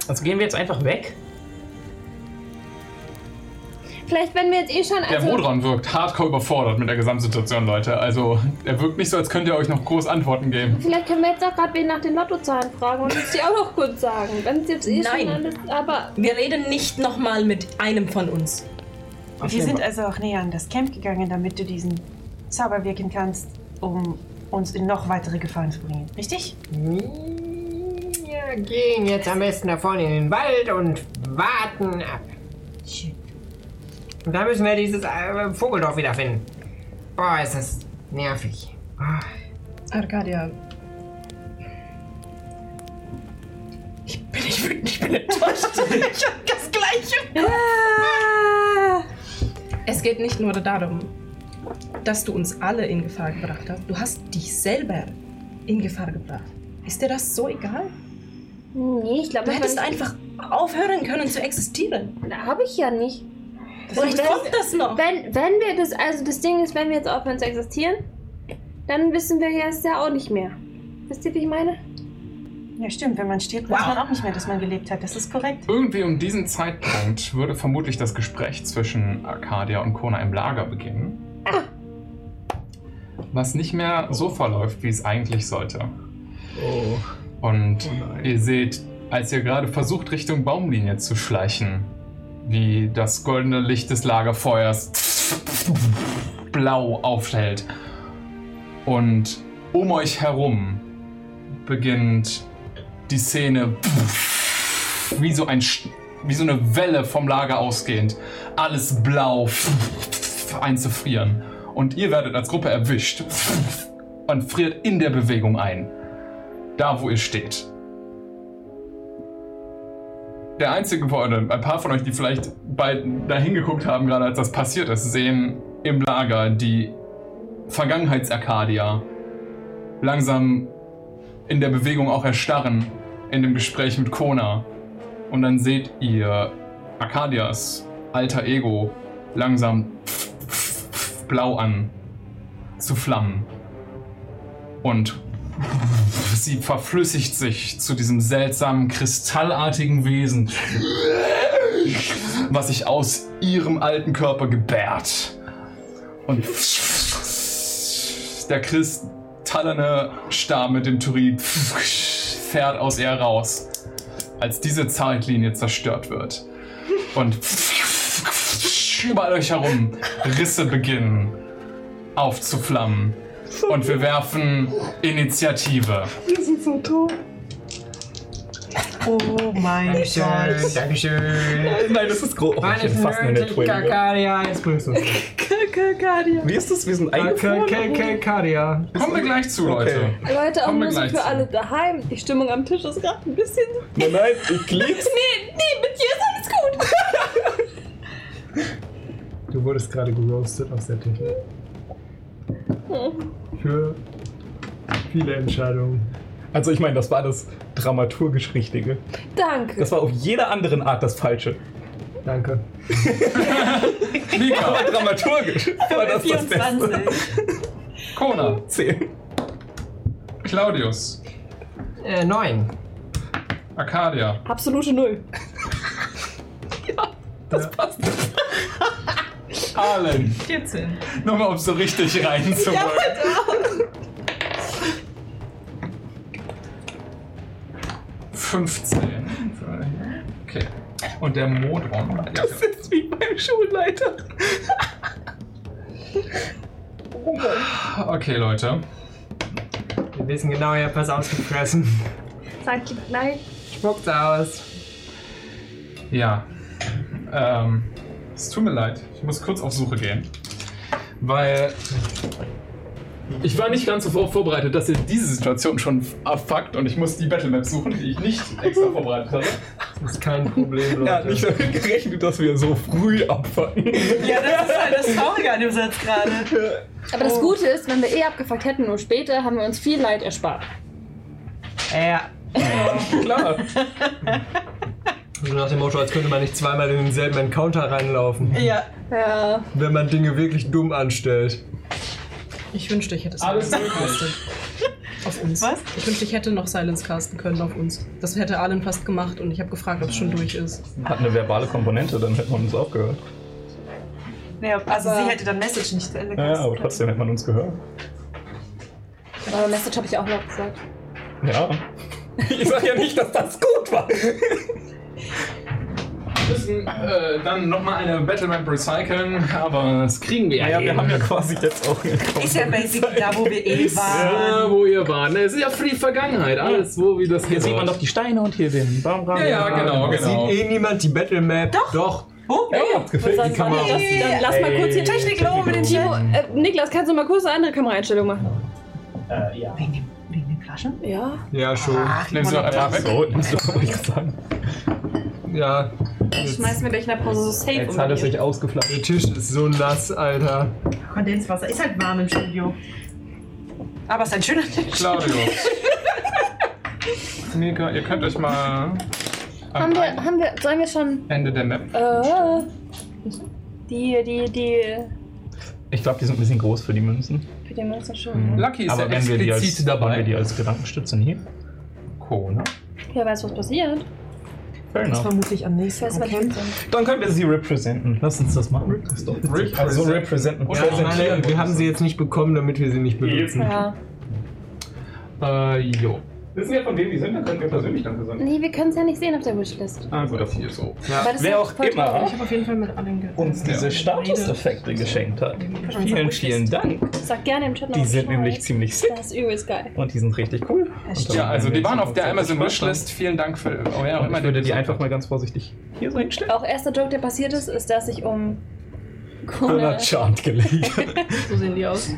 S10: Also gehen wir jetzt einfach weg?
S6: Vielleicht wenn wir jetzt eh schon...
S2: Der
S6: Also,
S2: Modron wirkt hardcore überfordert mit der Gesamtsituation, Leute. Also, er wirkt nicht so, als könnt ihr euch noch groß Antworten geben.
S6: vielleicht können wir jetzt auch gerade wen nach den Lottozahlen fragen und uns die auch noch kurz sagen. Wenn es jetzt eh
S11: Nein.
S6: schon alles... Aber
S11: Wir reden nicht nochmal mit einem von uns.
S4: Wir sind also auch näher an das Camp gegangen, damit du diesen Zauber wirken kannst, um uns in noch weitere Gefahren zu bringen. Richtig?
S9: wir gehen jetzt am besten davon in den Wald und warten ab.
S4: Shit.
S9: Und dann müssen wir dieses äh, Vogeldorf wiederfinden. Boah, ist das nervig. Ah.
S5: Arcadia.
S11: Bin ich wütend, ich bin enttäuscht. ich hab das Gleiche.
S5: Ah. Es geht nicht nur darum, dass du uns alle in Gefahr gebracht hast. Du hast dich selber in Gefahr gebracht. Ist dir das so egal?
S6: nee, ich glaube,
S11: Du
S6: das
S11: hättest
S6: war
S11: einfach aufhören können zu existieren.
S6: nicht- habe ich ja nicht.
S11: Vielleicht
S6: das-
S11: kommt das noch.
S6: Wenn, wenn wir das... Also das Ding ist, wenn wir jetzt aufhören zu existieren, dann wissen wir jetzt ja auch nicht mehr. Wisst ihr, wie ich meine?
S4: Ja, stimmt. Wenn man stirbt, weiß man auch nicht mehr, dass man gelebt hat. Das ist korrekt.
S2: Irgendwie um diesen Zeitpunkt würde vermutlich das Gespräch zwischen Arcadia und Kona im Lager beginnen. Was nicht mehr so verläuft, wie es eigentlich sollte.
S7: Oh.
S2: Und
S7: Oh nein.
S2: ihr seht, als ihr gerade versucht, Richtung Baumlinie zu schleichen, wie das goldene Licht des Lagerfeuers blau aufhält. Und um euch herum beginnt die Szene wie so, ein, Sch- wie so eine Welle vom Lager ausgehend, alles blau einzufrieren. Und ihr werdet als Gruppe erwischt und friert in der Bewegung ein da wo ihr steht. Der einzige von oder ein paar von euch, die vielleicht beiden dahin geguckt haben, gerade als das passiert ist, sehen im Lager die Vergangenheits-Arcadia langsam in der Bewegung auch erstarren in dem Gespräch mit Kona. Und dann seht ihr Arcadias alter Ego langsam blau an zu flammen. Und sie verflüssigt sich zu diesem seltsamen, kristallartigen Wesen, was sich aus ihrem alten Körper gebärt. Und der kristallene Star mit dem Turin fährt aus ihr raus, als diese Zeitlinie zerstört wird. Und überall euch herum Risse beginnen aufzuflammen. Und wir werfen Initiative.
S4: Oh mein
S9: Dankeschön, Dankeschön.
S10: Nein, das ist groß.
S9: Meine nördliche Kakaria, jetzt bringst du es.
S10: Wie ist das? Wir sind
S7: Äh, Kakaria.
S2: Kommen wir gleich zu, Leute.
S6: Leute, auch
S2: Kommen wir
S6: Musik
S2: gleich
S6: für
S2: zu.
S6: alle daheim. Die Stimmung am Tisch ist gerade ein bisschen.
S10: Nein, nein, ich lieb's.
S6: Nee, nee, mit dir ist alles gut.
S7: Du wurdest gerade geroastet aus der Technik. Für viele Entscheidungen.
S10: Also ich meine, das war das dramaturgisch Richtige.
S6: Danke.
S10: Das war auf jeder anderen Art das Falsche.
S7: Danke.
S2: Mika,
S10: Aber dramaturgisch war das das Beste.
S2: Kona,
S10: Zehn.
S2: Claudius,
S9: Äh, neun.
S2: Arcadia,
S6: Absolute Null.
S7: Das passt.
S2: Allen.
S5: 14.
S2: Nochmal, um so richtig reinzuholen.
S5: Verdammt.
S2: 15. Okay. Und der Modron. Ja,
S11: Das ist wie beim Schulleiter.
S2: genau. okay, Leute.
S9: Wir wissen genau, ihr habt was ausgefressen.
S6: Sagt die- nein.
S9: Spuckt's aus.
S2: Ja. Ähm, es tut mir leid. Ich muss kurz auf Suche gehen. Weil. Ich war nicht ganz so vor- vorbereitet, dass ihr diese Situation schon abfuckt und ich muss die Battlemap suchen, die ich nicht extra vorbereitet hatte.
S7: Das ist kein Problem, Leute.
S2: Er hat nicht damit gerechnet, dass wir so früh abfangen.
S4: Ja, das ist halt das Traurige an dem Satz gerade.
S6: Aber das Gute ist, wenn wir eh abgefuckt hätten, nur später, haben wir uns viel Leid erspart.
S4: Ja.
S2: Klar.
S7: So Also nach dem Motto, als könnte man nicht zweimal in denselben Encounter reinlaufen.
S4: Ja.
S6: Ja.
S7: Wenn man Dinge wirklich dumm anstellt.
S5: Ich wünschte, ich hätte es
S2: Alles
S5: Auf uns. Was? Ich wünschte, ich hätte noch Silence casten können auf uns. Das hätte Alan fast gemacht und ich habe gefragt, ob es schon durch ist.
S3: Hat eine verbale Komponente, dann hätte man uns auch gehört.
S4: Naja, also sie hätte dann Message nicht zu Ende
S3: Ja, aber trotzdem hätte man uns gehört.
S6: Aber Message habe ich auch noch gesagt.
S3: Ja.
S2: Ich sag ja nicht, dass das gut war. Wir müssen äh, dann nochmal eine Battlemap recyceln, aber das kriegen wir
S3: Naja, wir
S2: hin.
S3: haben ja quasi jetzt auch.
S4: Ist ja basically da, wo wir eh
S2: Ja,
S4: waren.
S2: Ah, wo ihr wart. Ne, Es ist ja für die Vergangenheit. Alles, wo wie das
S10: Hier
S2: hier
S10: sieht man
S2: war.
S10: doch die Steine und hier den Baumrahmen.
S2: Ja, ja, genau, genau.
S7: Sieht eh niemand die Battle Map? Doch. Doch.
S4: Oh,
S7: Ja, gefällt die Kamera.
S6: das, dann lass mal kurz hier Technik low mit den Timo. Äh, Niklas, kannst du mal kurz eine andere Kameraeinstellung machen?
S3: Äh, ja.
S4: Wegen, dem, wegen den Flaschen?
S6: Ja.
S7: Ja, schon.
S2: Nimm sie doch einfach weg.
S3: So, nimmst du, wollte ich sagen.
S7: Ja.
S6: Ich
S7: Jetzt,
S6: schmeiß mir gleich in der Pause so safe
S10: Jetzt hat es sich ausgeflattert.
S7: der Tisch ist so nass, Alter.
S4: Kondenswasser ist halt warm im Studio. Aber es ist ein schöner Tisch.
S2: Claudius. Mika, ihr könnt euch mal am
S6: Haben wir, haben wir, sollen wir schon,
S2: Ende der Map.
S6: äh, die, die, die,
S3: Ich glaube, die sind ein bisschen groß für die Münzen.
S6: für die Münzen
S3: Mhm.
S6: schon, ne?
S2: Mhm. Lucky ist
S3: Aber
S2: ja
S3: wenn wir, die als,
S2: explizit
S3: wenn wir
S2: dabei.
S3: die als Gedankenstütze nehmen.
S2: Kohle.
S6: Wer weiß, was passiert.
S3: Fair
S11: Das
S3: enough.
S11: vermutlich am
S6: Ich
S11: nächsten.
S6: weiß, was
S11: Okay.
S6: passiert.
S3: Dann können wir sie representen. Lass uns das machen.
S2: Represent-
S3: Also representen.
S2: Ja,
S7: Ja, ich meine, wir haben sie jetzt nicht bekommen, damit wir sie nicht benutzen.
S6: Ja.
S2: Äh, jo.
S3: Wissen wir, von wem die sind, dann können wir persönlich dann versenden.
S6: Nee, wir können es ja nicht sehen auf der Wishlist.
S2: Ah, gut, das hier so.
S6: Aber das
S3: Wer
S6: ist
S3: auch
S6: voll
S3: immer
S6: traurig.
S5: Ich habe auf jeden Fall mit Alan ge-
S3: uns
S2: Ja.
S3: diese Statuseffekte geschenkt hat. Vielen, vielen Dank.
S6: Sag gerne im Chat noch
S3: Die sind
S6: Bescheid.
S3: nämlich ziemlich sick
S6: Das ist übelst geil.
S3: und die sind richtig cool. Und dann
S2: Ja, also
S3: werden
S2: die
S3: wir
S2: waren
S3: jetzt
S2: auf der
S3: noch
S2: Amazon
S3: Spaß haben.
S2: Wishlist. Vielen Dank für euer
S3: Und ich würde die einfach
S2: mal.
S3: mal ganz vorsichtig hier so hinstellen.
S6: Auch erster Joke, der passiert ist, ist, dass ich um Corona...
S3: Chant gelegt.
S11: So sehen die aus.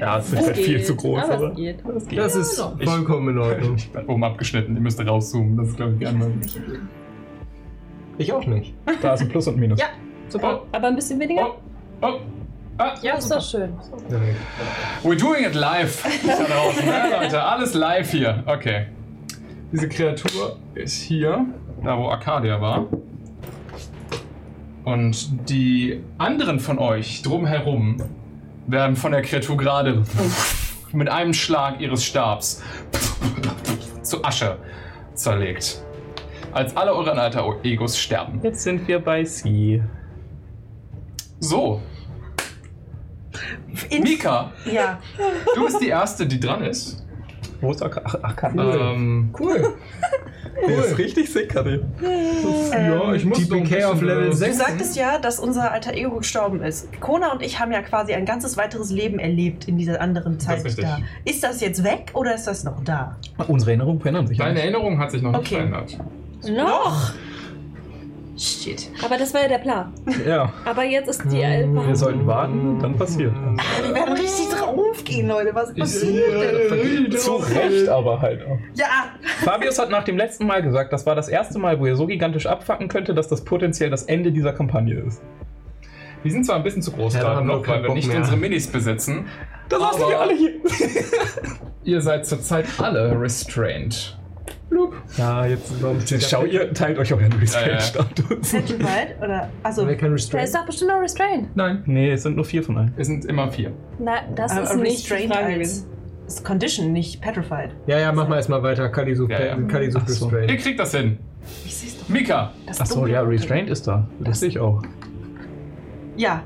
S3: ja, es sind halt viel zu groß,
S6: aber es
S3: aber.
S6: geht.
S7: Das ist vollkommen in Ordnung.
S2: Ich bin oben abgeschnitten, ihr müsst rauszoomen. Das ist, glaube ich, die andere.
S7: Ich auch nicht.
S3: Da ist ein Plus und ein Minus.
S6: Ja. Super. Aber ein bisschen weniger?
S2: Oh, oh, ah.
S6: ja, ist doch schön.
S7: Nein.
S2: We're doing it live. Ist da draußen, ne, Leute? Alles live hier. Okay. Diese Kreatur ist hier, da wo Arcadia war. Und die anderen von euch drumherum werden von der Kreatur gerade mit einem Schlag ihres Stabs zu Asche zerlegt. Als alle eure alter Egos sterben.
S3: Jetzt sind wir bei Sie.
S2: So. Mika,
S4: Ja.
S2: du bist die Erste, die dran ist.
S3: Wo ist Ach, ach kann.
S2: Ähm,
S7: Cool. Äh,
S3: Der ist richtig sick, Kathi.
S7: Ja, ich muss
S2: doch ein
S7: DPK auf
S2: bisschen,
S7: Level
S2: äh,
S7: 6.
S4: Du sagtest ja, dass unser alter Ego gestorben ist. Kona und ich haben ja quasi ein ganzes weiteres Leben erlebt in dieser anderen Zeit.
S2: richtig.
S4: da. Ist das jetzt weg oder ist das noch da?
S3: Unsere Erinnerungen verändern sich.
S2: Deine Erinnerung hat sich noch nicht
S4: Okay.
S2: verändert.
S3: Oh,
S6: Noch!
S4: Shit.
S6: Aber das war ja der Plan.
S3: Ja.
S6: Aber jetzt ist die...
S3: Wir sollten warten, dann passiert.
S4: Wir werden richtig draufgehen, Leute. Was
S3: Zu Recht aber halt auch.
S4: Ja,
S3: Fabius hat nach dem letzten Mal gesagt, das war das erste Mal, wo er so gigantisch abfacken könnte, dass das potenziell das Ende dieser Kampagne ist.
S2: Wir sind zwar ein bisschen zu groß
S7: Ja, da
S2: gerade
S7: haben wir
S2: noch,
S7: keinen
S2: weil wir
S7: Bock
S2: nicht
S7: mehr.
S2: unsere Minis besetzen.
S3: Da saßen
S2: Aber-
S3: wir alle hier.
S2: Ihr seid zurzeit alle restrained.
S7: Ja, jetzt kommt
S3: Jetzt schau ihr, teilt euch euren
S4: Ist
S3: Restraint-Status.
S4: das schon bald? Oder? also, Achso.
S7: Haben wir kein
S6: Da ist
S7: Restraint?
S6: doch bestimmt noch Restrain.
S2: Nein.
S3: Nee, es sind nur vier von allen.
S2: Es sind immer vier.
S6: Na, das
S4: aber
S6: ist nicht die
S4: äh, restrained
S6: Frage
S4: als-
S6: gewesen.
S4: Ist Condition, nicht petrified.
S7: Ja, ja, mach mal erstmal weiter. Kali sucht,
S2: Ja, ja.
S7: Kali sucht
S3: Ach so.
S2: Ihr
S7: Restraint.
S2: kriegt das hin.
S4: Ich sehe es doch.
S2: Mika!
S4: Das
S10: Achso,
S4: dunkle-
S10: ja, Restraint ist da. Das sehe ich auch.
S4: Ja.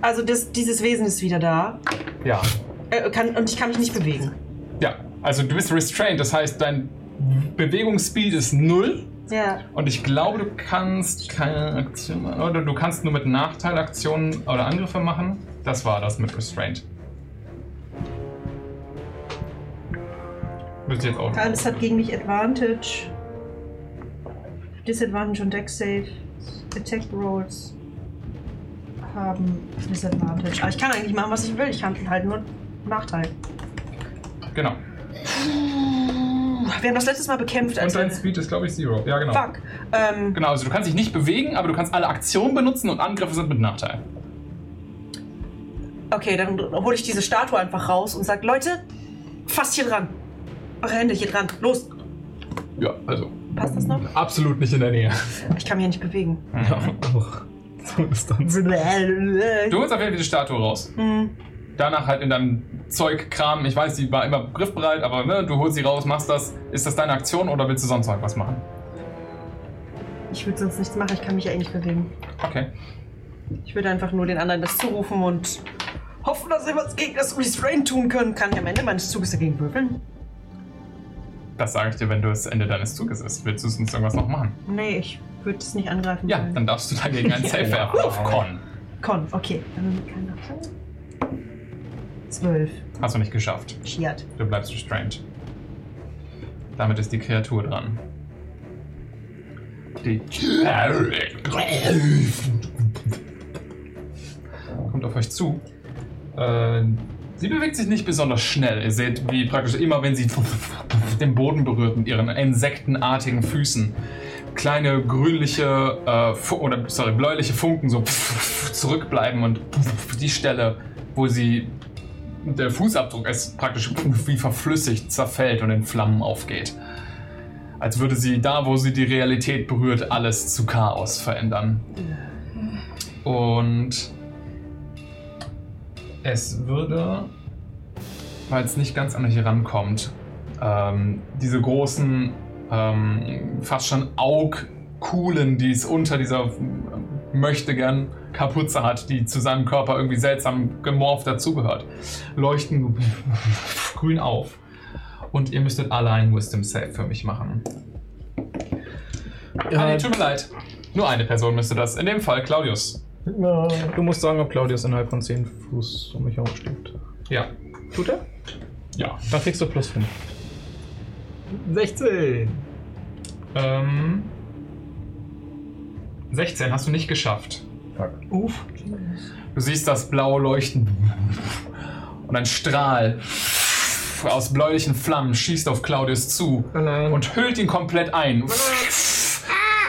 S4: Also das, dieses Wesen ist wieder da.
S2: Ja.
S4: Äh, kann, und ich kann mich nicht bewegen.
S2: Ja. Also du bist restrained, das heißt, dein Bewegungsspeed ist null.
S4: Ja.
S2: Und ich glaube, du kannst keine Aktion machen. Oder du kannst nur mit Nachteil Aktionen oder Angriffe machen. Das war das mit Restraint. Müsste jetzt auch.
S4: Alles hat gegen mich Advantage. Disadvantage und Deck Save. Attack Rolls haben Disadvantage. Aber Ah, ich kann eigentlich machen, was ich will. Ich habe halt nur Nachteil.
S2: Genau.
S4: Wir haben das letztes Mal bekämpft.
S2: Und
S4: Als
S2: dein Speed ist, glaube ich, Zero. Ja, genau.
S4: Fuck. Ähm,
S2: Genau, also du kannst dich nicht bewegen, aber du kannst alle Aktionen benutzen und Angriffe sind mit Nachteil.
S4: okay, dann hole ich diese Statue einfach raus und sage, Leute, fasst hier dran. Eure Hände hier dran. Los.
S2: Ja, also.
S4: Passt das noch?
S2: Absolut nicht in der Nähe.
S4: Ich kann mich ja nicht bewegen.
S2: Ja, auch. So Distanz. Du holst auf jeden Fall die Statue raus.
S4: Hm.
S2: Danach halt in deinem Zeug kramen. Ich weiß, die war immer griffbereit, aber ne, du holst sie raus, machst das. Ist das deine Aktion oder willst du sonst noch was machen?
S4: Ich würde sonst nichts machen. Ich kann mich ja eh nicht bewegen.
S2: Okay.
S4: Ich würde einfach nur den anderen das zurufen und hoffen, dass sie was gegen das Restrain tun können. Kann ich am Ende meines Zuges dagegen würfeln?
S2: Das sage ich dir, wenn du das Ende deines Zuges ist. Willst du sonst irgendwas noch machen?
S4: Nee, ich würde es nicht angreifen.
S2: Ja,
S4: wollen.
S2: dann darfst du dagegen einen Safe werfen auf Con.
S4: Con, okay. Dann kann Nachteil. Zwölf.
S2: Hast du nicht geschafft.
S4: Schiat.
S2: Du bleibst restrained. Damit ist die Kreatur dran. Die kommt auf euch zu. Äh, sie bewegt sich nicht besonders schnell. Ihr seht, wie praktisch immer, wenn sie den Boden berührt mit ihren insektenartigen Füßen, kleine grünliche äh, fu- oder sorry, bläuliche Funken so zurückbleiben und die Stelle, wo sie der Fußabdruck ist praktisch wie verflüssigt, zerfällt und in Flammen aufgeht. Als würde sie da, wo sie die Realität berührt, alles zu Chaos verändern. Und es würde, weil es nicht ganz an euch rankommt, ähm, diese großen, ähm, fast schon Augkuhlen, die es unter dieser äh, möchte gern Kapuze hat, die zu seinem Körper irgendwie seltsam gemorpht dazugehört, leuchten grün auf. Und ihr müsstet alle einen Wisdom Save für mich machen. Ah, nee, tut mir leid. Nur eine Person müsste das. In dem Fall Claudius.
S3: Du musst sagen, ob Claudius innerhalb von 10 Fuß um mich aufsteht.
S2: Ja.
S3: Tut er?
S2: Ja.
S3: Dann kriegst du plus 5.
S7: 16.
S2: Ähm. 16 hast du nicht geschafft.
S4: Uff.
S2: Du siehst das blaue Leuchten und ein Strahl aus bläulichen Flammen schießt auf Claudius zu
S7: Oh
S2: und hüllt ihn komplett ein.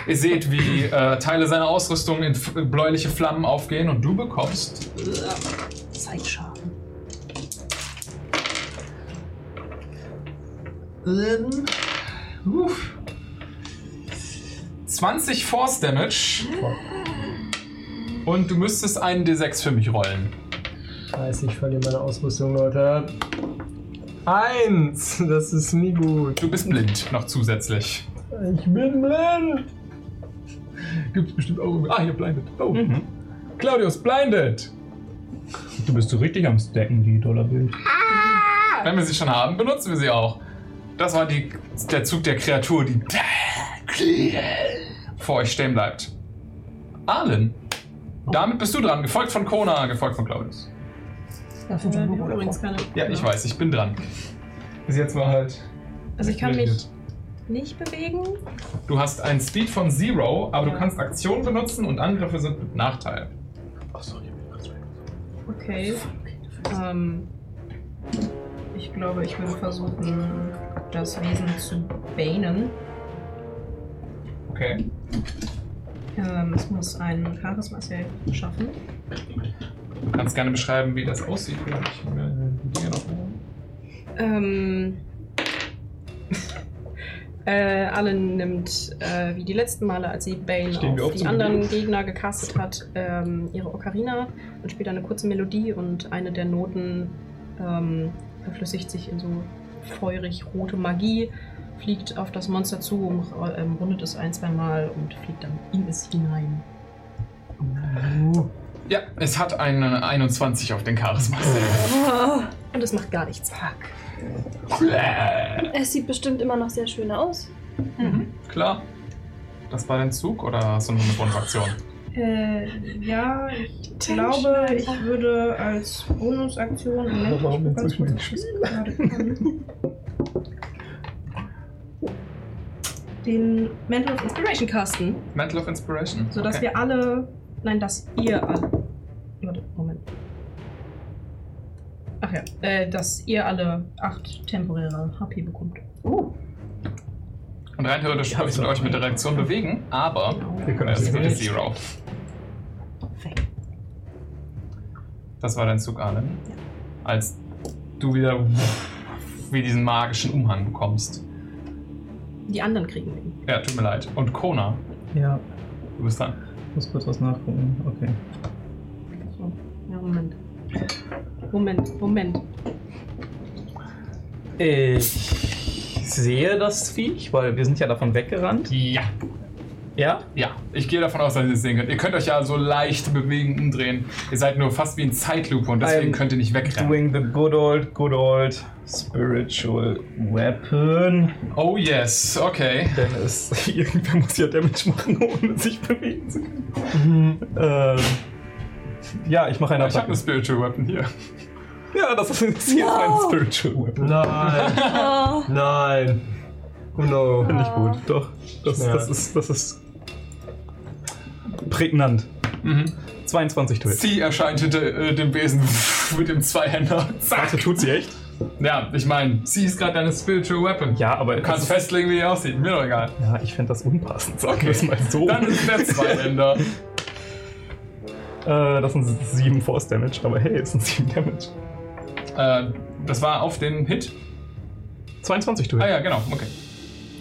S2: Ihr seht, wie äh, Teile seiner Ausrüstung in f- bläuliche Flammen aufgehen und du bekommst
S4: Zeitschaden.
S2: ähm, uff, 20 Force Damage und du müsstest einen D6 für mich rollen.
S7: Scheiße, ich verliere meine Ausrüstung, Leute. Eins! Das ist nie gut.
S2: Du bist blind noch zusätzlich.
S7: Ich bin blind!
S2: Gibt's bestimmt auch irgendwie. Ah, hier blindet. Oh. Claudius, blinded!
S3: Du bist so richtig am Stacken, die Dollarbild.
S2: Ah! Wenn wir sie schon haben, benutzen wir sie auch. Das war die, der Zug der Kreatur, die vor euch stehen bleibt. Arlen, damit bist du dran, gefolgt von Kona, gefolgt von Claudius.
S5: Dafür brauchen Äh, wir übrigens keine.
S2: Ja, ich weiß, ich bin dran. Bis jetzt mal halt.
S11: Also ich kann mich
S2: Geregelt.
S11: nicht bewegen.
S2: Du hast einen Speed von Zero, aber du kannst Aktionen benutzen und Angriffe sind mit Nachteil.
S5: Okay. Ähm, ich glaube, ich würde versuchen, das Wesen zu banen.
S2: Okay.
S5: Ähm, es muss einen charisma save schaffen.
S2: Du kannst gerne beschreiben, wie das aussieht. Vielleicht ich mir die Dinge noch
S5: Ähm, äh, Allen nimmt, äh, wie die letzten Male, als sie Bane
S2: Stehen wir
S5: auf
S2: auf
S5: die
S2: zum
S5: anderen
S2: Begriff.
S5: Gegner gecastet hat, ähm, ihre Ocarina und spielt eine kurze Melodie und eine der Noten ähm, verflüssigt sich in so feurig rote Magie
S4: fliegt auf das Monster zu, um- ähm, rundet es ein, zwei Mal und fliegt dann in es hinein.
S2: Ja, es hat eine 21 auf den Charisma.
S4: Und es macht gar nichts. Fuck.
S6: Es sieht bestimmt immer noch sehr schön aus.
S2: Klar. Das war dein Zug oder hast du noch eine Bonusaktion?
S5: Äh, ja, ich glaube, ich würde als Bonusaktion. Moment, ich
S7: Warum
S5: guck
S7: denn so
S5: ganz kurz,
S7: schnell
S5: ob ich das gerade kann. Den Mental of Inspiration casten,
S2: Mantle of Inspiration.
S5: sodass
S2: Okay.
S5: wir alle. Nein, dass ihr alle. Warte, Moment. Ach ja, äh, dass ihr alle acht temporäre HP bekommt.
S2: Und rein theoretisch könnt ihr euch mit der Reaktion bewegen, aber
S7: Wir können
S2: es
S7: das
S2: ist
S7: nicht.
S2: wirklich Zero. Das war dein Zug, Arlen. Als du wieder wie diesen magischen Umhang bekommst.
S4: Die anderen kriegen den.
S2: Ja, tut mir leid. Und Kona,
S3: Ja,
S2: du bist dran.
S3: ich muss kurz was nachgucken. Okay.
S4: So. Ja, Moment. Moment, Moment.
S3: Ich sehe das Viech, weil wir sind ja davon weggerannt.
S2: Ja,
S3: Ja?
S2: ja. Ich gehe davon aus, dass ihr es sehen könnt. Ihr könnt euch ja so leicht bewegen, umdrehen. Ihr seid nur fast wie in Zeitlupe und deswegen
S3: I'm
S2: könnt ihr nicht wegrennen.
S3: Doing the good old, good old spiritual weapon.
S2: Oh yes, okay.
S3: Denn es, irgendwer muss ja Damage machen, ohne sich bewegen zu können. Ähm, ja, ich mache eine
S2: Ich habe
S3: Attacke.
S2: eine Spiritual Weapon hier.
S3: Ja, das ist, das hier ist ein Spiritual Weapon.
S7: Nein,
S6: Oh.
S7: nein. Oh no.
S3: Finde ich gut. Doch, das,
S7: Ja.
S3: das, ist, das ist prägnant.
S2: Mhm.
S3: 22 Twitch.
S2: Sie erscheint hinter äh, dem Besen mit dem Zweihänder.
S3: Warte, tut sie echt?
S2: Ja, ich meine, sie ist gerade deine Spiritual Weapon.
S3: Ja, aber
S2: Du kannst
S3: es ist-
S2: festlegen, wie die aussieht. Mir doch egal.
S3: ja, ich finde das unpassend. Sagen wir es mal so.
S2: Dann ist der Zweihänder.
S3: Äh, das sind 7 Force Damage, aber hey, es sind 7 Damage.
S2: äh, das war auf den Hit.
S3: 22 Twitch.
S2: Ah ja, genau. Okay.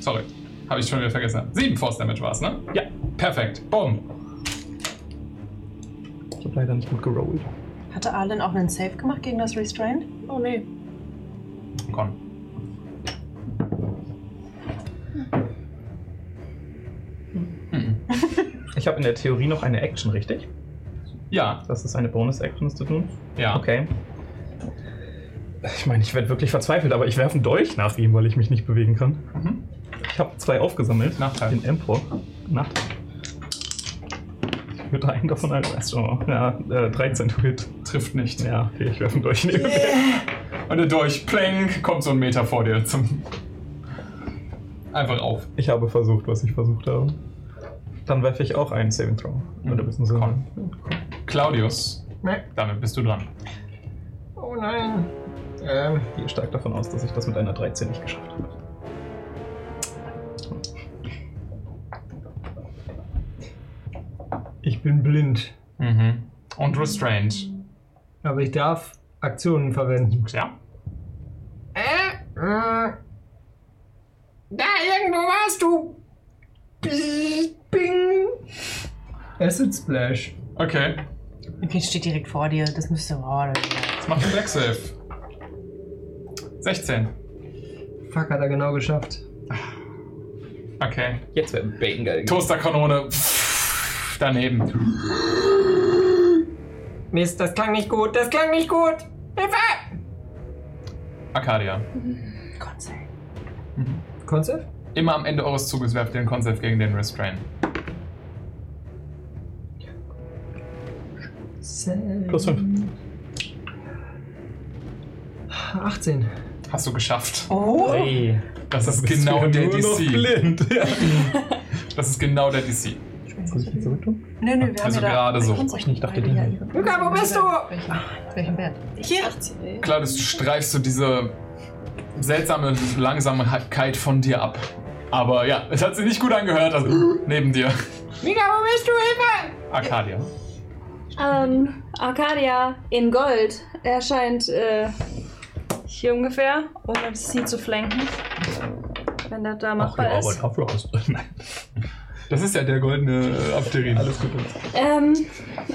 S2: Sorry. Habe ich schon wieder vergessen. Sieben Force Damage war es, ne?
S3: Ja.
S2: Perfekt. Boom.
S3: Ich habe leider nicht gut gerollt.
S8: Hatte Arlen auch einen Save gemacht gegen das Restrain?
S5: Oh nee.
S2: Con. Hm.
S3: Ich habe in der Theorie noch eine Action, richtig?
S2: Ja,
S3: Das ist eine Bonus-Action, das zu tun.
S2: ja.
S3: Okay. Ich meine, ich werde wirklich verzweifelt, aber ich werfe einen Dolch nach ihm, weil ich mich nicht bewegen kann.
S2: Mhm.
S3: Ich habe zwei aufgesammelt.
S2: Nachteil.
S3: Den Empor. Nachteil. Ich würde einen davon als erster. Ja, äh, 13 to hit.
S2: Trifft nicht.
S3: Ja, okay, ich werfe einen Dolch neben.
S2: Und der Dolch, plänk, kommt so ein Meter vor dir zum. Einfach auf.
S3: Ich habe versucht, was ich versucht habe. Dann werfe ich auch einen Saving Throw. Oder wissen Sie?
S2: Con. Claudius, damit bist du dran.
S9: Oh nein. Ähm,
S3: Ich gehe stark davon aus, dass ich das mit einer 13 nicht geschafft habe.
S7: Ich bin blind,
S2: Mhm. Und restrained.
S7: aber ich darf Aktionen verwenden.
S2: Ja.
S9: äh, mh. Da irgendwo warst du. Bing, Bing.
S7: Acid Splash.
S2: Okay.
S8: Okay, es steht direkt vor dir. Das müsste. Oh,
S2: Jetzt mach den Black Save. 16.
S7: Fuck, hat er genau geschafft.
S2: Okay.
S3: Jetzt wäre Bane geil.
S2: Toasterkanone. Daneben.
S9: Mist, das klang nicht gut. Das klang nicht gut. Hilfe!
S2: Arcadia.
S7: Concept?
S2: Immer am Ende eures Zuges werft ihr den Concept gegen den Restrain.
S3: Plus 5.
S7: 18.
S2: Hast du geschafft.
S8: oh.
S3: Hey.
S2: Das ist genau der
S3: nur noch
S2: DC.
S3: blind. Ja.
S2: Das ist genau der DC.
S3: Muss ich jetzt zurücktun?
S8: Nö, nö, wir
S2: Also
S8: haben ja da.
S2: gerade so.
S3: Ich dachte, die
S9: Luca, wo bist du?
S4: Welchen Wert?
S8: Hier.
S2: Claudius, du streifst so diese seltsame Langsamkeit von dir ab. Aber ja, es hat sich nicht gut angehört, also neben dir.
S9: Mika, wo bist du? Hilfe!
S2: Arcadia.
S6: Ähm, Arcadia in Gold erscheint äh, hier ungefähr, ohne das Ziel zu flanken. Wenn das da machbar ist.
S2: Das ist ja der goldene äh, Abderin. Alles gut.
S6: Ähm,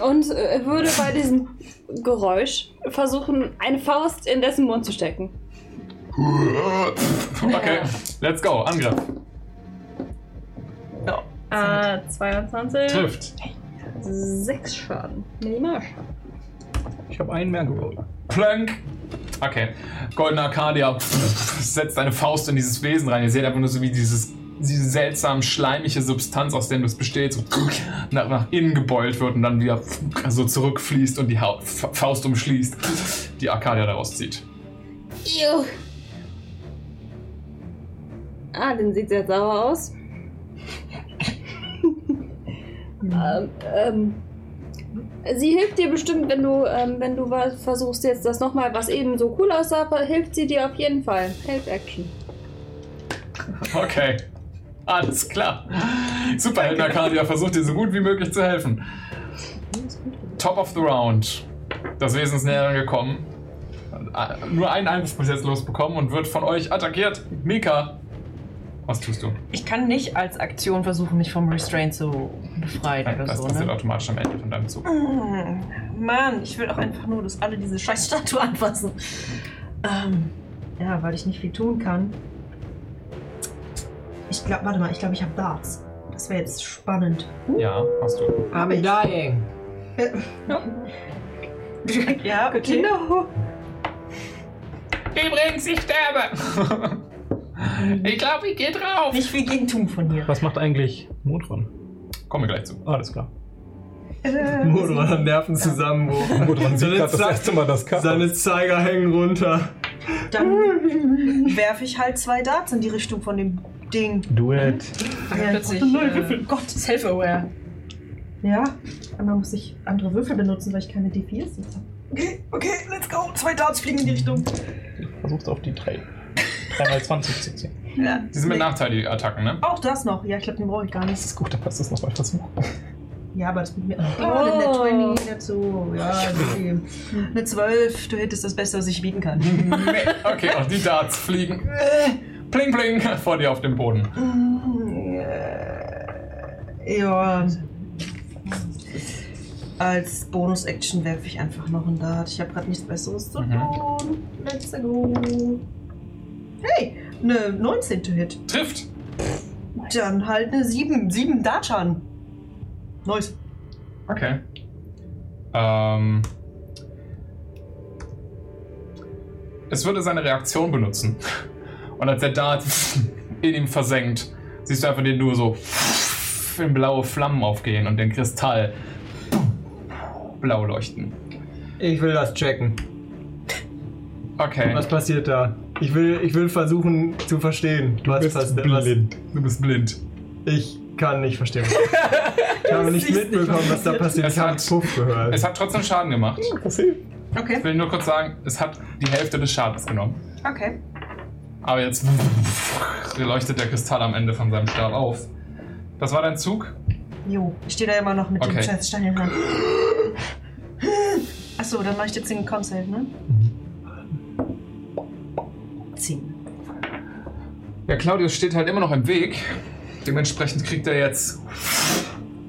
S6: und äh, würde bei diesem Geräusch versuchen, eine Faust in dessen Mund zu stecken.
S2: Okay, let's go. Angriff.
S6: Äh, 22.
S2: Trifft.
S6: Sechs Schaden. Minimalschaden.
S3: Ich habe einen mehr gerollt.
S2: Plank. Okay. Goldener Arcadia setzt eine Faust in dieses Wesen rein. Ihr seht einfach nur so, wie dieses, diese seltsam schleimige Substanz, aus der es besteht, so nach, nach innen gebeult wird und dann wieder so zurückfließt und die Haut, Faust umschließt, die Arcadia daraus zieht.
S6: Ew. Ah, dann sieht sehr sauer aus. ähm, ähm, sie hilft dir bestimmt, wenn du, ähm, wenn du was versuchst jetzt das nochmal, was eben so cool aussah, aber hilft sie dir auf jeden Fall. Help Action.
S2: Okay. Alles klar. Superhelden Arcadia versucht dir so gut wie möglich zu helfen. Top of the Round. Das Wesen ist näher rangekommen. Nur einen Angriff bis jetzt losbekommen und wird von euch attackiert. Mika, was tust du?
S4: Ich kann nicht als Aktion versuchen, mich vom Restraint zu befreien
S2: Nein,
S4: oder
S2: das
S4: so,
S2: passiert
S4: ne?
S2: automatisch am Ende von deinem Zug.
S4: Mm, Mann, ich will auch einfach nur, dass alle diese Scheißstatue anfassen. Ähm, ja, weil ich nicht viel tun kann. Ich glaube, warte mal, ich glaube, ich habe Darts. Das wäre jetzt spannend.
S2: Ja, hast du.
S4: Hab ich.
S9: dying.
S4: Ja, okay. Kinder.
S11: Übrigens, ich sterbe. ich glaube, ich gehe drauf.
S4: Nicht viel Gegentum von hier.
S3: Was macht eigentlich Modron?
S2: Kommen wir gleich zu.
S3: Alles klar.
S7: Modron hat Nervenzusammenbruch.
S3: Modron sieht
S7: Seine
S3: gerade das
S7: Ze-
S3: erste Mal das Kaffee.
S7: Seine Zeiger hängen runter.
S4: Dann werfe ich halt zwei Darts in die Richtung von dem Ding.
S3: Do it.
S4: Ja, plötzlich. Äh,
S5: Gott, self-aware.
S4: ja, einmal muss ich andere Würfel benutzen, weil ich keine D4s jetzt habe.
S5: Okay, okay, let's go. Zwei Darts fliegen in die Richtung.
S3: Versuchst auf die drei. 3x20 zu ziehen.
S4: Ja.
S2: Die sind mit Nachteil, die Attacken, ne?
S4: Auch das noch. Ja, ich glaube, den brauche ich gar nicht.
S3: Gut, dann lass das nochmal versuchen.
S4: Ja, aber das mit mir.
S6: Oh.
S4: Oh, in der 20 dazu. Ja, okay. Eine 12. Du hättest das Beste, was ich bieten kann.
S2: Okay, auch die Darts fliegen. äh, Pling, pling, vor dir auf dem Boden.
S4: Äh, ja. Als Bonus-Action werfe ich einfach noch einen Dart. Ich habe gerade nichts Besseres zu
S2: Mhm.
S4: tun. Let's go. Hey, eine 19. Hit.
S2: Trifft.
S4: Dann halt eine 7. 7 Dartschaden. Nice.
S2: Okay. Ähm. Es würde seine Reaktion benutzen. Und als der Dart in ihm versenkt, siehst du einfach den nur so in blaue Flammen aufgehen und den Kristall blau leuchten.
S7: Ich will das checken.
S2: Okay.
S7: Was passiert da? Ich will, ich will versuchen zu verstehen, was passiert. Was,
S2: Du bist blind.
S7: ich kann nicht verstehen. was- ich habe nicht mitbekommen, was da passiert.
S2: Es
S7: Ich habe
S2: hat-
S7: Puff gehört.
S2: Es hat trotzdem Schaden gemacht.
S4: Okay,
S2: Ich will nur kurz sagen, es hat die Hälfte des Schadens genommen.
S4: okay.
S2: Aber jetzt leuchtet der Kristall am Ende von seinem Stab auf. Das war dein Zug?
S4: Jo, ich stehe da immer noch mit
S2: Okay.
S4: dem scheiß Stein in der Hand. Achso, dann mache ich jetzt den Consent, ne? Ziehen.
S2: Ja, Claudius steht halt immer noch im Weg. Dementsprechend kriegt er jetzt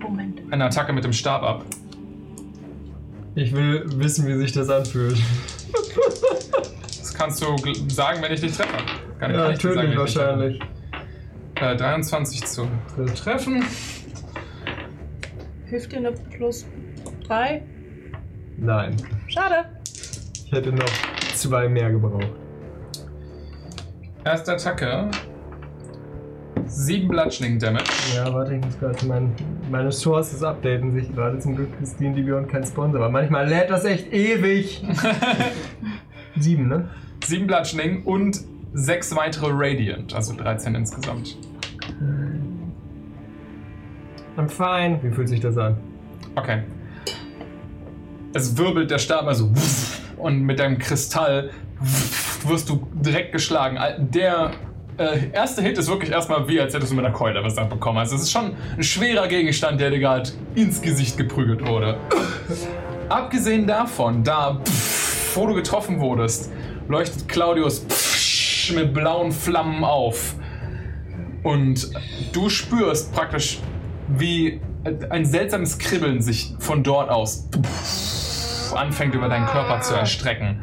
S4: Moment.
S2: eine Attacke mit dem Stab ab.
S7: Ich will wissen, wie sich das anfühlt.
S2: Das kannst du gl- sagen, wenn ich dich treffe. Kann
S7: Ja,
S2: ich dir sagen,
S7: tödlich
S2: wenn ich dich treffe.
S7: wahrscheinlich.
S2: Äh, 23 zu treffen.
S5: Hilft dir eine plus drei?
S7: Nein.
S5: Schade.
S7: Ich hätte noch zwei mehr gebraucht.
S2: Erste Attacke. 7 Bludgeoning Damage.
S7: Ja, warte, ich muss gerade mein, meine Sources updaten sich gerade. Zum Glück ist D&D Beyond kein Sponsor, aber manchmal lädt das echt ewig. Sieben, ne?
S2: 7 Bludgeoning und 6 weitere Radiant, also 13 insgesamt.
S9: I'm fine.
S7: Wie fühlt sich das an?
S2: Okay. Es wirbelt der Stab mal so und mit deinem Kristall wirst du direkt geschlagen. Der äh, erste Hit ist wirklich erstmal wie, als hättest du mit einer Keule was abbekommen. Also es ist schon ein schwerer Gegenstand, der dir gerade ins Gesicht geprügelt wurde. Abgesehen davon, da wo du getroffen wurdest, leuchtet Claudius mit blauen Flammen auf. Und du spürst praktisch, wie ein seltsames Kribbeln sich von dort aus anfängt über deinen Körper zu erstrecken.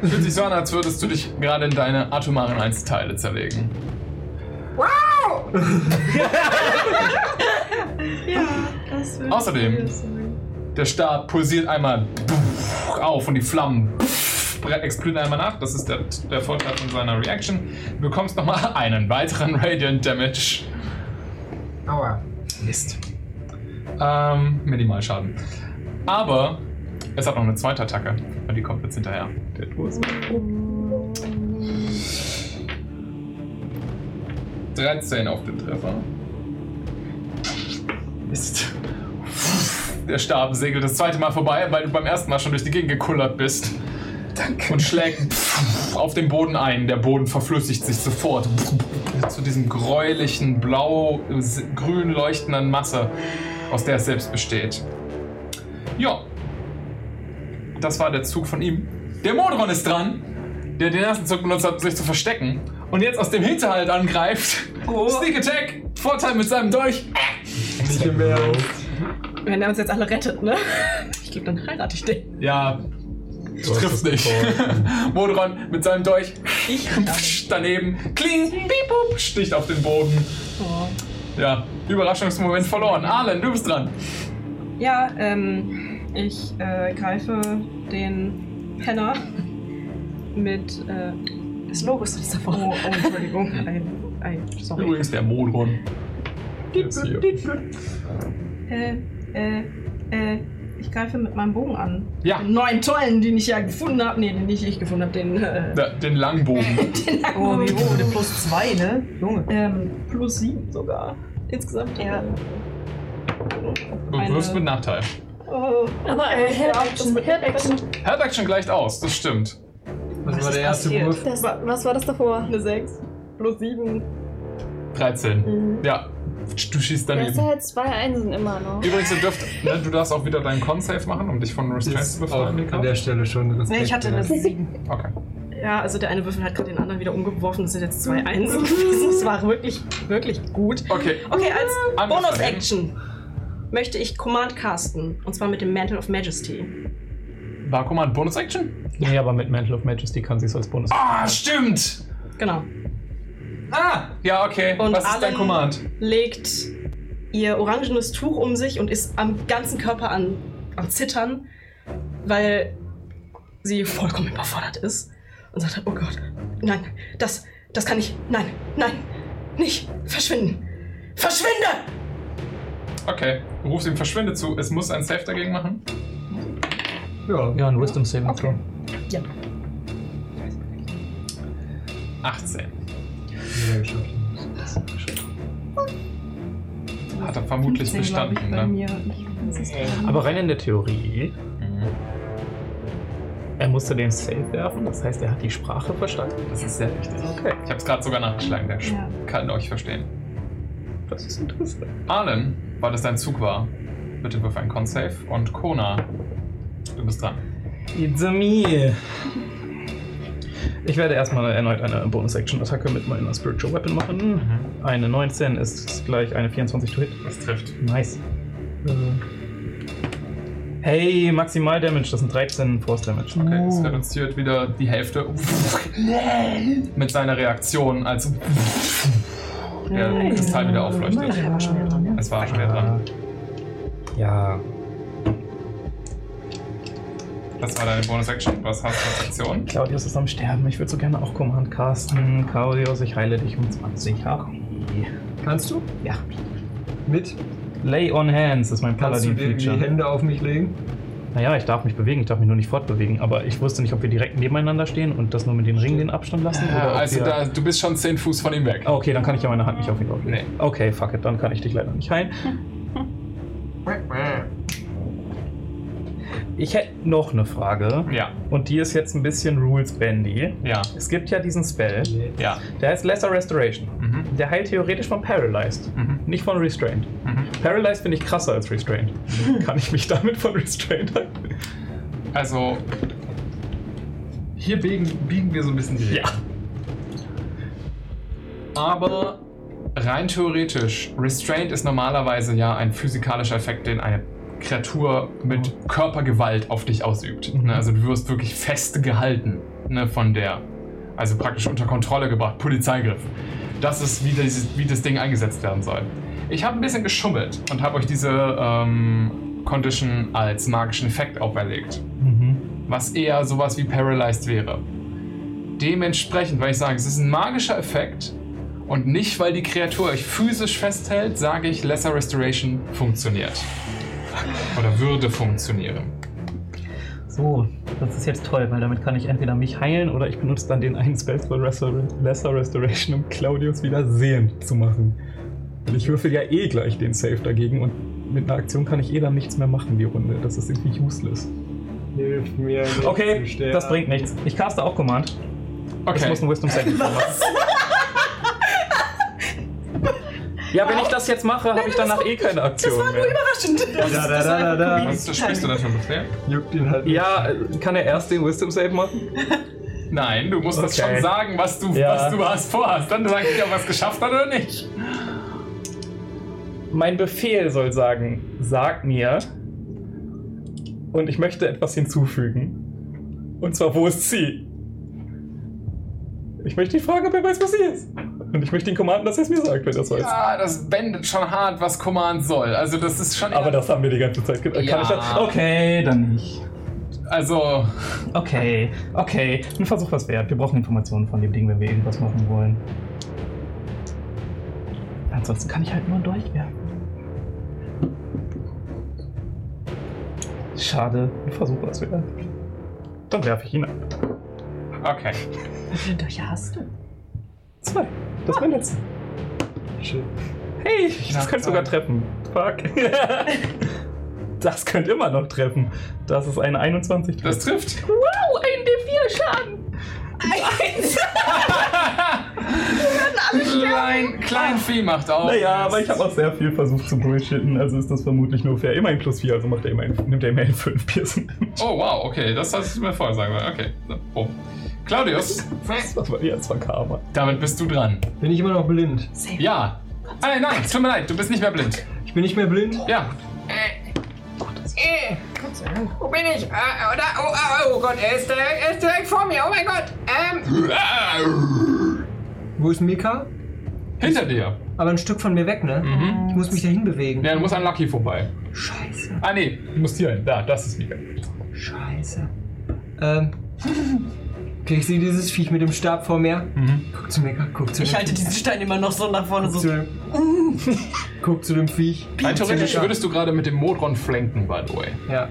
S2: Fühlt sich so an, als würdest du dich gerade in deine atomaren Einzelteile zerlegen.
S12: Wow!
S5: Ja, das wird.
S2: Außerdem, der Stab pulsiert einmal auf und die Flammen explodieren einmal nach. Das ist der, der Vorteil von seiner Reaction. Du bekommst nochmal einen weiteren Radiant Damage.
S13: Aua.
S2: Mist. Ähm, Minimalschaden. Aber es hat noch eine zweite Attacke. Und die kommt jetzt hinterher. Der Toast. 13 auf den Treffer. Mist. Der Stab segelt das zweite Mal vorbei, weil du beim ersten Mal schon durch die Gegend gekullert bist. Danke. Und schlägt auf den Boden ein. Der Boden verflüssigt sich sofort zu diesem gräulichen, blau-grün leuchtenden Masse, aus der es selbst besteht. Ja, das war der Zug von ihm. Der Modron ist dran, der den ersten Zug benutzt hat, um sich zu verstecken. Und jetzt aus dem Hinterhalt angreift. Sneak Attack, Vorteil mit seinem Dolch.
S7: Nicht im Ernst.
S5: Wenn er uns jetzt alle rettet, ne? Ich glaube, dann heirate ich den.
S2: Ja,
S7: hast
S2: trifft
S7: es
S2: nicht. Modron mit seinem Dolch
S5: Ich.
S2: psch, daneben, kling, piep, pup, sticht auf den Boden.
S5: Oh.
S2: Ja, Überraschungsmoment verloren. Arlen, du bist dran.
S5: Ja, ähm, ich äh, greife den Penner mit äh,
S14: Das Logo ist nicht davon.
S5: oh, oh, Entschuldigung, ein, ein, sorry.
S2: Übrigens der Modron. Jetzt hier.
S5: Äh, äh, äh, ich greife mit meinem Bogen an.
S2: Ja,
S5: Den neuen tollen, den ich ja gefunden habe. Nee, den nicht ich gefunden habe, den äh,
S2: da- den Langbogen.
S14: Oh, wie hoch? Der plus zwei, ne? Junge.
S5: ähm, plus sieben sogar. Insgesamt. Ja.
S2: Du
S5: Eine-
S2: wirfst mit Nachteil.
S5: Oh,
S6: Aber äh, Head-Action, Head-Action.
S2: Help Action gleicht aus, das stimmt.
S7: Das war der erste
S14: passiert?
S7: Wurf.
S6: Das- Was war das davor?
S5: eine 6. Plus 7.
S2: 13.
S6: Mhm.
S2: Ja, du schießt
S6: Du hast ja
S2: daneben.
S6: halt zwei Einsen immer noch.
S2: Übrigens, du, dürft, ne, du darfst auch wieder deinen Con-Save machen, um dich von Restraint zu
S7: Ist auch
S2: befreien, Mika.
S7: an der Stelle schon Respekt.
S14: Ne, ich hatte eine
S7: das.
S14: sieben.
S2: Okay.
S5: Ja, also der eine Würfel hat gerade den anderen wieder umgeworfen. Das sind jetzt
S14: Mhm.
S5: zwei Einsen gewesen. Das war wirklich, wirklich gut.
S2: Okay,
S5: Okay, als
S2: Angriff
S5: Bonus-Action möchte ich Command casten. Und zwar mit dem Mantle of Majesty.
S2: war Command Bonus-Action?
S3: Nee, aber mit Mantle of Majesty kann sie es als Bonus.
S2: Ah, stimmt!
S5: Genau.
S2: Ah, ja, okay.
S5: Und
S2: Was ist dein
S5: allen-
S2: Command?
S5: Legt ihr orangenes Tuch um sich und ist am ganzen Körper an, am Zittern, weil sie vollkommen überfordert ist. Und sagt, oh Gott, nein, das, das kann ich, nein, nein, nicht, verschwinden. Verschwinde!
S2: Okay, du rufst ihm Verschwinde zu. Es muss ein Save dagegen machen.
S7: Ja.
S3: Ja, ein Wisdom Saving Throw.
S2: 18.
S7: Wieder geschafft.
S2: Hat er vermutlich bestanden, ne?
S3: Aber rein in der Theorie,
S2: Mhm.
S3: er musste den Save werfen, das heißt, er hat die Sprache verstanden.
S2: Das ist sehr wichtig.
S3: Okay,
S2: Ich hab's gerade sogar nachgeschlagen, der Sch- kann euch verstehen.
S3: das ist interessant.
S2: Arlen, weil das dein Zug war, bitte wirf einen Con-Save. Und Kona, du bist dran.
S3: It's a me. Ich werde erstmal erneut eine Bonus-Action-Attacke mit meiner Spiritual Weapon machen.
S2: Mhm.
S3: Eine 19 ist gleich eine 24 to hit.
S2: Das trifft.
S3: Nice. Hey, maximal Damage, das sind 13 Force Damage.
S2: Okay, es reduziert wieder die Hälfte mit seiner Reaktion, als der Kristall wieder aufleuchtet.
S14: Der war schon wieder dran, ja?
S2: Es war schwer dran. Ah.
S3: Ja.
S2: Das war deine Bonus-Action. Was hast du als Aktion?
S3: Claudius ist am Sterben. Ich würde so gerne auch Command casten. Claudius, ich heile dich um 20. HP.
S7: Kannst du?
S3: Ja.
S7: Mit?
S3: Lay on Hands ist mein
S7: Kannst du dir die
S3: Paladin-Feature.
S7: Hände auf mich legen?
S3: Naja, ich darf mich bewegen, ich darf mich nur nicht fortbewegen. Aber ich wusste nicht, ob wir direkt nebeneinander stehen und das nur mit den Ringen den Abstand lassen.
S2: Ja,
S3: ob
S2: also
S3: wir-
S2: da, du bist schon 10 Fuß von ihm weg.
S3: Ah, Okay, dann kann ich ja meine Hand nicht auf ihn drauflegen.
S2: Nee.
S3: Okay, fuck it, dann kann ich dich leider nicht heilen. Ich hätte noch eine Frage.
S2: Ja,
S3: Und die ist jetzt ein bisschen rules-bendy.
S2: ja,
S3: Es gibt ja diesen Spell,
S2: ja.
S3: der heißt Lesser Restoration.
S2: Mhm.
S3: Der heilt theoretisch von Paralyzed,
S2: Mhm.
S3: nicht von Restrained.
S2: Mhm.
S3: Paralyzed finde ich krasser als Restrained. Kann ich mich damit von Restrained heilen?
S2: Also, hier biegen, biegen wir so ein bisschen die Regeln. Aber rein theoretisch, Restraint ist normalerweise ja ein physikalischer Effekt, den eine Kreatur mit Körpergewalt auf dich ausübt.
S3: Mhm.
S2: Ne? Also du wirst wirklich festgehalten. ne, von der, also praktisch unter Kontrolle gebracht, Polizeigriff. Das ist, wie, dieses, wie das Ding eingesetzt werden soll. Ich habe ein bisschen geschummelt und habe euch diese ähm, Condition als magischen Effekt auferlegt,
S3: Mhm.
S2: was eher sowas wie Paralyzed wäre. Dementsprechend, weil ich sage, es ist ein magischer Effekt und nicht, weil die Kreatur euch physisch festhält, sage ich, Lesser Restoration funktioniert. Oder würde funktionieren.
S3: So, das ist jetzt toll, weil damit kann ich entweder mich heilen oder ich benutze dann den einen Spell von Restor Lesser Restoration, um Claudius wieder sehend zu machen. Und ich würfel ja eh gleich den Save dagegen und mit einer Aktion kann ich eh dann nichts mehr machen, die Runde. Das ist irgendwie useless.
S7: Hilf mir. nicht
S3: Okay,
S7: zu sterben.
S3: das bringt nichts. Ich caste auch Command.
S2: Okay.
S3: Das muss ein Wisdom Saving Throw machen. Ja, wenn ich das jetzt mache, habe ich danach eh keine Aktion mehr.
S6: überraschend.
S7: Da, da, da, da, da.
S2: Was sprichst du da schon bisher?
S7: Juckt ihn halt.
S3: Ja, äh, kann er erst den Wisdom Save machen?
S2: Nein, du musst das
S3: Okay.
S2: schon sagen, was du,
S3: Ja.
S2: was du hast vorhast. Dann sag ich dir, ob er es geschafft hat oder nicht.
S3: Mein Befehl soll sagen, sag mir. Und ich möchte etwas hinzufügen. Und zwar, wo ist sie? Ich möchte ihn fragen, ob er weiß, was sie ist. Und ich möchte ihn kommanden, dass er es mir sagt, wenn er es weiß.
S2: Ja, das bändet schon hart, was Command soll. Also das ist schon...
S3: Aber das haben wir die ganze Zeit gedacht.
S2: Ja.
S3: Kann ich das? Okay, dann nicht.
S2: also,
S3: Okay, okay. Ein Versuch was wert. Wir brauchen Informationen von dem Ding, wenn wir irgendwas machen wollen. Ansonsten kann ich halt nur einen Dolch werfen. Schade, ein Versuch was wert. Dann werfe ich ihn ab.
S2: okay.
S3: Zwei. Das war mein letzter.
S7: Shit.
S3: Hey, das könnte sogar treffen. Fuck. das könnte immer noch treffen. Das ist eine 21.
S2: Das trifft.
S6: Oh, ein D4 Schaden. Eins.
S2: Klein, klein Vieh macht auch.
S3: Naja, aber ich habe auch sehr viel versucht zu bullshitten, also ist das vermutlich nur fair. Immerhin plus 4, also macht er immerhin, nimmt er immerhin 5 Piercing.
S2: Oh wow, okay, das hast du mir vorher sagen wollen. Okay. so, Oh. Claudius,
S3: Das war, ja, das war Karma.
S2: damit bist du dran.
S7: Bin ich immer noch blind?
S2: Ja. Ah, nein, nein, tut mir leid, du bist nicht mehr blind.
S7: Ich bin nicht mehr blind?
S2: Ja.
S9: Äh, wo bin ich? Äh, oder? Oh, oh, oh Gott, er ist, direkt, er ist direkt vor mir. Oh mein Gott. Ähm,
S7: Wo ist Mika?
S2: Hinter dir.
S7: Aber ein Stück von mir weg, ne?
S2: Mhm.
S7: Ich muss mich dahin bewegen.
S2: Ja, du musst an Lucky vorbei.
S7: Scheiße.
S2: Ah, nee, du musst hier hin. Da, das ist Mika.
S7: Scheiße. Ähm. Okay, ich sehe dieses Viech mit dem Stab vor mir.
S2: Mhm.
S7: Guck zu mir, guck zu
S15: Ich
S7: dem-
S15: halte diesen Stein immer noch so nach vorne
S7: guck
S15: so.
S7: zu dem. guck zu dem Viech.
S2: Rein theoretisch
S7: Mika.
S2: würdest du gerade mit dem Modron flanken, by the way.
S7: Ja.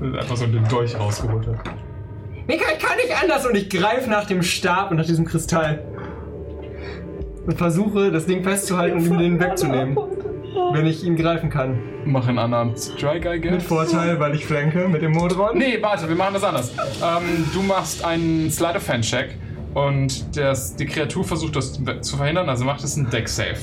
S2: Weil
S3: Äh,
S2: er Einfach so den Dolch rausgeholt hat.
S7: Mika, ich kann nicht anders und ich greife nach dem Stab und nach diesem Kristall. Und versuche, das Ding festzuhalten und ihm den wegzunehmen. Wenn ich ihn greifen kann.
S2: Mach einen anderen Strike, I
S7: Mit
S2: guess.
S7: Vorteil, weil ich flanke mit dem Modron.
S2: Nee, warte, wir machen das anders. Ähm, du machst einen Slide of Hand Check und das, die Kreatur versucht das we- zu verhindern, also macht es einen Deck Save.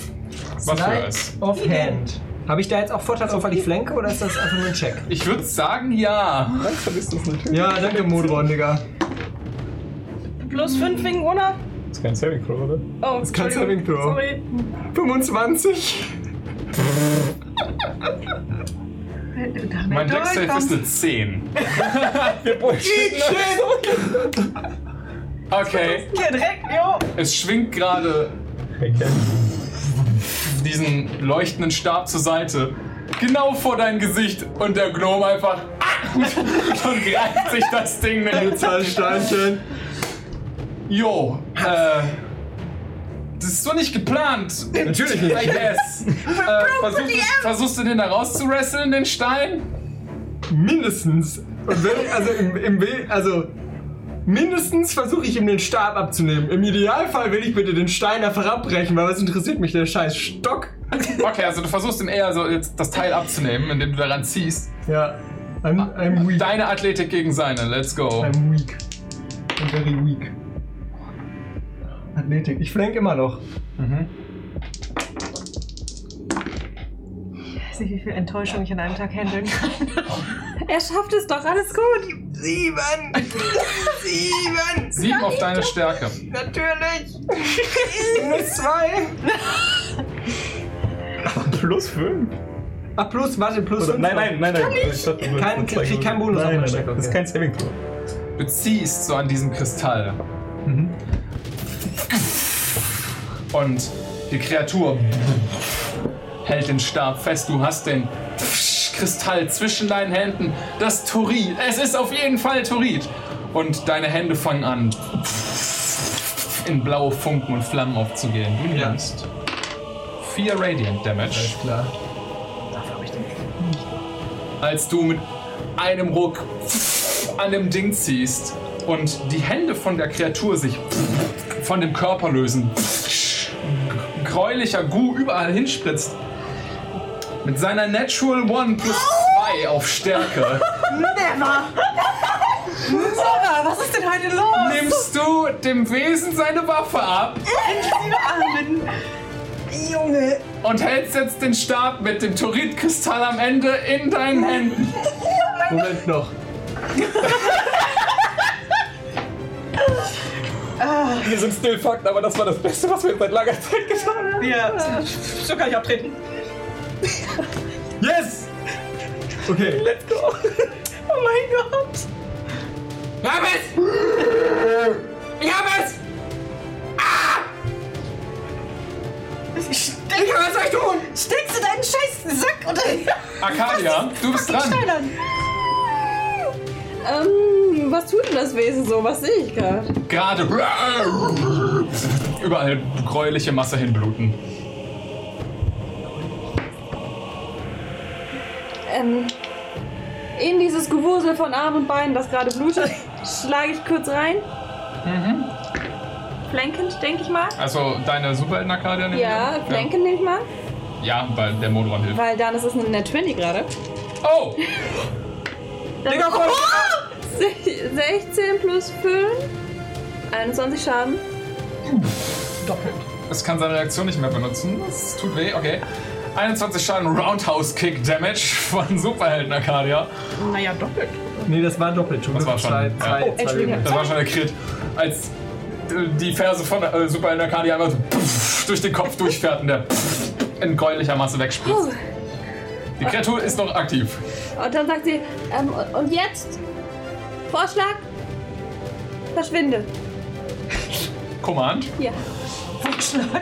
S2: Was für
S7: Slide
S2: es?
S7: of Hand. Habe ich da jetzt auch Vorteil drauf, weil ich flanke oder ist das einfach nur ein Check?
S2: Ich würde sagen, ja.
S3: Langsam ist das natürlich.
S7: Ja, danke Modron, Digga.
S4: Plus 5 wegen Ona?
S3: Das ist kein Saving Throw, oder?
S4: Oh,
S7: Das kannst du
S4: Entschuldigung.
S7: Throw.
S4: Sorry.
S7: 25.
S2: Mein Deck
S4: Dolch
S2: Save
S4: kommt.
S2: ist eine 10. Okay,
S4: Hier, direkt, jo.
S2: es schwingt gerade diesen leuchtenden Stab zur Seite. Genau vor dein Gesicht und der Gnome einfach ah, und greift sich das Ding mit.
S7: Zwei Steinchen.
S2: Jo, äh. Das ist so nicht geplant. Natürlich nicht. I guess. äh, versuchst, versuchst du den da rauszuwresteln, den Stein?
S7: Mindestens. Und wenn, also im, im Will, also mindestens versuche ich ihm den Stab abzunehmen. Im Idealfall will ich bitte den Stein einfach abbrechen, weil was interessiert mich der scheiß Stock?
S2: Okay, also du versuchst ihm eher so jetzt das Teil abzunehmen, indem du daran ziehst.
S7: Ja, I'm, I'm weak.
S2: Deine Athletik gegen seine, let's go.
S7: I'm weak. I'm very weak. Athletik. Ich flank immer noch.
S16: Ich weiß nicht, wie viel Enttäuschung ich an einem Tag handeln kann.
S17: Er schafft es doch, alles gut.
S9: sieben. sieben.
S2: Sieben auf deine Stärke.
S9: Natürlich.
S7: Minus zwei.
S3: Plus 5.
S7: Ach, plus, warte, plus
S3: Oder,
S7: fünf
S3: nein,
S7: noch.
S3: nein, nein, nein. Ich dachte, du
S7: Kein-
S3: wolltest nur
S7: krieg
S3: zeigen,
S7: keinen Bonus auf
S3: Nein, nein,
S7: meine
S3: nein.
S7: Stärke,
S3: Das ist
S7: okay.
S3: kein Saving Throw.
S2: Du ziehst so an diesem Kristall. Mhm. Und die Kreatur hält den Stab fest. Du hast den Kristall zwischen deinen Händen. Das Torit. Es ist auf jeden Fall Torit. Und deine Hände fangen an, in blaue Funken und Flammen aufzugehen. Du nimmst 4 Radiant Damage.
S7: Klar.
S2: als du mit einem Ruck an dem Ding ziehst und die Hände von der Kreatur sich von dem Körper lösen. Gräulicher Gu überall hinspritzt. Mit seiner Natural One plus 2 auf Stärke
S18: Never! Sarah, was ist denn heute los?
S2: nimmst du dem Wesen seine Waffe ab
S18: Armen. Junge.
S2: und hältst jetzt den Stab mit dem Toritkristall am Ende in deinen Händen.
S7: Moment noch.
S4: Ah.
S3: Wir sind still fucked, aber das war das Beste, was wir seit langer Zeit getan haben.
S4: Ja, so kann ich abtreten.
S7: Yes! Okay.
S3: Let's go.
S4: Oh mein Gott.
S19: Ich hab es! Ich hab es!
S18: Steck, ich was euch tun! Steckst du deinen scheiß Sack unter
S2: Arcadia, du bist dran.
S6: Ähm, was tut denn das Wesen so? Was sehe ich gerade?
S2: Gerade überall gräuliche Masse hinbluten.
S6: Ähm, in dieses Gewusel von Arm und Beinen, das gerade blutet, schlage ich kurz rein. Mhm. Flankend, denke ich mal.
S2: Also deine Superhelden-Arcadia nehmen
S6: Ja,
S2: wir?
S6: flankend nehme ich mal.
S2: Ja, weil der Modron hilft.
S6: Weil dann ist es eine Net 20 gerade.
S2: Oh!
S6: Dann- Se- 16 plus 5. 21 Schaden.
S2: Es kann seine Reaktion nicht mehr benutzen. Das tut weh, okay. 21 Schaden Roundhouse Kick Damage von Superhelden Arcadia.
S4: Naja, doppelt.
S7: Nee, das war doppelt schon.
S2: Das war schon.
S7: Zwei,
S2: ja.
S7: zwei,
S6: Oh, Entschuldigung.
S7: zwei
S2: Das war schon der Crit. Als äh, die Ferse von äh, Superhelden Arcadia einfach so pff, durch den Kopf durchfährt und der pff, in gräulicher Masse wegspritzt.
S6: Puh.
S2: Die Kreatur ist noch aktiv.
S6: Und dann sagt sie, ähm, und jetzt? Vorschlag? Verschwinde.
S2: Command.
S6: Ja.
S4: Vorschlag.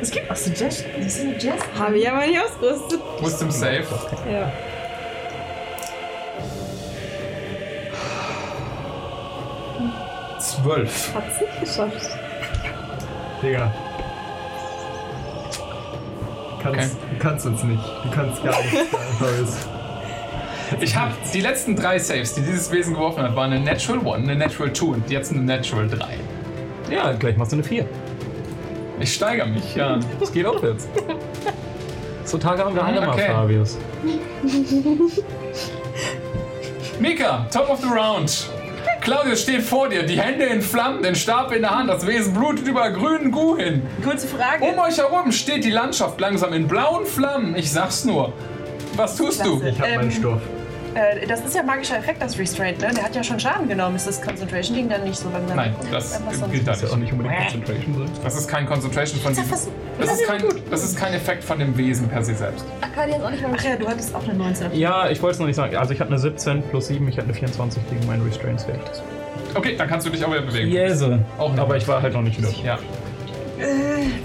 S4: es gibt auch Suggestion. Das ist eine Jazz.
S6: Habe ich ja mal nicht ausgerüstet.
S2: Wisdom Save.
S6: Ja.
S2: Zwölf.
S6: Hat es nicht geschafft.
S7: Digga. Kannst, Du kannst uns nicht. Du kannst gar nichts Neues.
S2: Ich habe die letzten drei Saves, die dieses Wesen geworfen hat, waren eine Natural 1, eine Natural 2 und jetzt eine Natural 3.
S3: Ja, gleich machst du eine 4.
S2: Ich steigere mich, ja.
S3: Es geht aufwärts. So Tage haben wir alle mal,
S2: Okay.
S3: Fabius.
S2: Mika, top of the round. Claudius steht vor dir, die Hände in Flammen, den Stab in der Hand, das Wesen blutet über grünen Gu hin.
S4: Kurze Frage.
S5: Oh
S2: Um euch herum steht die Landschaft langsam in blauen Flammen. Ich sag's nur. Was tust du?
S7: Ich hab
S4: Ähm,
S7: meinen Stoff.
S5: Äh, das ist ja magischer Effekt, das Restraint, ne? Der hat ja schon Schaden genommen. Ist das Concentration-Ding dann nicht so lang?
S2: Nein, das gilt da
S3: Ist ja auch
S2: nicht.
S3: nicht unbedingt Concentration sein.
S2: Das ist kein Concentration von diesem. Das ist kein, das ist kein Effekt von dem Wesen per se selbst.
S6: Arcadia ist auch nicht mehr
S5: Ach ja, du hattest auch eine 19.
S3: Ja, ich wollte es noch nicht sagen. Also ich habe eine 17 plus 7, ich hatte eine 24 gegen meinen Restraints-Wert.
S2: Okay, dann kannst du dich auch wieder bewegen.
S3: Jese.
S2: Auch nicht.
S3: Aber ich war halt noch nicht wieder.
S2: Ja.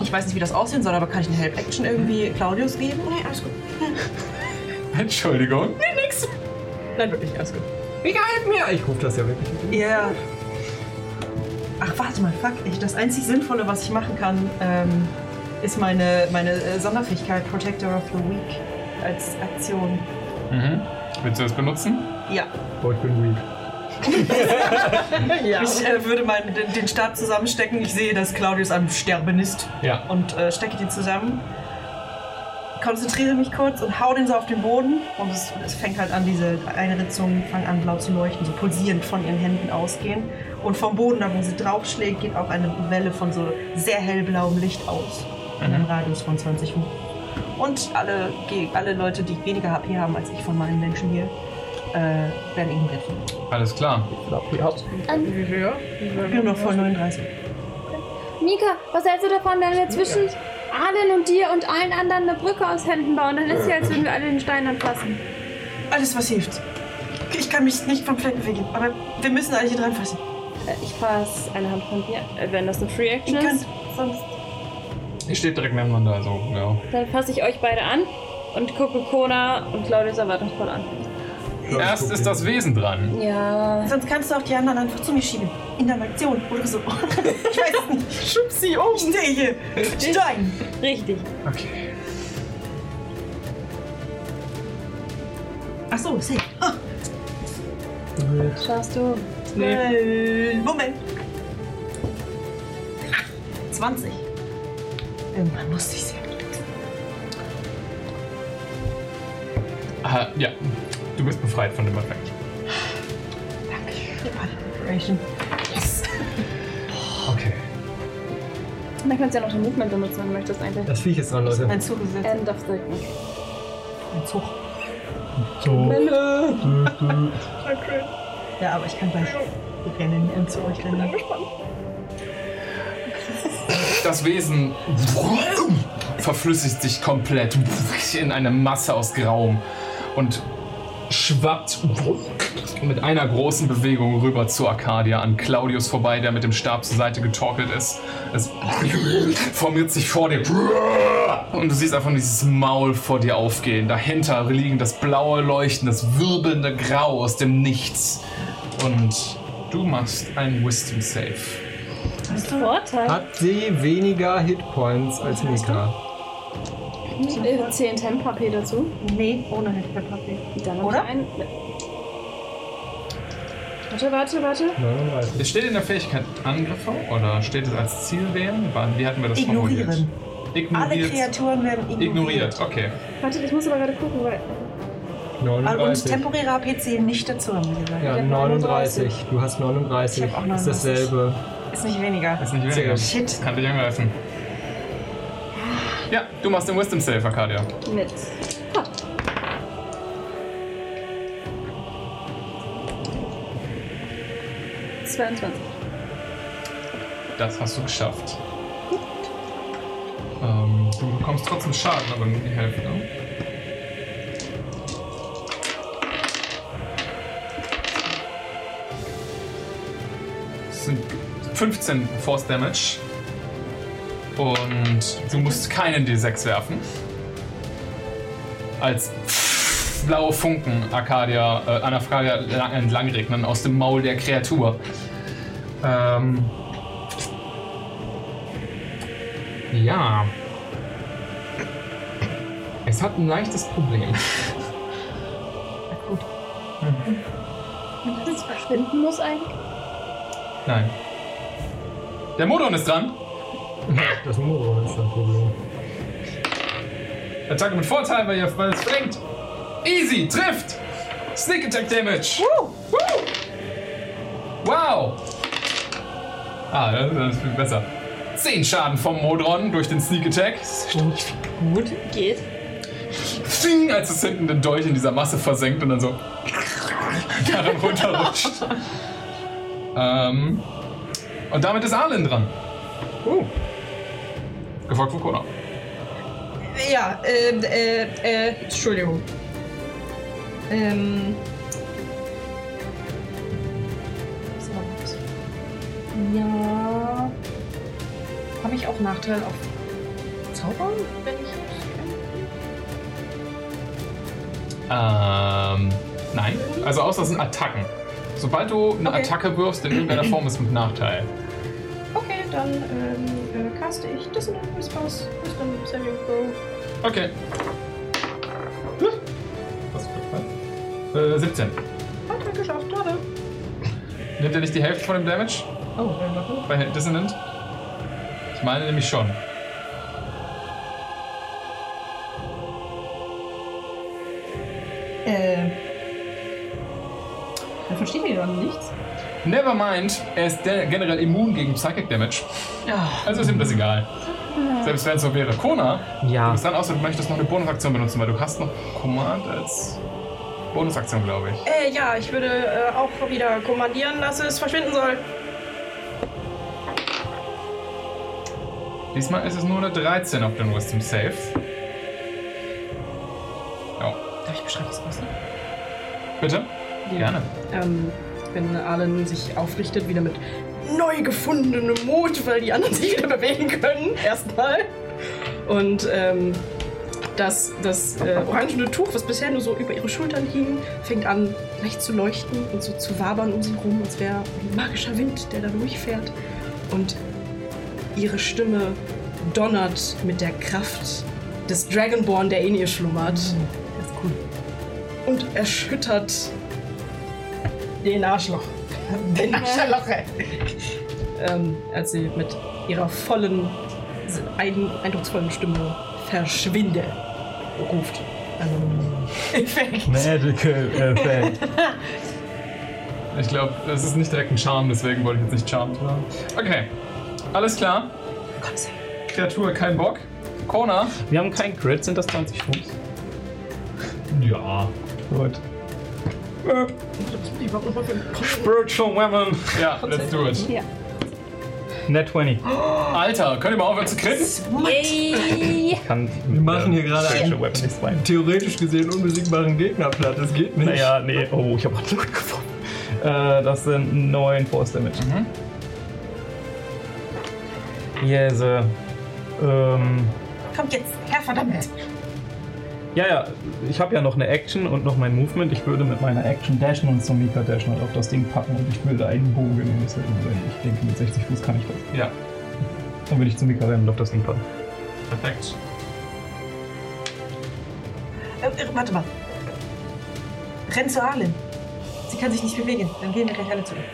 S5: Ich weiß nicht, wie das aussehen soll, aber kann ich eine Help-Action irgendwie Claudius geben? Nee, alles gut.
S2: Entschuldigung.
S4: Nein, wirklich, alles gut.
S7: Mika, helf mir! Ich rufe das ja wirklich.
S4: Ja. Ach, warte mal, fuck. Ich, das einzig Sinnvolle, was ich machen kann, ähm, ist meine, meine äh, Sonderfähigkeit Protector of the Weak als Aktion.
S2: Mhm. Willst du das benutzen?
S4: Ja.
S7: Boah, ich bin weak.
S4: Ich äh, würde mal den, den Stab zusammenstecken. Ich sehe, dass Claudius am Sterben ist.
S2: Ja.
S4: Und äh, stecke den zusammen. Konzentriere mich kurz und hau den so auf den Boden. Und es, es fängt halt an, diese Einritzungen fangen an blau zu leuchten, so pulsierend von ihren Händen ausgehen. Und vom Boden, da wo sie draufschlägt, geht auch eine Welle von so sehr hellblauem Licht aus. In einem Radius von 20 Minuten. Und alle, Ge- alle Leute, die weniger HP haben als ich von meinen Menschen hier, äh, werden ignoriert.
S2: Alles klar.
S4: Ich bin noch voll 39.
S6: Mika, was hältst du davon, wenn wir zwischen Allen und dir und allen anderen eine Brücke aus Händen bauen. Dann ist ja, als würden wir alle den Stein anfassen.
S8: Alles, was hilft. Ich kann mich nicht vom Flecken wegeben, aber wir müssen alle hier dran fassen.
S6: Äh, Ich fasse eine Hand von dir. Äh, Wenn das eine Free Action
S8: Ich kann-
S6: ist, sonst,
S2: Ihr steht direkt nebeneinander, also, ja.
S6: dann fasse ich euch beide an und gucke Kona und Claudius erwartungsvoll an.
S2: Erst ist das Wesen dran.
S6: Ja.
S8: Sonst kannst du auch die anderen einfach zu mir schieben. In der Aktion oder so. ich weiß es nicht. Schub sie um. Ich stehe hier. Stein.
S6: Richtig.
S2: Okay.
S8: Ach so, see. Ah,
S6: Schaust du.
S8: nee. Äh, Moment. 20. Irgendwann musste ich sagen.
S2: Aha, ja, du bist befreit von dem Effekt.
S8: Ration. Yes.
S2: Okay.
S6: Und dann kannst du ja noch den Movement benutzen, wenn du möchtest eigentlich.
S7: Das Viech ist dran, Leute.
S8: Mein Zug ist jetzt.
S6: End of the.
S8: Mein Zug.
S10: So.
S6: Melle.
S8: Ja, aber ich kann gleich rennen. Im Zug ich renne.
S2: Das Wesen verflüssigt sich komplett in eine Masse aus Graum und schwappt mit einer großen Bewegung rüber zu Arcadia an Claudius vorbei, der mit dem Stab zur Seite getorkelt ist. Es formiert sich vor dir und du siehst einfach dieses Maul vor dir aufgehen. Dahinter liegen das blaue Leuchten, das wirbelnde Grau aus dem Nichts. Und du machst einen Wisdom Save.
S6: Hast du Vorteil?
S7: Hat sie weniger Hitpoints als Mika?
S6: Äh, 10 temp HP dazu.
S8: Nee, ohne Hilfe.
S6: Dann
S8: Oder?
S6: Ein warte, warte, warte.
S7: 39.
S2: Es steht in der Fähigkeit Angriffe oder steht es als Ziel wählen? Wann- Wie hatten wir das formuliert?
S8: Ignorieren. Alle
S2: Ignoriert.
S8: Kreaturen werden ignoriert.
S2: Ignoriert, okay.
S6: Warte, ich muss aber gerade gucken, weil.
S8: Ah, Und
S7: 39.
S8: temporäre APC nicht dazu, haben wir gesagt.
S7: Ja, 39. Du hast 39.
S8: Ich hab auch 39.
S7: Ist dasselbe.
S8: Ist nicht weniger.
S2: Ist nicht weniger.
S8: Shit.
S2: Kann dich angreifen. Ja, du machst den Wisdom Save, Arcadia.
S6: Mit. Ha. 22.
S2: Das hast du geschafft. Ähm, du bekommst trotzdem Schaden, aber nur die Hälfte. ne? Das sind 15 Force Damage. Und du musst keinen D6 werfen. Als blaue Funken Arcadia, äh, Anafraga lang, entlang regnen aus dem Maul der Kreatur. Ähm, ja. Es hat ein leichtes Problem. Mhm.
S6: Wenn das verschwinden muss eigentlich.
S2: Nein. Der Modon ist dran.
S7: Das Muro ist ein Problem.
S2: Attacke mit Vorteil, weil ihr weil es flankt. Easy, trifft. Sneak Attack Damage. Woo. Wow. Ah, das, das ist viel besser. 10 Schaden vom Modron durch den Sneak Attack.
S6: Gut, geht.
S2: Fing, als es hinten den Dolch in dieser Masse versenkt und dann so darin runterrutscht. ähm, und damit ist Arlen dran.
S6: Oh.
S2: Uh. Gefolgt von Kona.
S5: Ja, ähm, äh, äh, Entschuldigung. Ähm. Was war das? Ja. Habe ich auch Nachteil auf Zaubern, wenn ich.
S2: Ähm, nein. Also außer es sind Attacken. Sobald du eine Attacke wirfst, in irgendeiner Form ist mit Nachteil.
S5: Okay, dann ähm, äh, caste ich Dissonant Response. Wisdom Saving Throw.
S2: Okay. Hm. Was für ein Fall? Äh, 17.
S5: Hat er geschafft, schade.
S2: Nimmt er nicht die Hälfte von dem Damage?
S5: Oh, wer noch?
S2: Bei Dissonant? Ich meine nämlich schon.
S5: Äh. Da versteht ihr doch nichts.
S2: Nevermind, er ist de- generell immun gegen Psychic Damage.
S5: Ah.
S2: Also ist ihm das egal. Selbst wenn es so wäre. Kona, du
S7: Ja.
S2: bist dann aus, du möchtest noch eine Bonusaktion benutzen, weil du hast noch Command als Bonusaktion, glaube ich.
S5: Äh, ja, ich würde äh, auch wieder kommandieren, dass es verschwinden soll.
S2: Diesmal ist es nur eine 13 auf den Wisdom Save. Ja.
S20: Darf ich beschreiben, was kostet?
S2: Bitte? Gerne.
S5: Ähm, wenn Allen sich aufrichtet, wieder mit neu gefundenem Mut, weil die anderen sich wieder bewegen können, erstmal. Und ähm, das, das äh, orangene Tuch, was bisher nur so über ihre Schultern hing, fängt an leicht zu leuchten und so zu wabern um sie rum, als wäre ein magischer Wind, der da durchfährt. Und ihre Stimme donnert mit der Kraft des Dragonborn, der in ihr schlummert. Und erschüttert den Arschloch. Den Arschloch, ey. ähm, als sie mit ihrer vollen, ein, eindrucksvollen Stimme verschwinde ruft. Also, Effekt.
S3: Magical Effect.
S2: Ich glaube, es ist nicht direkt ein Charme, deswegen wollte ich jetzt nicht Charmed haben. Okay. Alles klar. Kreatur, kein Bock. Kona.
S3: Wir haben keinen Crit, sind das 20 Fuß?
S2: Ja.
S3: Gut.
S5: Die war unter dem
S3: Spiritual Weapon.
S2: Ja, let's do it.
S6: Ja.
S3: Net 20.
S2: Alter, könnt ihr mal aufhören zu kritten?
S6: Yay!
S3: Kann
S7: Wir machen hier gerade
S3: Spiritual
S7: einen
S3: Weapon nicht sein.
S7: theoretisch gesehen unbesiegbaren Gegner platt. Das geht nicht.
S3: Naja, nee. Oh, ich habe gerade Loot gefunden. Äh, das sind 9 Force Damage. Yes. äh, Ähm,
S21: Kommt jetzt, Herr verdammt.
S3: ja, ja, ich habe ja noch eine Action und noch mein Movement. Ich würde mit meiner Action dashen und zum Mika dashen und auf das Ding packen und ich würde einen Bogen in das Ding rennen. Ich denke, mit 60 Fuß kann ich das.
S2: Ja,
S3: Dann würde ich zum Mika rennen und auf das Ding packen.
S2: perfekt.
S1: Äh, äh, warte mal. Renn zu Arlen. Sie kann sich nicht bewegen. Dann gehen wir gleich alle zu ihr.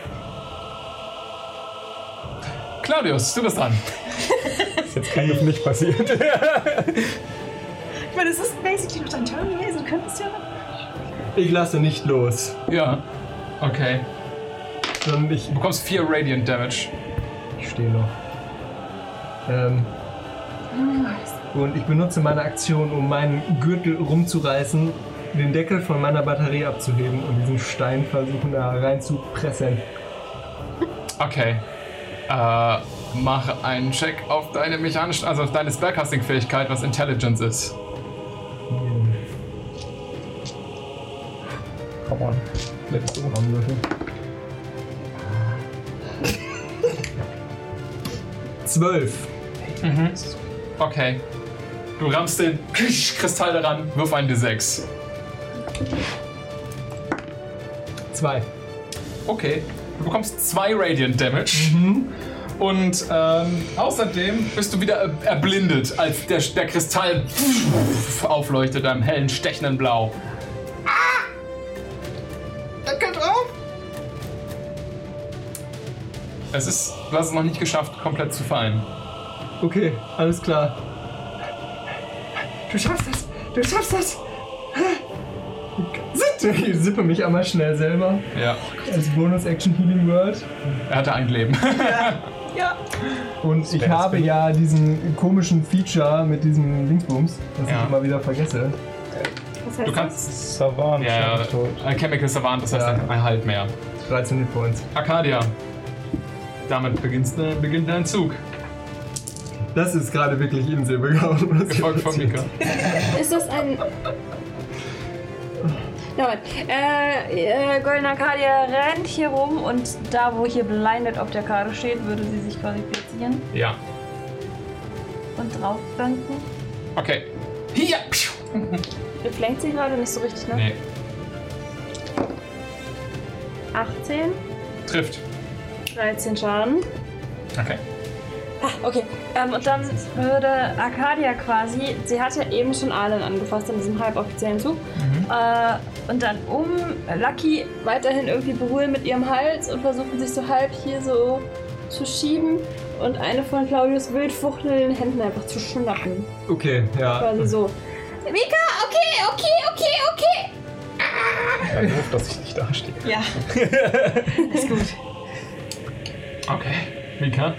S2: Claudius, du bist dran.
S3: Ist jetzt kein nicht passiert.
S1: Ich meine, es ist basically nur dein Turn gewesen. Du könntest ja.
S7: Ich lasse nicht los.
S2: Ja. Okay.
S7: Sondern ich,
S2: Du bekommst 4 Radiant Damage.
S7: ich stehe noch. Ähm. Und ich benutze meine Aktion, um meinen Gürtel rumzureißen, den Deckel von meiner Batterie abzuheben und diesen Stein versuchen da reinzupressen.
S2: Okay. Äh, mach einen Check auf deine mechanische, also auf deine Spellcasting-Fähigkeit, was Intelligence ist.
S3: Come on. Let's go.
S7: Raumwürfel. Zwölf.
S2: Okay. Du rammst den Kristall daran, wirf einen D6.
S7: Zwei.
S2: Okay. Du bekommst zwei Radiant Damage. Und ähm, außerdem bist du wieder er- erblindet, als der, der Kristall aufleuchtet, einem hellen, stechenden Blau. Ah! Deckel drauf! Es ist, du hast es noch nicht geschafft, komplett zu fallen.
S7: Okay, alles klar. Du schaffst das! Du schaffst das! Sitt! Ich sippe mich einmal schnell selber.
S2: Ja.
S7: Als Bonus-Action Healing World.
S2: Er hatte ein Leben.
S7: Und ich habe ja diesen komischen Feature mit diesem Linksbums, das
S2: Ja.
S7: ich immer wieder vergesse.
S6: Was heißt
S2: Du
S6: das?
S2: kannst.
S3: Savan,
S2: Ja,
S3: Schaden tot.
S2: ja, äh, Chemical Savant, das heißt
S7: Ja.
S2: ein Halt mehr.
S7: 13 Hit Points.
S2: Arcadia. Damit beginnst, äh, beginnt dein Zug.
S7: Das ist gerade wirklich in Silber gehauen. was hier
S2: Gefolgt von
S7: passiert.
S2: Mika.
S6: Ist das ein. Na warte. Äh, äh, Golden Arcadia rennt hier rum und da, wo hier Blinded auf der Karte steht, würde sie sich quasi platzieren
S2: Ja.
S6: und drauf banken.
S2: Okay. Hier! Pschuh.
S6: Reflekt sie gerade nicht so richtig, ne?
S2: Nee,
S6: 18,
S2: trifft.
S6: 13 Schaden.
S2: Okay.
S6: Ah, okay. Ähm, und dann würde Arcadia quasi, sie hat ja eben schon Arlen angefasst in diesem halboffiziellen Zug.
S2: Mhm.
S6: Äh, und dann um Lucky weiterhin irgendwie berühren mit ihrem Hals und versuchen sich so halb hier so zu schieben und eine von Claudius wild fuchtelnden Händen einfach zu schnappen.
S7: Okay, ja.
S6: Quasi so. Mika, okay, okay, okay, okay.
S3: Ja, doof, dass ich nicht dastehe.
S2: Okay. Mika?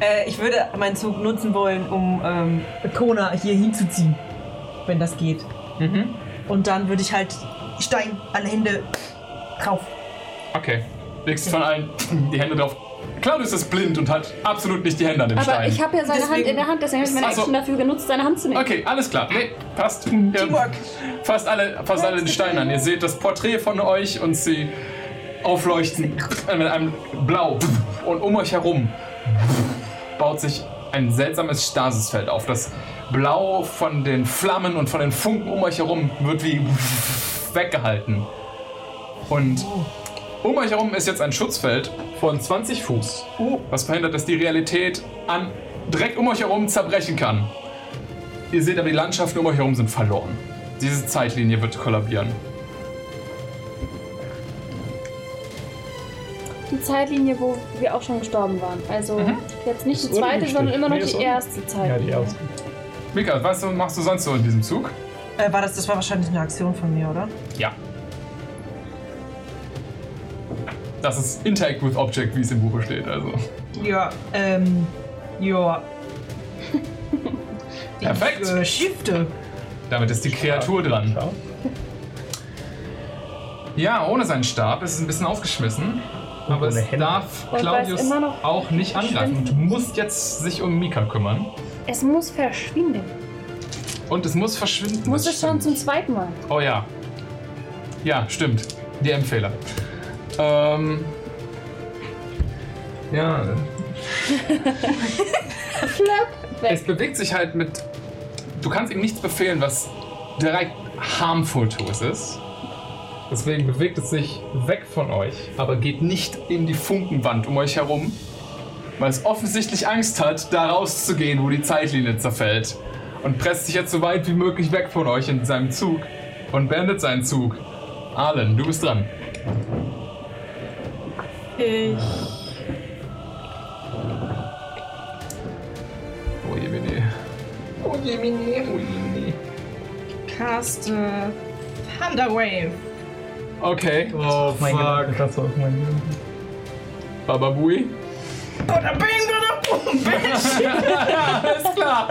S1: Äh, ich würde meinen Zug nutzen wollen, um ähm, Kona hier hinzuziehen. Wenn das geht.
S2: Mhm.
S1: Und dann würde ich halt Stein, alle Hände drauf.
S2: Okay. Legst von allen die Hände drauf. Claudius ist blind und hat absolut nicht die Hände an dem
S6: Aber
S2: Stein.
S6: ich habe ja seine Hand in der Hand, deswegen habe ich meine
S2: Ach so.
S6: Action dafür genutzt, seine Hand zu nehmen.
S2: Okay, alles klar. Nee, passt. Teamwork. Fast alle, fast alle den Stein an. Ihr seht das Porträt von euch und sie aufleuchten mit einem Blau. Und um euch herum baut sich ein seltsames Stasisfeld auf. Das Blau von den Flammen und von den Funken um euch herum wird wie weggehalten. Und um euch herum ist jetzt ein Schutzfeld von 20 Fuß, was verhindert, dass die Realität an, direkt um euch herum zerbrechen kann. Ihr seht aber, die Landschaften um euch herum sind verloren. Diese Zeitlinie wird kollabieren.
S6: Die Zeitlinie, wo wir auch schon gestorben waren. Also jetzt nicht die zweite, sondern immer noch die erste Zeitlinie.
S3: erste.
S2: Mika, was machst du sonst so in diesem Zug?
S4: Äh, war das, das war wahrscheinlich eine Aktion von mir, oder?
S2: Ja. Das ist Interact with Object, wie es im Buche steht. Also.
S4: Ja, ähm, ja.
S2: Perfekt.
S4: Äh, shifte.
S2: Damit ist die Kreatur dran. Ja, ohne seinen Stab ist es ein bisschen aufgeschmissen. Aber es darf
S6: Und
S2: Claudius
S6: weiß immer noch
S2: auch nicht angreifen und muss jetzt sich um Mika kümmern.
S6: Es muss verschwinden.
S2: Und es muss verschwinden.
S6: Muss es schon zum zweiten Mal.
S2: Oh ja. Ja, stimmt. DM-Fehler. Ähm. Ja.
S6: Flöpp,
S2: Es bewegt sich halt mit. Du kannst ihm nichts befehlen, was direkt harmful to es ist. Deswegen bewegt es sich weg von euch, aber geht nicht in die Funkenwand um euch herum, weil es offensichtlich Angst hat, da rauszugehen, wo die Zeitlinie zerfällt. Und presst sich jetzt so weit wie möglich weg von euch in seinem Zug und beendet seinen Zug. Arlen, du bist dran.
S5: Ich.
S2: Oh je, Bene.
S5: Oh je, Mini.
S2: Oh je, Bene.
S5: Cast äh, Thunderwave.
S2: Okay. Oh,
S10: mein
S2: fuck.
S10: Gott, das war auch mein
S2: Bababui.
S5: Bada bing, bada boom, bitch!
S2: Alles klar.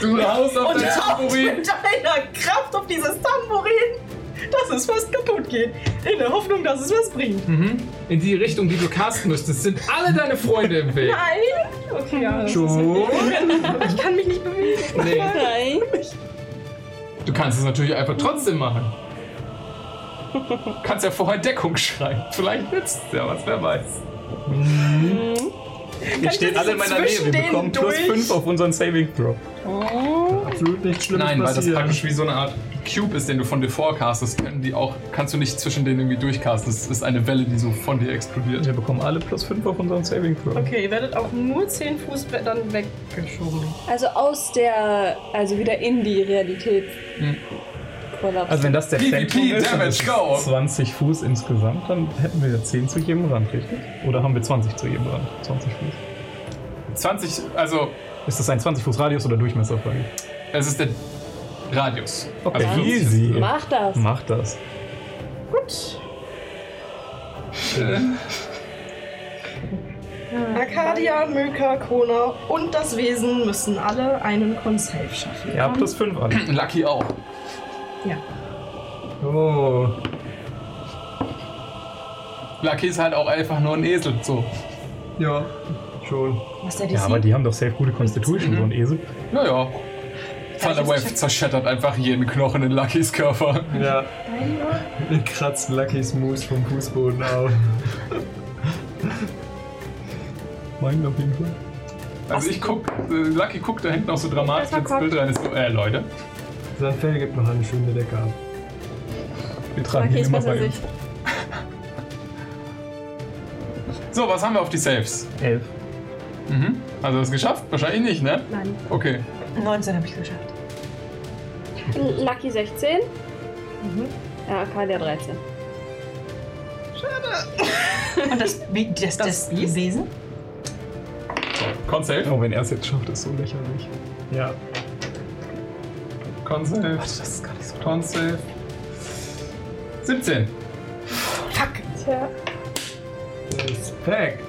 S2: Du haust auf
S5: Und
S2: dein
S5: tauchst
S2: Tambourin.
S5: mit deiner Kraft auf dieses Tambourin, dass es fast kaputt geht. In der Hoffnung, dass es was bringt.
S2: Mhm. In die Richtung, die du casten müsstest, sind alle deine Freunde im Weg.
S5: Nein! Okay, ja. das ist-
S2: Schon?
S5: Ich kann mich nicht bewegen.
S2: Nee.
S5: Nein.
S2: Du kannst es natürlich einfach trotzdem machen. Du kannst ja vorher Deckung schreien. Vielleicht nützt es ja was, wer weiß.
S10: Ihr steht alle in meiner Nähe. Wir bekommen plus 5 auf unseren Saving Throw.
S7: Absolut nicht schlimm.
S2: Nein, weil das praktisch wie so eine Art Cube ist, den du von dir vorcastest, können die auch, kannst du nicht zwischen denen irgendwie durchcasten. Es ist eine Welle, die so von dir explodiert.
S10: Wir bekommen alle plus 5 auf unseren Saving Throw.
S5: Okay, ihr werdet auch nur 10 Fuß we- dann weggeschoben.
S6: Also aus der, also wieder in die Realität
S2: Hm.
S6: kollaps.
S10: Also wenn das der
S2: PvP
S10: Zentrum ist, dann
S2: Damage,
S10: ist es
S2: go!
S10: 20 Fuß insgesamt, dann hätten wir ja 10 zu jedem Rand, richtig? Oder haben wir 20 zu jedem Rand? 20 Fuß.
S2: 20, also
S10: Ist das ein 20 Fuß Radius oder Durchmesser? frage ich?
S2: es ist der Radius.
S10: Okay,
S2: also 50 ist
S10: easy.
S6: Mach das.
S10: Mach das.
S5: Arcadia, Myka, Kona und das Wesen müssen alle einen Con-Save schaffen.
S10: Ja, plus 5 alle.
S2: Lucky auch.
S5: Ja.
S7: Oh.
S2: Lucky ist halt auch einfach nur ein Esel. So.
S7: Ja, schon.
S5: Was der DC?
S10: Ja, aber die haben doch safe gute Constitution, so ein Esel.
S2: Naja. Thunderwave zerschettert einfach jeden Knochen in Luckys Körper.
S7: Ja. Ich kratzt Lucky's Moose vom Fußboden auf.
S10: Meinen auf jeden Fall.
S2: Also ich guck, äh, Lucky guckt da hinten auch so dramatisch
S6: Das war
S2: ins
S6: Kopf.
S2: Bild rein. Ist so, äh, Leute.
S7: Sein Fell gibt noch eine schöne Decke ab.
S10: Wir tragen
S6: Okay,
S10: ihn
S6: ist
S10: immer
S6: besser
S10: bei
S6: sich.
S10: uns.
S2: So, was haben wir auf die Saves?
S10: 11.
S2: Mhm. Also das geschafft? Wahrscheinlich nicht, ne?
S6: Nein.
S2: Okay.
S4: 19 habe ich geschafft.
S6: Lucky 16. Mhm. Ja, Arcadia 13.
S4: Und das, wie- das, das, Wesen?
S2: So, Con Save.
S10: Oh, wenn er es jetzt schafft, ist so lächerlich.
S7: Ja.
S2: Con Save. Das ist gar nicht so Con Save. 17.
S6: Tja.
S7: Respekt.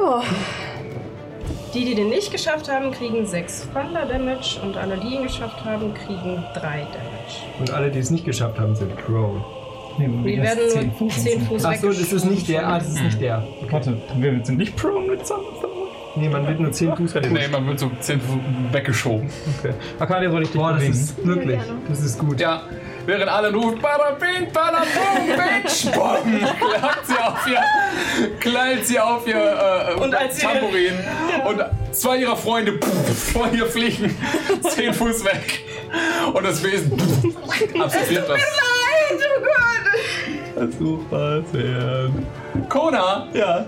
S6: Oh,
S5: Die, die den nicht geschafft haben, kriegen 6 Thunder Damage und alle, die ihn geschafft haben, kriegen 3 Damage.
S7: Und alle, die es nicht geschafft haben, sind Crow.
S3: Nee, Moment,
S5: Wir
S3: das
S5: werden
S3: ist 10
S5: nur
S3: Fuß und
S5: zehn
S3: so.
S5: Fuß
S7: Achso, das ist nicht der. Ah, das ist nicht der.
S3: Warte, wir sind nicht prone mit Zauberfeuer?
S7: Nee, man wird nur 10 Fuß
S2: Nee, man wird so 10 Fuß weggeschoben.
S3: Okay. Arcadia soll ich dich
S7: Boah, das
S3: bewegen.
S7: ist wirklich. Das ist gut.
S2: Ja, während alle rufen, Badabing, Badabum, Bitch, Bomben, klappt sie auf ihr, knallt sie auf ihr äh, und
S5: als sie-
S2: Tambourin und zwei ihrer Freunde pff, vor ihr fliegen, zehn Fuß weg und das Wesen
S5: Oh
S2: pff, absorbiert das.
S3: Super, sehr.
S2: Kona,
S3: Ja,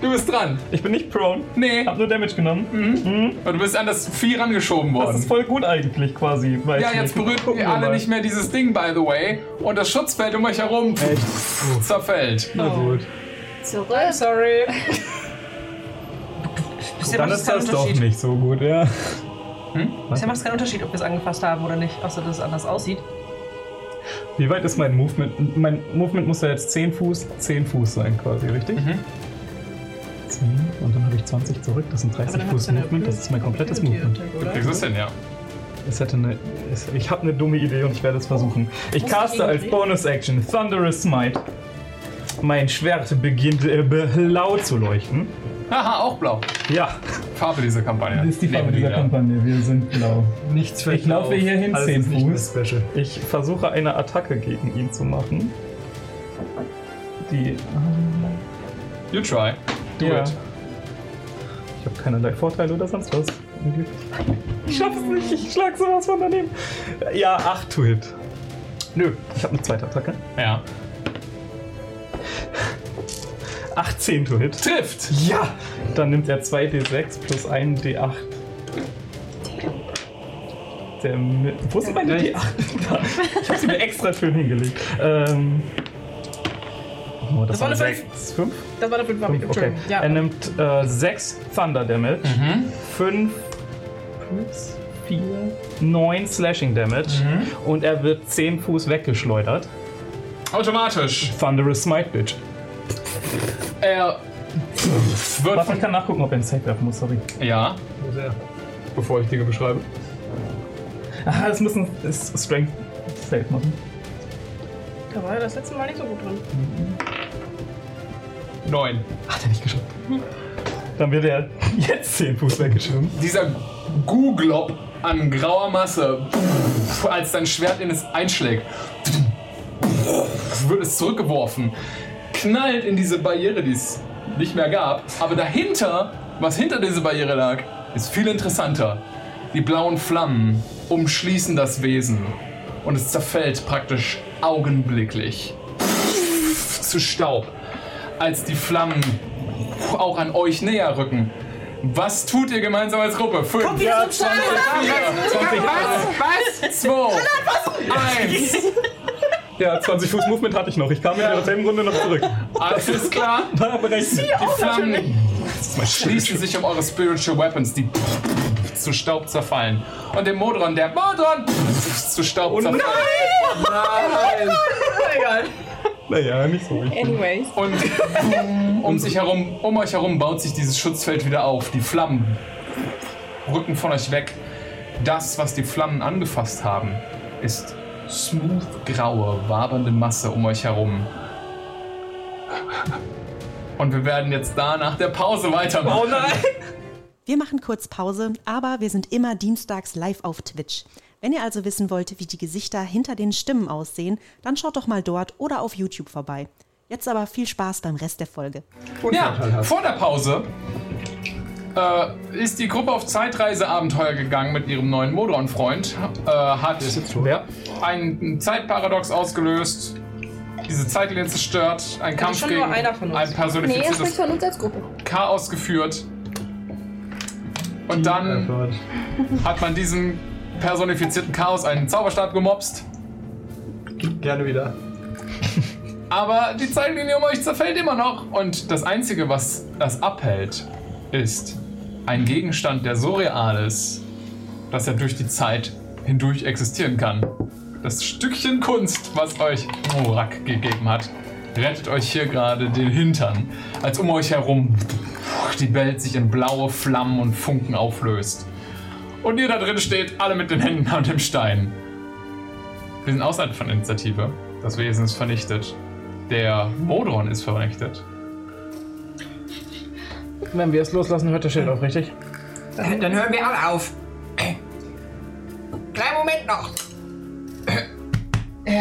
S2: du bist dran.
S3: ich bin nicht prone.
S2: Nee,
S3: Hab nur Damage genommen.
S5: Mhm.
S2: und du bist an das Vieh rangeschoben
S3: Das ist
S2: worden.
S3: voll gut eigentlich quasi. Weil
S2: Ja,
S3: ich
S2: jetzt
S3: nicht-
S2: berührt
S3: Gucken
S2: ihr
S3: wir
S2: alle
S3: mal.
S2: nicht mehr dieses Ding, by the way. Und das Schutzfeld um euch herum pff, zerfällt.
S3: Na gut.
S6: Zurück.
S5: Sorry.
S4: Bisher
S3: Dann
S4: macht es
S3: ist
S4: keinen
S3: das doch
S4: Unterschied.
S3: nicht so gut, ja.
S4: Bisher macht es keinen Unterschied, ob wir es angefasst haben oder nicht, außer dass es anders aussieht.
S3: Wie weit ist mein Movement? Mein Movement muss ja jetzt 10 Fuß, 10 Fuß sein quasi, richtig?
S2: Mhm.
S3: 10 und dann habe ich 20 zurück, das sind 30 Fuß Movement, das ist mein komplettes Movement.
S2: Du kriegst es hin, ja.
S3: Es hätte eine, es, ich habe eine dumme Idee und ich werde es versuchen. Ich caste als Bonus-Action Thunderous Smite. Mein Schwert beginnt äh, blau zu leuchten.
S2: Haha, auch blau.
S3: Ja,
S2: Farbe dieser Kampagne.
S3: das ist die Farbe
S2: Neben
S3: dieser
S2: lila.
S3: Kampagne. Wir sind blau.
S7: Nichts für
S3: Ich laufe hier hin,
S7: Alles
S3: 10
S7: ist nicht mehr
S3: Fuß.
S7: Special.
S3: Ich versuche eine Attacke gegen ihn zu machen. Die.
S2: You try. Do
S3: Ja.
S2: it.
S3: Ich habe keinerlei Vorteile oder sonst was. Ich schaff's nicht, ich schlag sowas von daneben. Ja, 8 to hit. Nö, ich habe eine zweite Attacke.
S2: Ja.
S3: 18 to hit.
S2: Trifft!
S3: Ja! Dann nimmt er 2d6 plus 1 d8. Der, Mi- wo sind meine d8? Da. Ich hab sie mir extra schön hingelegt. Ähm, oh, das,
S5: war eine Fünf.
S3: 6. 5?
S5: Das war der Bild,
S3: Fünf, Hm, okay.
S5: Entschuldigung. Ja.
S3: Er nimmt äh, 6 Thunder Damage, 5 plus 4, 9 Slashing Damage und er wird 10 Fuß weggeschleudert.
S2: Automatisch.
S3: Thunderous Smite, Bitch.
S2: Er wird
S3: Warte,
S2: von.
S3: ich kann nachgucken, ob er einen Save werfen muss, sorry.
S2: Ja.
S7: Also,
S2: Bevor ich Dinge beschreibe.
S3: Ah, es müssen es ist Strength Save machen.
S5: Da war er das letzte Mal nicht so gut drin.
S2: Neun.
S3: Hat er nicht geschafft. Dann wird er jetzt 10 Fuß weggeschoben.
S2: Dieser Guglob an grauer Masse, als dein Schwert in es einschlägt, wird es zurückgeworfen, knallt in diese Barriere, die es nicht mehr gab. Aber dahinter, was hinter dieser Barriere lag, ist viel interessanter. Die blauen Flammen umschließen das Wesen und es zerfällt praktisch augenblicklich zu Staub, als die Flammen auch an euch näher rücken. Was tut ihr gemeinsam als Gruppe? Fünf,
S3: Ja,
S2: zwei, eins.
S3: ja, 20 Fuß Movement hatte ich noch. Ich kam in derselben Runde noch zurück.
S2: Alles klar.
S3: War berechnet.
S2: Die Flammen schließen sich um eure Spiritual Weapons, die zu Staub zerfallen. Und der Modron, der Modron zu Staub zerfallen. Nein!
S3: Naja, nicht so wichtig.
S6: Anyways.
S2: Und um, sich herum, um euch herum baut sich dieses Schutzfeld wieder auf. Die Flammen rücken von euch weg. Das, was die Flammen angefasst haben, ist smooth graue, wabernde Masse um euch herum. Und wir werden jetzt da nach der Pause weitermachen. Oh nein!
S1: Wir machen kurz Pause, aber wir sind immer dienstags live auf Twitch. Wenn ihr also wissen wollt, wie die Gesichter hinter den Stimmen aussehen, dann schaut doch mal dort oder auf YouTube vorbei. Jetzt aber viel Spaß beim Rest der Folge.
S2: Ja, vor der Pause äh, ist die Gruppe auf Zeitreiseabenteuer gegangen mit ihrem neuen Modron-Freund. Äh, hat einen Zeitparadox ausgelöst. Diese Zeitlinie zerstört, ein Kampf
S5: schon
S2: gegen
S5: nur einer von uns.
S2: ein
S6: Nee, er spricht
S2: personifiziertes
S6: von uns als Gruppe.
S2: Chaos geführt. Und dann
S7: Effort.
S2: hat man diesen personifizierten Chaos einen Zauberstab gemobst.
S7: Gerne wieder.
S2: Aber die Zeitlinie um euch zerfällt immer noch. Und das Einzige, was das abhält, ist ein Gegenstand, der so real ist, dass er durch die Zeit hindurch existieren kann. Das Stückchen Kunst, was euch Morak gegeben hat, rettet euch hier gerade den Hintern, als um euch herum die Welt sich in blaue Flammen und Funken auflöst. Und ihr da drin steht, alle mit den Händen an dem Stein. Wir sind außerhalb von Initiative. Das Wesen ist vernichtet. Der Modron ist vernichtet.
S3: Wenn wir es loslassen, hört der Schild auf, richtig?
S9: Dann, Äh, dann hören wir alle auf. Äh. Kleinen Moment noch. Äh.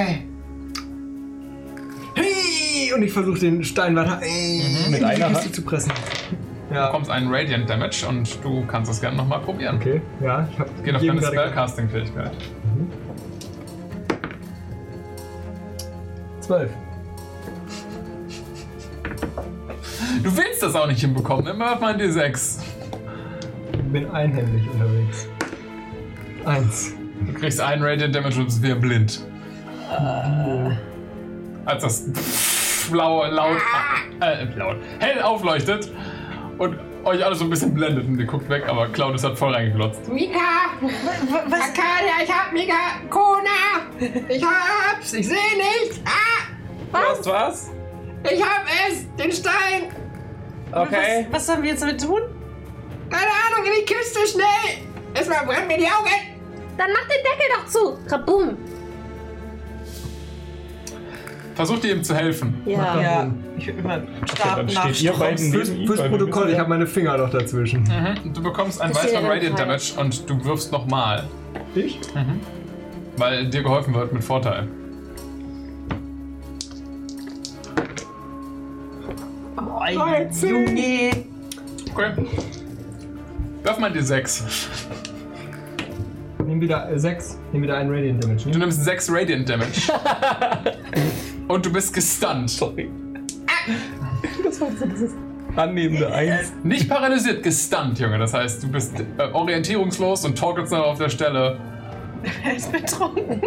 S7: Hey! Und ich versuche den Stein weiter
S2: Mit
S7: in die
S2: einer
S7: Kiste
S2: Hand?
S7: zu pressen.
S2: Du bekommst einen Radiant Damage und du kannst das gerne nochmal probieren.
S7: Okay, ja, ich habe
S2: Geht auf deine Spellcasting-Fähigkeit.
S7: Zwölf.
S2: Du willst das auch nicht hinbekommen, immer hat man die 6.
S7: Ich bin einhändig unterwegs. Eins.
S2: Du kriegst einen Radiant Damage und bist wieder blind. Als das pff, blau laut, äh, laut, hell aufleuchtet und euch alles so ein bisschen blendet und ihr guckt weg, aber Claudius hat voll reingeklotzt.
S9: Mika! Was? Arcadia, ich hab Mika! Kona! Ich hab's! Ich seh nicht! Ah!
S2: Was? Was?
S9: Ich hab es! Den Stein!
S2: Okay.
S4: Was sollen wir jetzt damit tun?
S9: Keine Ahnung, in die Kiste schnell! Erstmal brennen mir die Augen!
S6: Dann mach den Deckel doch zu. Kabum.
S2: Versucht ihr ihm zu helfen.
S6: Ja.
S4: Ja, ich würde immer starten
S3: dann
S4: nach
S3: steht ihr beiden
S7: Fürs,
S3: neben ihm,
S7: fürs
S3: weil wir
S7: Protokoll, ich
S3: wissen
S7: habe meine Finger noch dazwischen.
S2: Du bekommst einen
S6: Das steht
S2: weiteren
S6: in
S2: Radiant
S6: dem Teil.
S2: Damage und du wirfst nochmal,
S7: Ich?
S2: weil dir geholfen wird mit Vorteil.
S4: Junge.
S2: Okay. Wirf mal die 6.
S7: Nimm wieder äh, sechs. Nimm wieder einen Radiant Damage.
S2: Du
S7: Ne?
S2: nimmst 6 Radiant Damage. und du bist gestunt.
S10: Sorry. Das war so dieses Äh, annehmende Eins.
S2: Nicht paralysiert, gestunt, Junge. Das heißt, du bist äh, orientierungslos und torkelst noch auf der Stelle.
S4: Er ist betrunken.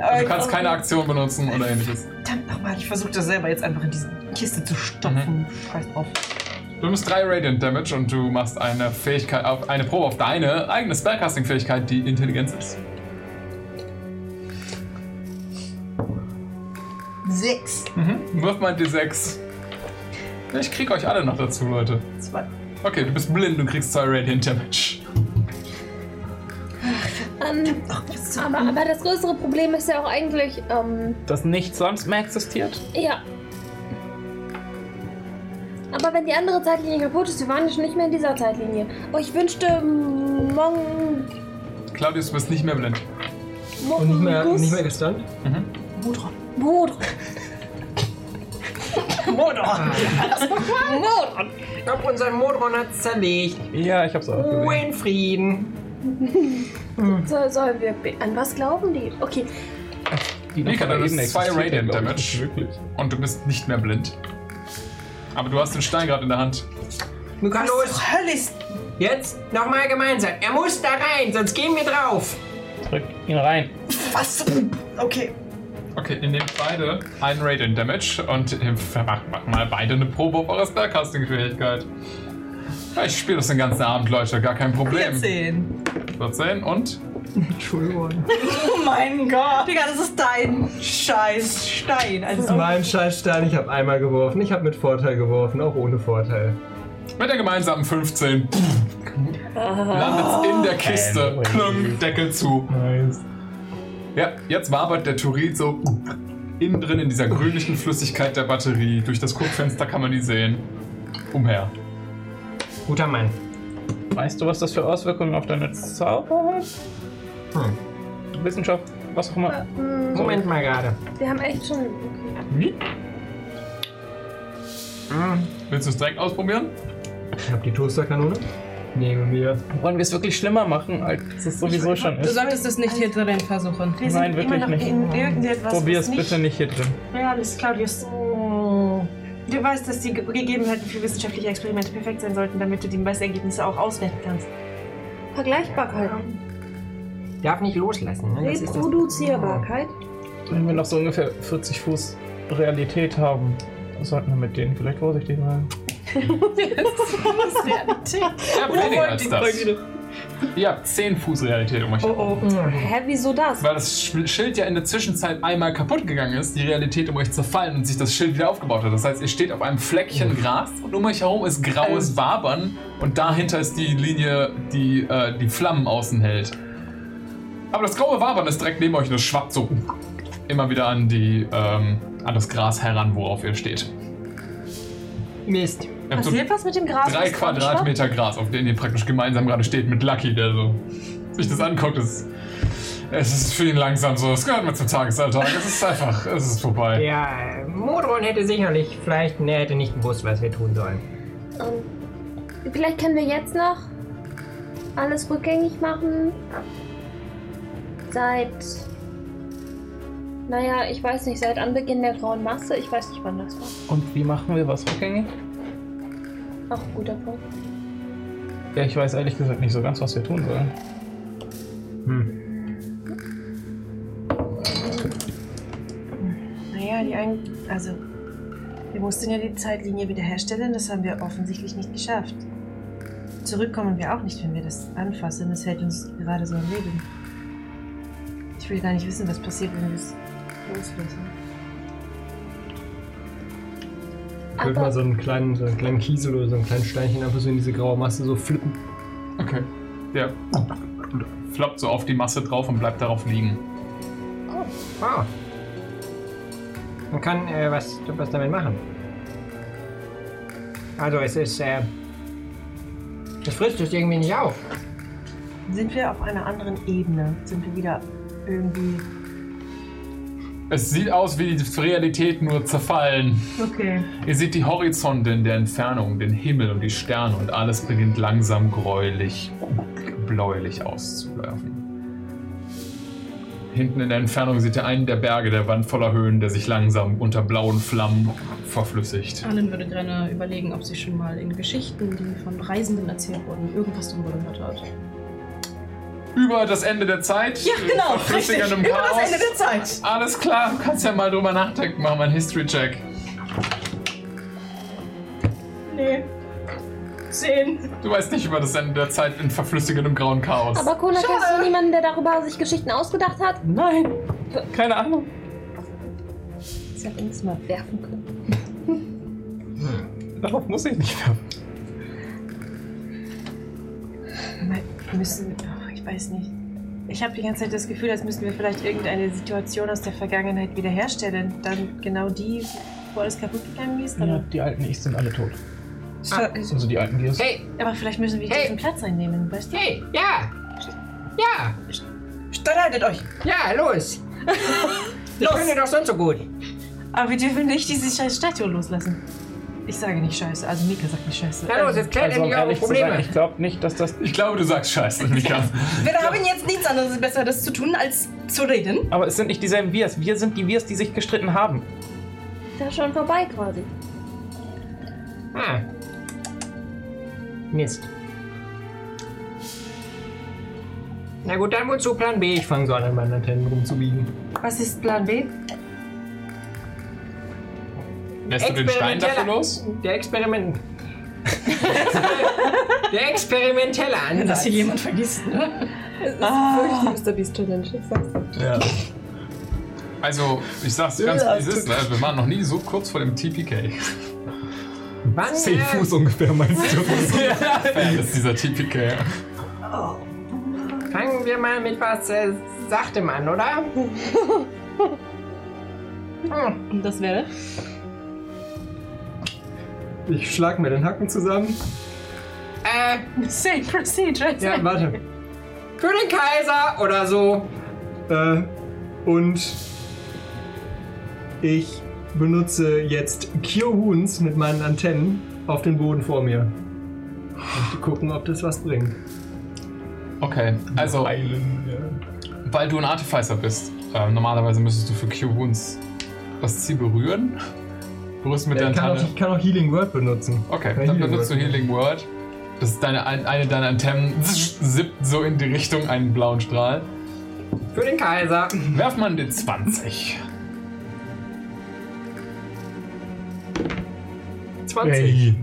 S2: Also Du kannst keine Aktion benutzen oder ähnliches.
S4: Verdammt nochmal, ich versuche das selber jetzt einfach in diese Kiste zu stopfen. Scheiß drauf.
S2: Du nimmst 3 Radiant Damage und du machst eine Fähigkeit, auf, eine Probe auf deine eigene Spellcasting-Fähigkeit, die Intelligenz ist.
S4: Sechs.
S2: Mhm. Wirf mal die 6. Ich krieg euch alle noch dazu, Leute.
S4: Zwei.
S2: Okay, du bist blind und kriegst 2 Radiant Damage.
S6: Ähm, aber, aber das größere Problem ist ja auch eigentlich, ähm,
S10: Das nicht sonst mehr existiert?
S6: ja. Aber wenn die andere Zeitlinie kaputt ist, wir waren ja schon nicht mehr in dieser Zeitlinie. Oh, ich wünschte, morgen.
S2: Claudius, du bist nicht mehr blind.
S6: morgen
S7: Und nicht mehr, nicht mehr gestunt?
S6: Modron.
S4: Modor.
S6: Modron.
S9: Ich glaub, unseren Modron hat's zerlegt.
S10: Ja, ich hab's auch
S9: Ruhe
S10: gesehen.
S9: in Frieden.
S6: So, sollen wir. be- An was glauben die? Okay,
S10: Die
S2: Mika,
S10: noch
S2: du
S10: eben
S2: hast zwei
S10: existiert,
S2: Radiant
S10: glaub ich,
S2: Damage.
S10: Wirklich.
S2: Und du bist nicht mehr blind. Aber du hast den Stein gerade in der Hand.
S9: Mika, los!
S4: Was Hölle ist
S9: Jetzt nochmal gemeinsam. Er muss da rein, sonst gehen wir drauf.
S10: Drück ihn rein.
S4: was? Okay.
S2: Okay, ihr nehmt beide einen Radiant Damage und ihr macht, macht mal beide eine Probe auf eure Spellcasting-Fähigkeit. Ja, ich spiele das den ganzen Abend, Leute, gar kein Problem.
S4: 14.
S2: 14 und?
S7: Entschuldigung.
S4: Oh mein Gott. Digga, das ist dein scheiß Stein.
S7: Das
S4: Also,
S7: ist mein Scheißstein. Ich habe einmal geworfen. Ich habe mit Vorteil geworfen, auch ohne Vorteil.
S2: Mit der gemeinsamen 15 landet in der Kiste.
S10: Anyway.
S2: Klunk, Deckel zu.
S10: Nice.
S2: Ja, jetzt wabert der Turit so innen drin in dieser grünlichen Flüssigkeit der Batterie. Durch das Guckfenster kann man die sehen. Umher.
S9: Guter Mann.
S10: Weißt du, was das für Auswirkungen auf deine Zauber hat?
S2: Hm.
S10: Wissenschaft, was auch immer.
S9: Moment mal gerade.
S6: wir haben echt schon. Okay.
S2: Willst du es direkt ausprobieren?
S7: Ich habe die Toasterkanone. Nehme mir.
S10: Wollen wir es wirklich schlimmer machen, als es sowieso schon
S5: Du
S10: ist?
S5: solltest es nicht hinter den versuchen.
S10: Nein,
S4: wir sind immer
S10: wirklich
S4: noch
S10: nicht.
S4: in irgendetwas.
S10: Probier es
S4: was
S10: bitte nicht hier drin.
S4: Ja, alles Claudius. Du weißt, dass die Ge- Gegebenheiten für wissenschaftliche Experimente perfekt sein sollten, damit du die Messergebnisse auch auswerten kannst.
S6: Vergleichbarkeit.
S9: Darf nicht loslassen. Ne? Das ist das.
S6: Reproduzierbarkeit.
S3: Wenn wir noch so ungefähr 40 Fuß Realität haben, sollten wir mit denen vielleicht vorsichtig sein.
S2: Ihr habt weniger als das. Ihr habt 10 Fuß Realität um euch herum.
S6: Hä, wieso das?
S2: Weil das Sch- Schild ja in der Zwischenzeit einmal kaputt gegangen ist, die Realität um euch zerfallen und sich das Schild wieder aufgebaut hat. Das heißt, ihr steht auf einem Fleckchen Gras und um euch herum ist graues Wabern und dahinter ist die Linie, die äh, die Flammen außen hält. Aber das graue Wabern ist direkt neben euch und es schwappt so immer wieder an die ähm, an das Gras heran, worauf ihr steht.
S9: Mist.
S2: Ihr habt so
S5: Passiert was mit dem Gras?
S2: drei
S5: was dran stand?
S2: Quadratmeter Gras, auf denen ihr praktisch gemeinsam gerade steht mit Lucky, der so sich das anguckt. Es, es ist für ihn langsam so. Es gehört mal zum Tagesalltag. Es ist einfach, es ist vorbei.
S9: Ja, äh, Modron hätte sicherlich vielleicht, ne, hätte nicht gewusst, was wir tun sollen.
S6: Ähm, vielleicht können wir jetzt noch alles rückgängig machen. Seit. Naja, ich weiß nicht, seit Anbeginn der grauen Masse. Ich weiß nicht, wann das war.
S3: Und wie machen wir was rückgängig?
S6: Auch ein guter Punkt.
S3: Ja, ich weiß ehrlich gesagt nicht so ganz, was wir tun sollen.
S4: Naja, die ein also wir mussten ja die Zeitlinie wiederherstellen, das haben wir offensichtlich nicht geschafft. Zurückkommen wir auch nicht, wenn wir das anfassen, das hält uns gerade so am Leben. Ich will gar nicht wissen, was passiert, wenn wir es loslösen.
S7: Könnte
S6: Aber-
S7: mal so einen kleinen, so einen kleinen Kiesel oder so einen kleinen Steinchen einfach so in diese graue Masse so flippen.
S2: Okay. Der floppt so auf die Masse drauf und bleibt darauf liegen.
S9: Wow. Man kann äh, was, was damit machen. Also es ist, äh, es frisst es irgendwie nicht auf.
S4: Sind wir auf einer anderen Ebene? Sind wir wieder irgendwie.
S2: Es sieht aus wie die Realität nur zerfallen.
S4: Okay.
S2: Ihr seht die Horizonte in der Entfernung, den Himmel und die Sterne und alles beginnt langsam gräulich, bläulich auszulaufen. Hinten in der Entfernung seht ihr einen der Berge, der Wand voller Höhen, der sich langsam unter blauen Flammen verflüssigt.
S5: Arlen würde gerne überlegen, ob sie schon mal in Geschichten, die von Reisenden erzählt wurden, irgendwas darüber gehört hat.
S2: Über das Ende der Zeit.
S5: Ja, genau,
S2: verflüssigt in
S5: richtig.
S2: einem
S5: Über das
S2: Chaos.
S5: Ende der Zeit.
S2: Alles klar, kannst ja mal drüber nachdenken, mach mal einen History-Check.
S22: Nee. Zehn.
S2: Du weißt nicht über das Ende der Zeit in verflüssigendem grauen Chaos.
S6: Aber Kona, kennst du niemanden, der darüber sich Geschichten ausgedacht hat?
S23: Nein! Keine Ahnung.
S6: Ich hätte uns mal werfen können.
S23: Darauf muss ich nicht werfen.
S4: Wir müssen. Ach, ich weiß nicht. Ich habe die ganze Zeit das Gefühl, als müssten wir vielleicht irgendeine Situation aus der Vergangenheit wiederherstellen. Dann genau die, wo alles kaputt gegangen ist.
S3: Ja,
S4: Aber,
S3: die alten Ichs sind alle tot.
S4: Sta-
S3: Also die alten Gears.
S9: Hey,
S4: aber vielleicht müssen wir
S9: Hey.
S4: diesen Platz einnehmen, weißt du?
S9: hey, ja, ja,
S22: Streitet euch.
S9: ja, los. Ich bin ja doch sonst so gut.
S4: Aber wir dürfen nicht diese scheiß Statue loslassen. Ich sage nicht Scheiße, also Mika sagt nicht Scheiße.
S9: Na los,
S4: Ähm,
S9: jetzt klärt
S3: Also um
S9: endlich eure
S3: ehrlich zu sein,
S9: Probleme.
S3: ich glaube nicht, dass das...
S2: Ich glaube, du sagst Scheiße, Mika.
S5: Wir haben jetzt nichts anderes Besseres zu tun, als zu reden.
S3: Aber es sind nicht dieselben Wirs. Wir sind die Wirs, die sich gestritten haben.
S6: Ist ja schon vorbei quasi.
S9: Ah. Mist. Na gut, dann wohl zu Plan B. Ich fange so an, an meinen Antennen rumzubiegen.
S4: Was ist Plan B?
S2: Lässt du den Stein dafür los?
S9: Der Experiment. der experimentelle
S22: Dass
S9: Ansatz.
S22: hier jemand vergisst, ne?
S24: Es ist wirklich die Mr. Beast Challenge, ich sag's dir.
S7: Ja.
S2: Also, ich sag's ganz, wie es ist. Ne? Wir waren noch nie so kurz vor dem TPK.
S9: Wann, äh,
S7: Zehn Fuß ungefähr meinst du?
S2: Fan ist dieser TPK.
S9: Äh, fangen wir mal mit was äh, Sachtem an, oder? Hm,
S5: Und das wäre?
S7: Ich schlag mir den Hacken zusammen.
S9: äh,
S5: Same procedure.
S7: Ja, warte.
S9: für den Kaiser oder so.
S7: Äh, und ich benutze jetzt Cure Wounds mit meinen Antennen auf den Boden vor mir. Und gucken, ob das was bringt.
S2: Okay, also,
S7: Heilen,
S2: weil du ein Artificer bist, ähm, normalerweise müsstest du für Q-Wounds das Ziel berühren. Berührst mit
S7: ja.
S2: der
S7: Ich kann auch,
S2: Antenne.
S7: ich kann auch Healing Word benutzen.
S2: Okay,
S7: Ja,
S2: dann
S7: Healing
S2: benutzt du
S7: Word.
S2: Healing Word. Das ist deine, ein- eine deiner Antennen zippt so in die Richtung einen blauen Strahl.
S9: Für den Kaiser.
S2: Werf mal den 20.
S7: 20.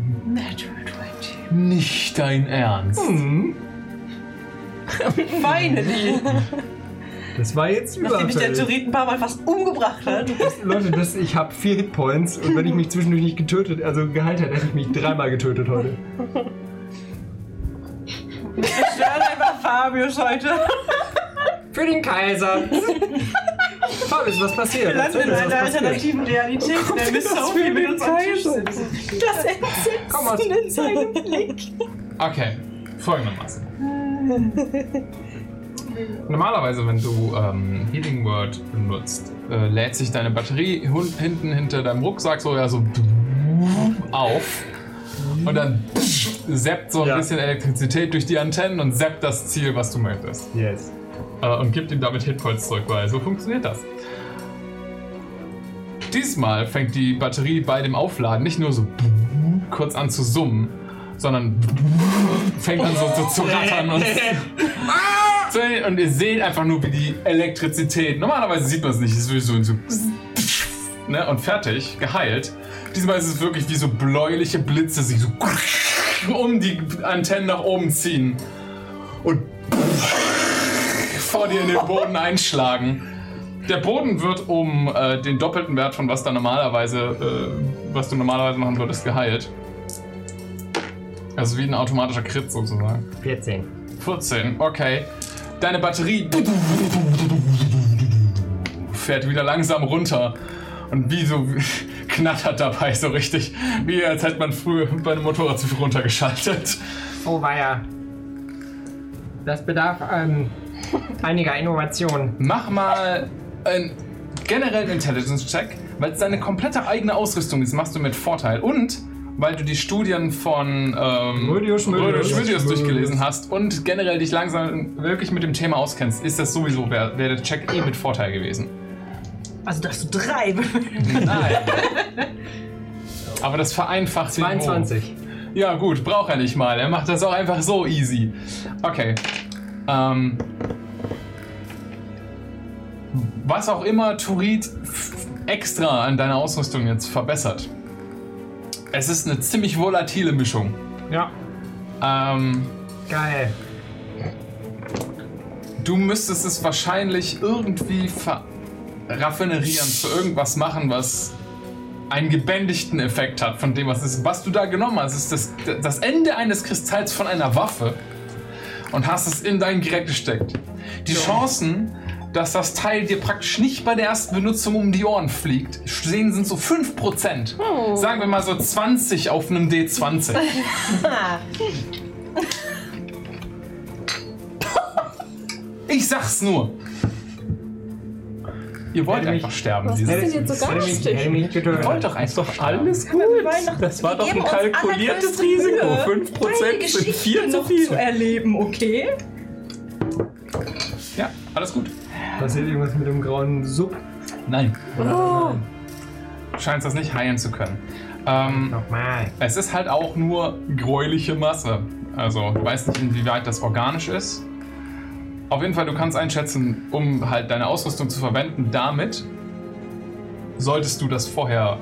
S2: Nicht dein Ernst.
S7: Hm,
S22: Finally.
S7: Das war jetzt
S22: Nachdem mich der
S7: überfällig.
S22: Turit ein paar Mal fast umgebracht hat.
S7: Leute, das, ich habe vier Hitpoints und wenn ich mich zwischendurch nicht getötet, also geheilt hätte, hätte ich mich dreimal getötet heute.
S22: Stören einfach Fabius heute.
S9: Für den Kaiser.
S7: Toll, ist was passiert.
S5: Wir landen in
S7: Erzähl uns,
S5: einer
S7: was passiert.
S5: alternativen Realität.
S7: Guck
S5: Der
S7: dir
S5: müsste
S7: das
S5: auch
S7: für
S5: viel mit
S7: ein
S5: uns am Tisch
S7: Teil.
S5: sitzen. Das Entsetzen in seinem Blick.
S2: Okay, folgendermaßen. Normalerweise, wenn du ähm, Healing Word benutzt, äh, lädt sich deine Batterie hun- hinten hinter deinem Rucksack so, ja, so auf. Und dann zappt so ein bisschen Elektrizität durch die Antennen und zappt das Ziel, was du möchtest.
S7: Yes.
S2: Äh, und gibt ihm damit Hitpoints zurück, weil so funktioniert das. Diesmal fängt die Batterie bei dem Aufladen nicht nur so kurz an zu summen, sondern fängt an so, so zu rattern und so, und ihr seht einfach nur, wie die Elektrizität. Normalerweise sieht man es nicht, es ist wirklich so, so ne, und fertig, geheilt. Diesmal ist es wirklich wie so bläuliche Blitze sich so um die Antennen nach oben ziehen und vor dir in den Boden einschlagen. Der Boden wird um äh, den doppelten Wert von was da normalerweise, äh, was du normalerweise machen würdest, geheilt. Also wie ein automatischer Crit sozusagen.
S9: 14.
S2: 14, okay. Deine Batterie fährt wieder langsam runter und wie so knattert dabei so richtig, wie als hätte man früher bei einem Motorrad zu viel runtergeschaltet.
S9: Oh weia. Das bedarf ähm, einiger Innovation.
S2: Mach mal einen generellen Intelligence-Check, weil es deine komplette eigene Ausrüstung ist, machst du mit Vorteil und weil du die Studien von ähm,
S7: Rödius, Mödius.
S2: Rödius, Mödius durchgelesen
S7: Mödius.
S2: hast und generell dich langsam wirklich mit dem Thema auskennst, ist das sowieso wäre wär der Check eh mit Vorteil gewesen.
S4: Also darfst du drei würfeln.
S2: Aber das vereinfacht den
S9: 22.
S2: Wurf. Ja, gut, braucht er nicht mal. Er macht das auch einfach so easy. Okay. Ähm, was auch immer Turid f- extra an deiner Ausrüstung jetzt verbessert. Es ist eine ziemlich volatile Mischung.
S9: Ja.
S2: Ähm,
S9: Geil.
S2: Du müsstest es wahrscheinlich irgendwie raffinerieren, zu irgendwas machen, was einen gebändigten Effekt hat von dem, was es ist. Was du da genommen hast, ist das, das Ende eines Kristalls von einer Waffe und hast es in dein Gerät gesteckt. Die Chancen, dass das Teil dir praktisch nicht bei der ersten Benutzung um die Ohren fliegt, sehen sind so 5%.
S11: Oh.
S2: Sagen wir mal so 20 auf einem D20. Ich sag's nur. Ihr wollt einfach sterben.
S11: Was
S2: diese-
S11: ist denn jetzt so
S2: Hätte mich-
S11: garstig?
S2: hätte mich getötet. Ihr wollt doch einfach alles
S10: gut.
S2: Das
S10: war doch ein kalkuliertes Risiko. 5% sind viel zu
S4: noch
S10: viel.
S4: zu erleben, okay?
S2: Ja, alles gut.
S7: Passiert irgendwas mit dem grauen Sub?
S2: Nein.
S7: Oh.
S2: Scheint das nicht heilen zu können. Ähm,
S9: Nochmal.
S2: Es ist halt auch nur gräuliche Masse. Also, du weißt nicht, inwieweit das organisch ist. Auf jeden Fall, du kannst einschätzen, um halt deine Ausrüstung zu verwenden, damit solltest du das vorher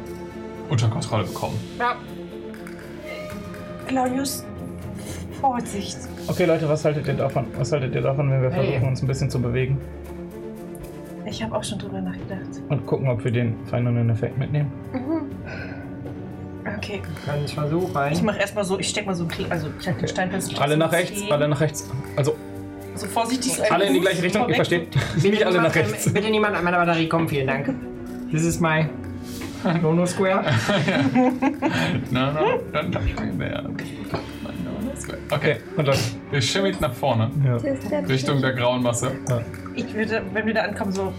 S2: unter Kontrolle bekommen.
S4: Ja. Claudius, Vorsicht.
S3: Okay, Leute, was haltet ihr davon? Was haltet ihr davon, wenn wir
S4: Hey.
S3: versuchen, uns ein bisschen zu bewegen
S4: Ich habe auch schon drüber nachgedacht.
S3: und gucken, ob wir den feinen Effekt mitnehmen?
S4: Okay.
S9: Kann ich versuchen.
S4: Ich mach erstmal so, ich steck mal so, ein Kle- also ich hab den Steinpilz.
S3: Alle nach rechts,
S4: Zehn.
S3: alle nach rechts. Also,
S4: So vorsichtig.
S3: alle in die gleiche Richtung, ihr versteht. Nicht alle nach rechts.
S9: Bitte niemand an meiner Batterie kommen, vielen Dank. This is my Nono Square.
S2: Nein, nein, dann darf ich mal mehr. Okay,
S3: und dann.
S2: Ihr schimmelt nach vorne. Richtung der grauen Masse.
S4: Ich würde, wenn wir da ankommen, so.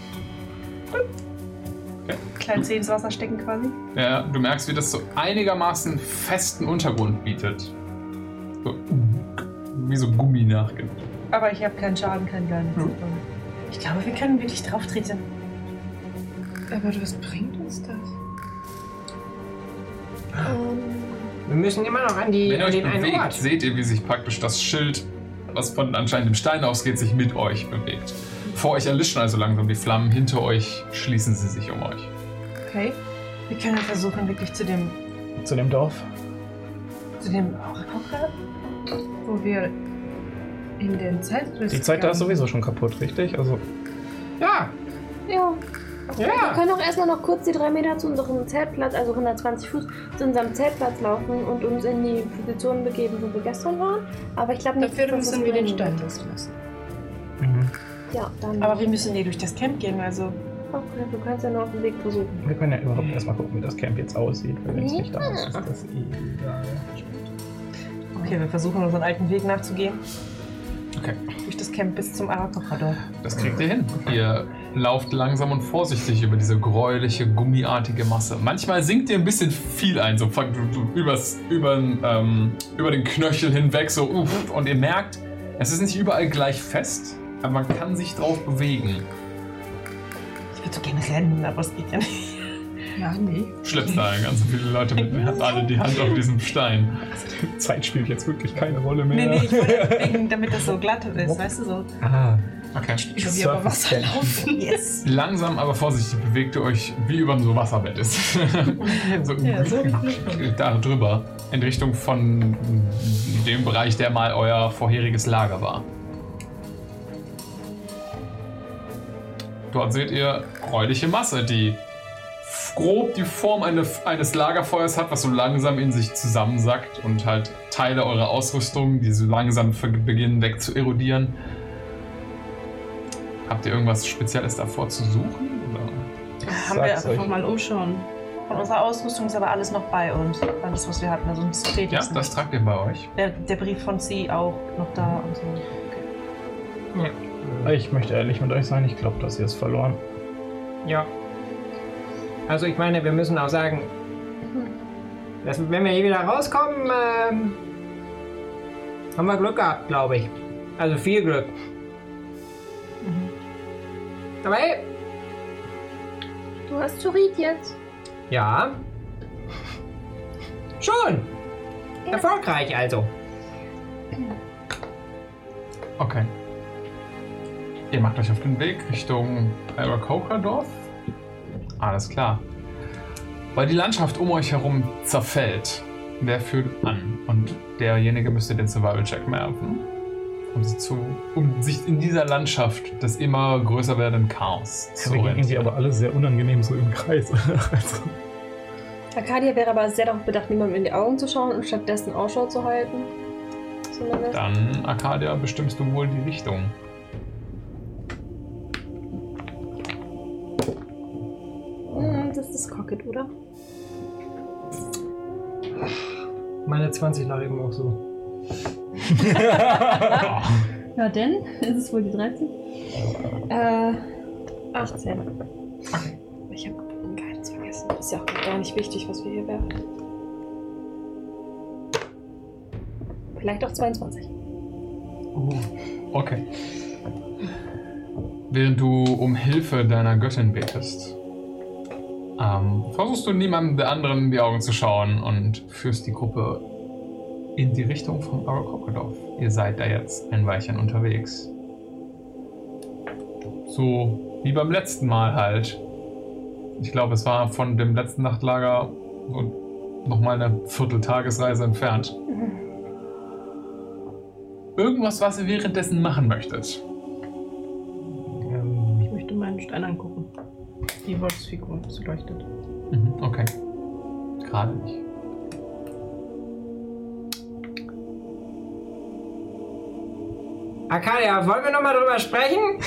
S4: Klein Zeh ins Wasser stecken quasi.
S2: Ja, Äh, du merkst, wie das so einigermaßen festen Untergrund bietet. So, wie so Gummi nachgibt.
S4: Aber ich habe keinen Schaden, keinen gar
S9: Hm.
S4: nichts. Ich glaube, wir können wirklich drauf treten.
S6: Aber was bringt uns das?
S9: Wir müssen immer noch an, die,
S2: Wenn ihr
S9: an
S2: euch
S9: den einen
S2: bewegt,
S9: Ort.
S2: seht ihr, wie sich praktisch das Schild, was von anscheinend dem Stein ausgeht, sich mit euch bewegt. Vor euch erlischen also langsam die Flammen, hinter euch schließen sie sich um euch.
S4: Okay. Wir können versuchen, wirklich zu dem,
S3: Zu dem Dorf.
S4: zu dem Orakelgrab.
S6: Wo wir in den Zeit.
S3: Die Zeit da ist sowieso schon kaputt, richtig? Also,
S9: Ja.
S25: Ja. Wir
S9: Ja.
S25: können auch erstmal noch kurz die drei Meter zu unserem Zeltplatz, also 120 Fuß, zu unserem Zeltplatz laufen und uns in die Position begeben, wo wir gestern waren. Aber ich glaube nicht,
S6: Dafür
S25: dass das
S6: müssen wir den
S25: bringen
S6: Stein
S25: wird.
S6: loslassen.
S5: Mhm.
S25: Ja, dann.
S4: Aber wir müssen eh durch das Camp gehen, also.
S6: aufgehört. Du kannst ja nur auf dem Weg versuchen.
S3: Wir können ja überhaupt erstmal gucken, wie das Camp jetzt aussieht, weil wenn es nicht da ist, ist
S6: Ja.
S3: das eh egal.
S5: Okay, wir versuchen unseren alten Weg nachzugehen.
S2: Okay.
S5: Durch das Camp bis zum Arakochador.
S2: Das kriegt ihr hin. Mhm. Ihr lauft langsam und vorsichtig über diese gräuliche, gummiartige Masse. Manchmal sinkt ihr ein bisschen viel ein, so von- übers, über, ähm, über den Knöchel hinweg, so uff, und ihr merkt, es ist nicht überall gleich fest, aber man kann sich drauf bewegen.
S5: Ich würde so gerne rennen, aber es geht ja nicht. Ja, nee.
S2: Schleppt da ganz viele Leute mit mir, alle die Hand auf diesem Stein.
S26: Zeit spielt jetzt wirklich keine Rolle mehr.
S5: Nee, nee, ich wollte wegen, damit das so glatt ist, weißt du so.
S26: Ah,
S2: okay.
S5: Ich will über Wasser laufen. Yes.
S2: Langsam, aber vorsichtig bewegt ihr euch, wie über so Wasserbett ist. so, da drüber, in Richtung von dem Bereich, der mal euer vorheriges Lager war. Dort seht ihr gräuliche Masse, die f- grob die Form eine, eines Lagerfeuers hat, was so langsam in sich zusammensackt und halt Teile eurer Ausrüstung, die so langsam ver- beginnen weg zu erodieren. Habt ihr irgendwas Spezielles davor zu suchen? Oder?
S5: Haben wir
S3: Sag's euch.
S5: einfach mal umschauen. Von unserer Ausrüstung ist aber alles noch bei uns. Alles, was wir hatten, also das fehlt
S2: Ja,
S5: jetzt
S2: das
S5: nicht.
S2: tragt ihr bei euch.
S5: Der, der Brief von Sie auch noch da und so.
S3: Ich möchte ehrlich mit euch sein, ich glaube, dass ihr es verloren.
S9: Ja. Also ich meine, wir müssen auch sagen, dass, wenn wir hier wieder rauskommen, ähm, haben wir Glück gehabt, glaube ich. Also viel Glück. Mhm. Aber hey,
S6: Du hast Zurit jetzt.
S9: ja. Schon. Erfolgreich also.
S2: Okay. Ihr macht euch auf den Weg Richtung Alrakokadorf. Alles klar. Weil die Landschaft um euch herum zerfällt. Wer führt an? Und derjenige müsste den Survival-Check werfen, um, sie zu, um sich in dieser Landschaft des immer größer werdenden Chaos zu
S26: wir gehen
S2: retten.
S26: irgendwie aber alle sehr unangenehm so im Kreis. also,
S27: Arcadia wäre aber sehr darauf bedacht, niemandem in die Augen zu schauen und stattdessen Ausschau zu halten. Zumindest.
S2: Dann, Arcadia, bestimmst du wohl die Richtung.
S27: Hm, Das ist Cocket, oder?
S7: Meine 20 lag eben auch so.
S28: Na denn, ist es wohl die 13?
S27: Äh, 18. Ich habe einen Guidance vergessen. Ist ja auch gar nicht wichtig, was wir hier werfen. Vielleicht auch 22.
S2: Oh, Okay. Während du um Hilfe deiner Göttin betest, ähm, versuchst du niemandem der anderen in die Augen zu schauen und führst die Gruppe in die Richtung von Arakokodov. Ihr seid da jetzt ein Weilchen unterwegs. So wie beim letzten Mal halt. Ich glaube, es war von dem letzten Nachtlager so nochmal eine Vierteltagesreise entfernt. Irgendwas, was ihr währenddessen machen möchtet.
S29: Ich möchte meinen Stein angucken. Die Wolfsfigur, so leuchtet.
S2: Mhm, okay. Gerade nicht.
S9: Arcadia, wollen wir nochmal drüber sprechen?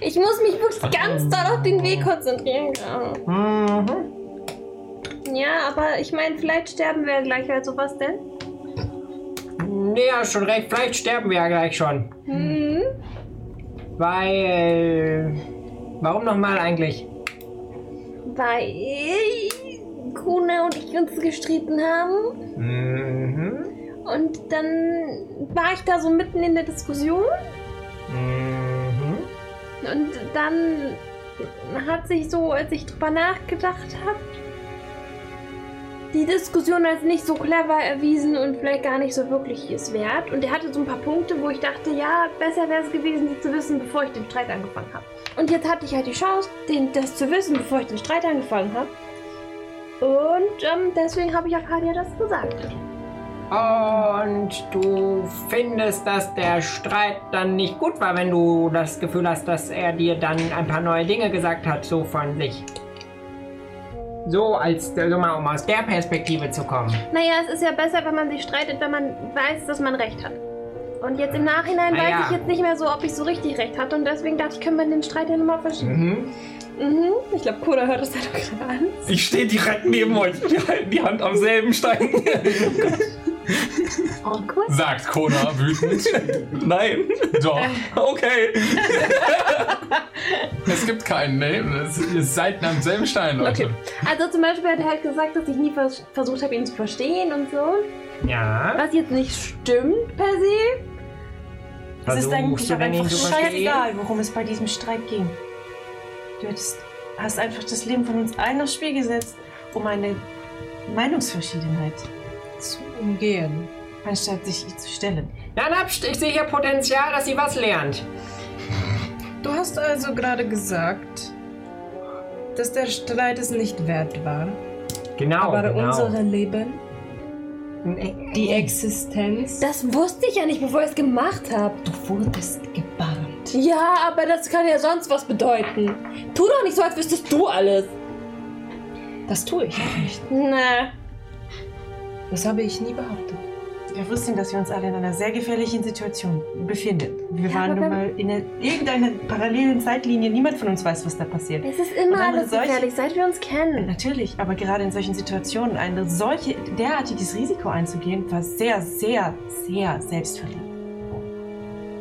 S6: Ich muss mich wirklich ganz doll auf den Weg konzentrieren. gerade.
S9: Mhm.
S6: Ja, aber ich meine, vielleicht sterben wir ja gleich. Also was denn?
S9: Nee, hast schon recht. Vielleicht sterben wir ja gleich schon.
S6: Hm?
S9: Weil. Warum nochmal eigentlich?
S6: Weil Kuna und ich uns gestritten haben.
S9: Mhm.
S6: Und dann war ich da so mitten in der Diskussion.
S9: Mhm.
S6: Und dann hat sich so, als ich drüber nachgedacht habe, die Diskussion als nicht so clever erwiesen und vielleicht gar nicht so wirklich es wert. Und er hatte so ein paar Punkte, wo ich dachte, ja, besser wäre es gewesen, die zu wissen, bevor ich den Streit angefangen habe. Und jetzt hatte ich halt die Chance, den, das zu wissen, bevor ich den Streit angefangen habe. Und ähm, deswegen habe ich Arcadia das gesagt.
S9: Und du findest, dass der Streit dann nicht gut war, wenn du das Gefühl hast, dass er dir dann ein paar neue Dinge gesagt hat, so von sich. So, als also mal um aus der Perspektive zu kommen.
S6: Naja, es ist ja besser, wenn man sich streitet, wenn man weiß, dass man recht hat. Und jetzt im Nachhinein
S9: Ah,
S6: weiß
S9: ja.
S6: ich jetzt nicht mehr so, ob ich so richtig recht hatte. Und deswegen dachte ich, können wir den Streit ja nochmal verschieben.
S9: Mhm.
S30: Mhm, ich glaube, Koda hört das halt auch gerade an.
S31: Ich stehe direkt neben euch. Wir halten die Hand am selben Stein.
S6: Oh,
S2: Sagt Kona wütend.
S31: Nein. Äh.
S2: Doch.
S31: Okay.
S2: Es gibt keinen, ne? Es- Ihr seid am selben Stein, Leute.
S6: Also zum Beispiel hat er halt gesagt, dass ich nie vers versucht habe, ihn zu verstehen und so.
S9: Ja.
S6: Was jetzt nicht stimmt per se.
S4: es
S9: Also
S4: ist
S9: musst
S4: eigentlich
S9: du
S4: auch
S9: denn
S4: einfach
S9: nicht überstehen?
S4: scheißegal, worum es bei diesem Streit ging. Du hättest, hast einfach das Leben von uns allen aufs Spiel gesetzt, um eine Meinungsverschiedenheit zu umgehen, anstatt sich ihr zu stellen.
S9: Dann hab ich sicher Potenzial, dass sie was lernt.
S5: Du hast also gerade gesagt, dass der Streit es nicht wert war.
S9: Genau,
S32: Aber
S9: genau.
S32: unsere Leben, die Existenz.
S6: Das wusste ich ja nicht, bevor ich es gemacht habe.
S32: Du wurdest gebannt.
S6: Ja, aber das kann ja sonst was bedeuten. Tu doch nicht so, als wüsstest du alles.
S32: Das tue ich auch nicht.
S6: Na.
S32: Das habe ich nie behauptet.
S4: Wir wussten, dass wir uns alle in einer sehr gefährlichen Situation befinden. Wir
S6: Ja,
S4: waren
S6: aber
S4: nun
S6: wenn-
S4: mal in einer- irgendeiner parallelen Zeitlinie. Niemand von uns weiß, was da passiert.
S6: Es ist
S4: Und
S6: immer
S4: eine
S6: alles
S4: solche-
S6: gefährlich, seit wir uns kennen.
S4: Natürlich, aber gerade in solchen Situationen ein solche, derartiges Risiko einzugehen, war sehr, sehr, sehr selbstverliebt.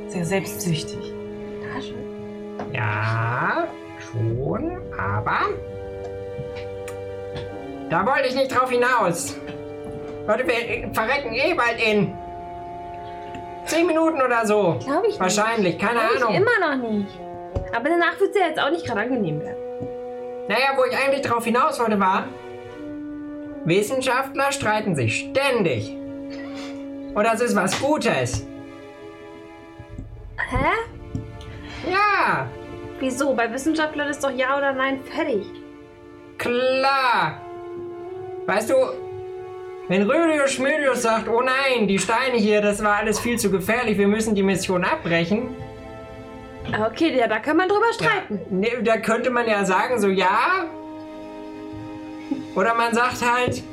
S4: Sehr selbstsüchtig.
S9: Ja, schon, aber. Da wollte ich nicht drauf hinaus. Leute, wir verrecken eh bald in. Zehn Minuten oder so.
S6: Glaube ich nicht.
S9: Wahrscheinlich, keine
S6: Glaub
S9: Ahnung.
S6: Ich immer noch nicht. Aber danach wird es ja jetzt auch nicht gerade angenehm werden.
S9: Naja, wo ich eigentlich drauf hinaus wollte, war. Wissenschaftler streiten sich ständig. Und das ist was Gutes.
S6: Hä?
S9: Ja!
S6: Wieso? Bei Wissenschaftlern ist doch ja oder nein fertig.
S9: Klar! Weißt du, wenn Rödius Schmödius sagt, oh nein, die Steine hier, das war alles viel zu gefährlich, wir müssen die Mission abbrechen.
S6: Ah, Okay, ja, da kann man drüber streiten.
S9: Ne, da könnte man ja sagen, so ja. Oder man sagt halt,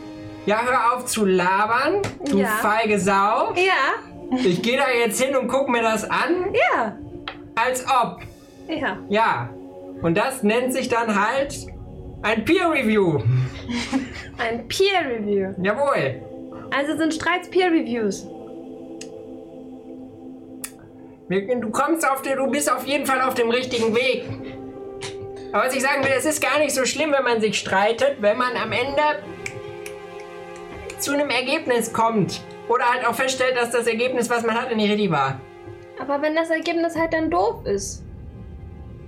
S9: ja, hör auf zu labern, du
S6: Ja.
S9: feige Sau.
S6: Ja,
S9: Ich gehe da jetzt hin und guck mir das an,
S6: ja,
S9: als ob.
S6: ja.
S9: Ja. Und das nennt sich dann halt ein Peer Review.
S6: Ein Peer Review.
S9: Jawohl.
S6: Also sind Streits Peer Reviews.
S9: Wir- Du kommst auf den, du bist auf jeden Fall auf dem richtigen Weg. Aber was ich sagen will, es ist gar nicht so schlimm, wenn man sich streitet, wenn man am Ende zu einem Ergebnis kommt. Oder halt auch feststellt, dass das Ergebnis, was man hatte, nicht richtig war.
S6: Aber wenn das Ergebnis halt dann doof ist.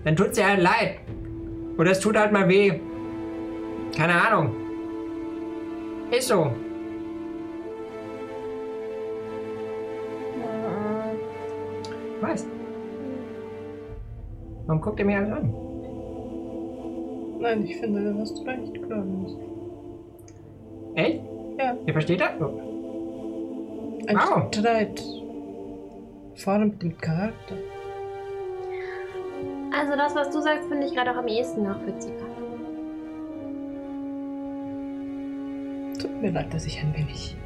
S9: Dann tut's dir halt leid. Oder es tut halt mal weh. Keine Ahnung. Ist so. Was? Warum guckt ihr mir alles an?
S5: Nein, ich finde, da hast du recht, Claudius.
S9: Echt?
S5: Ja.
S9: Ihr versteht das?
S5: Ein
S9: Wow.
S5: Streit. Vor allem mit dem Charakter.
S6: Also das, was du sagst, finde ich gerade auch am ehesten nachvollziehbar.
S5: Tut mir leid, dass ich ein wenig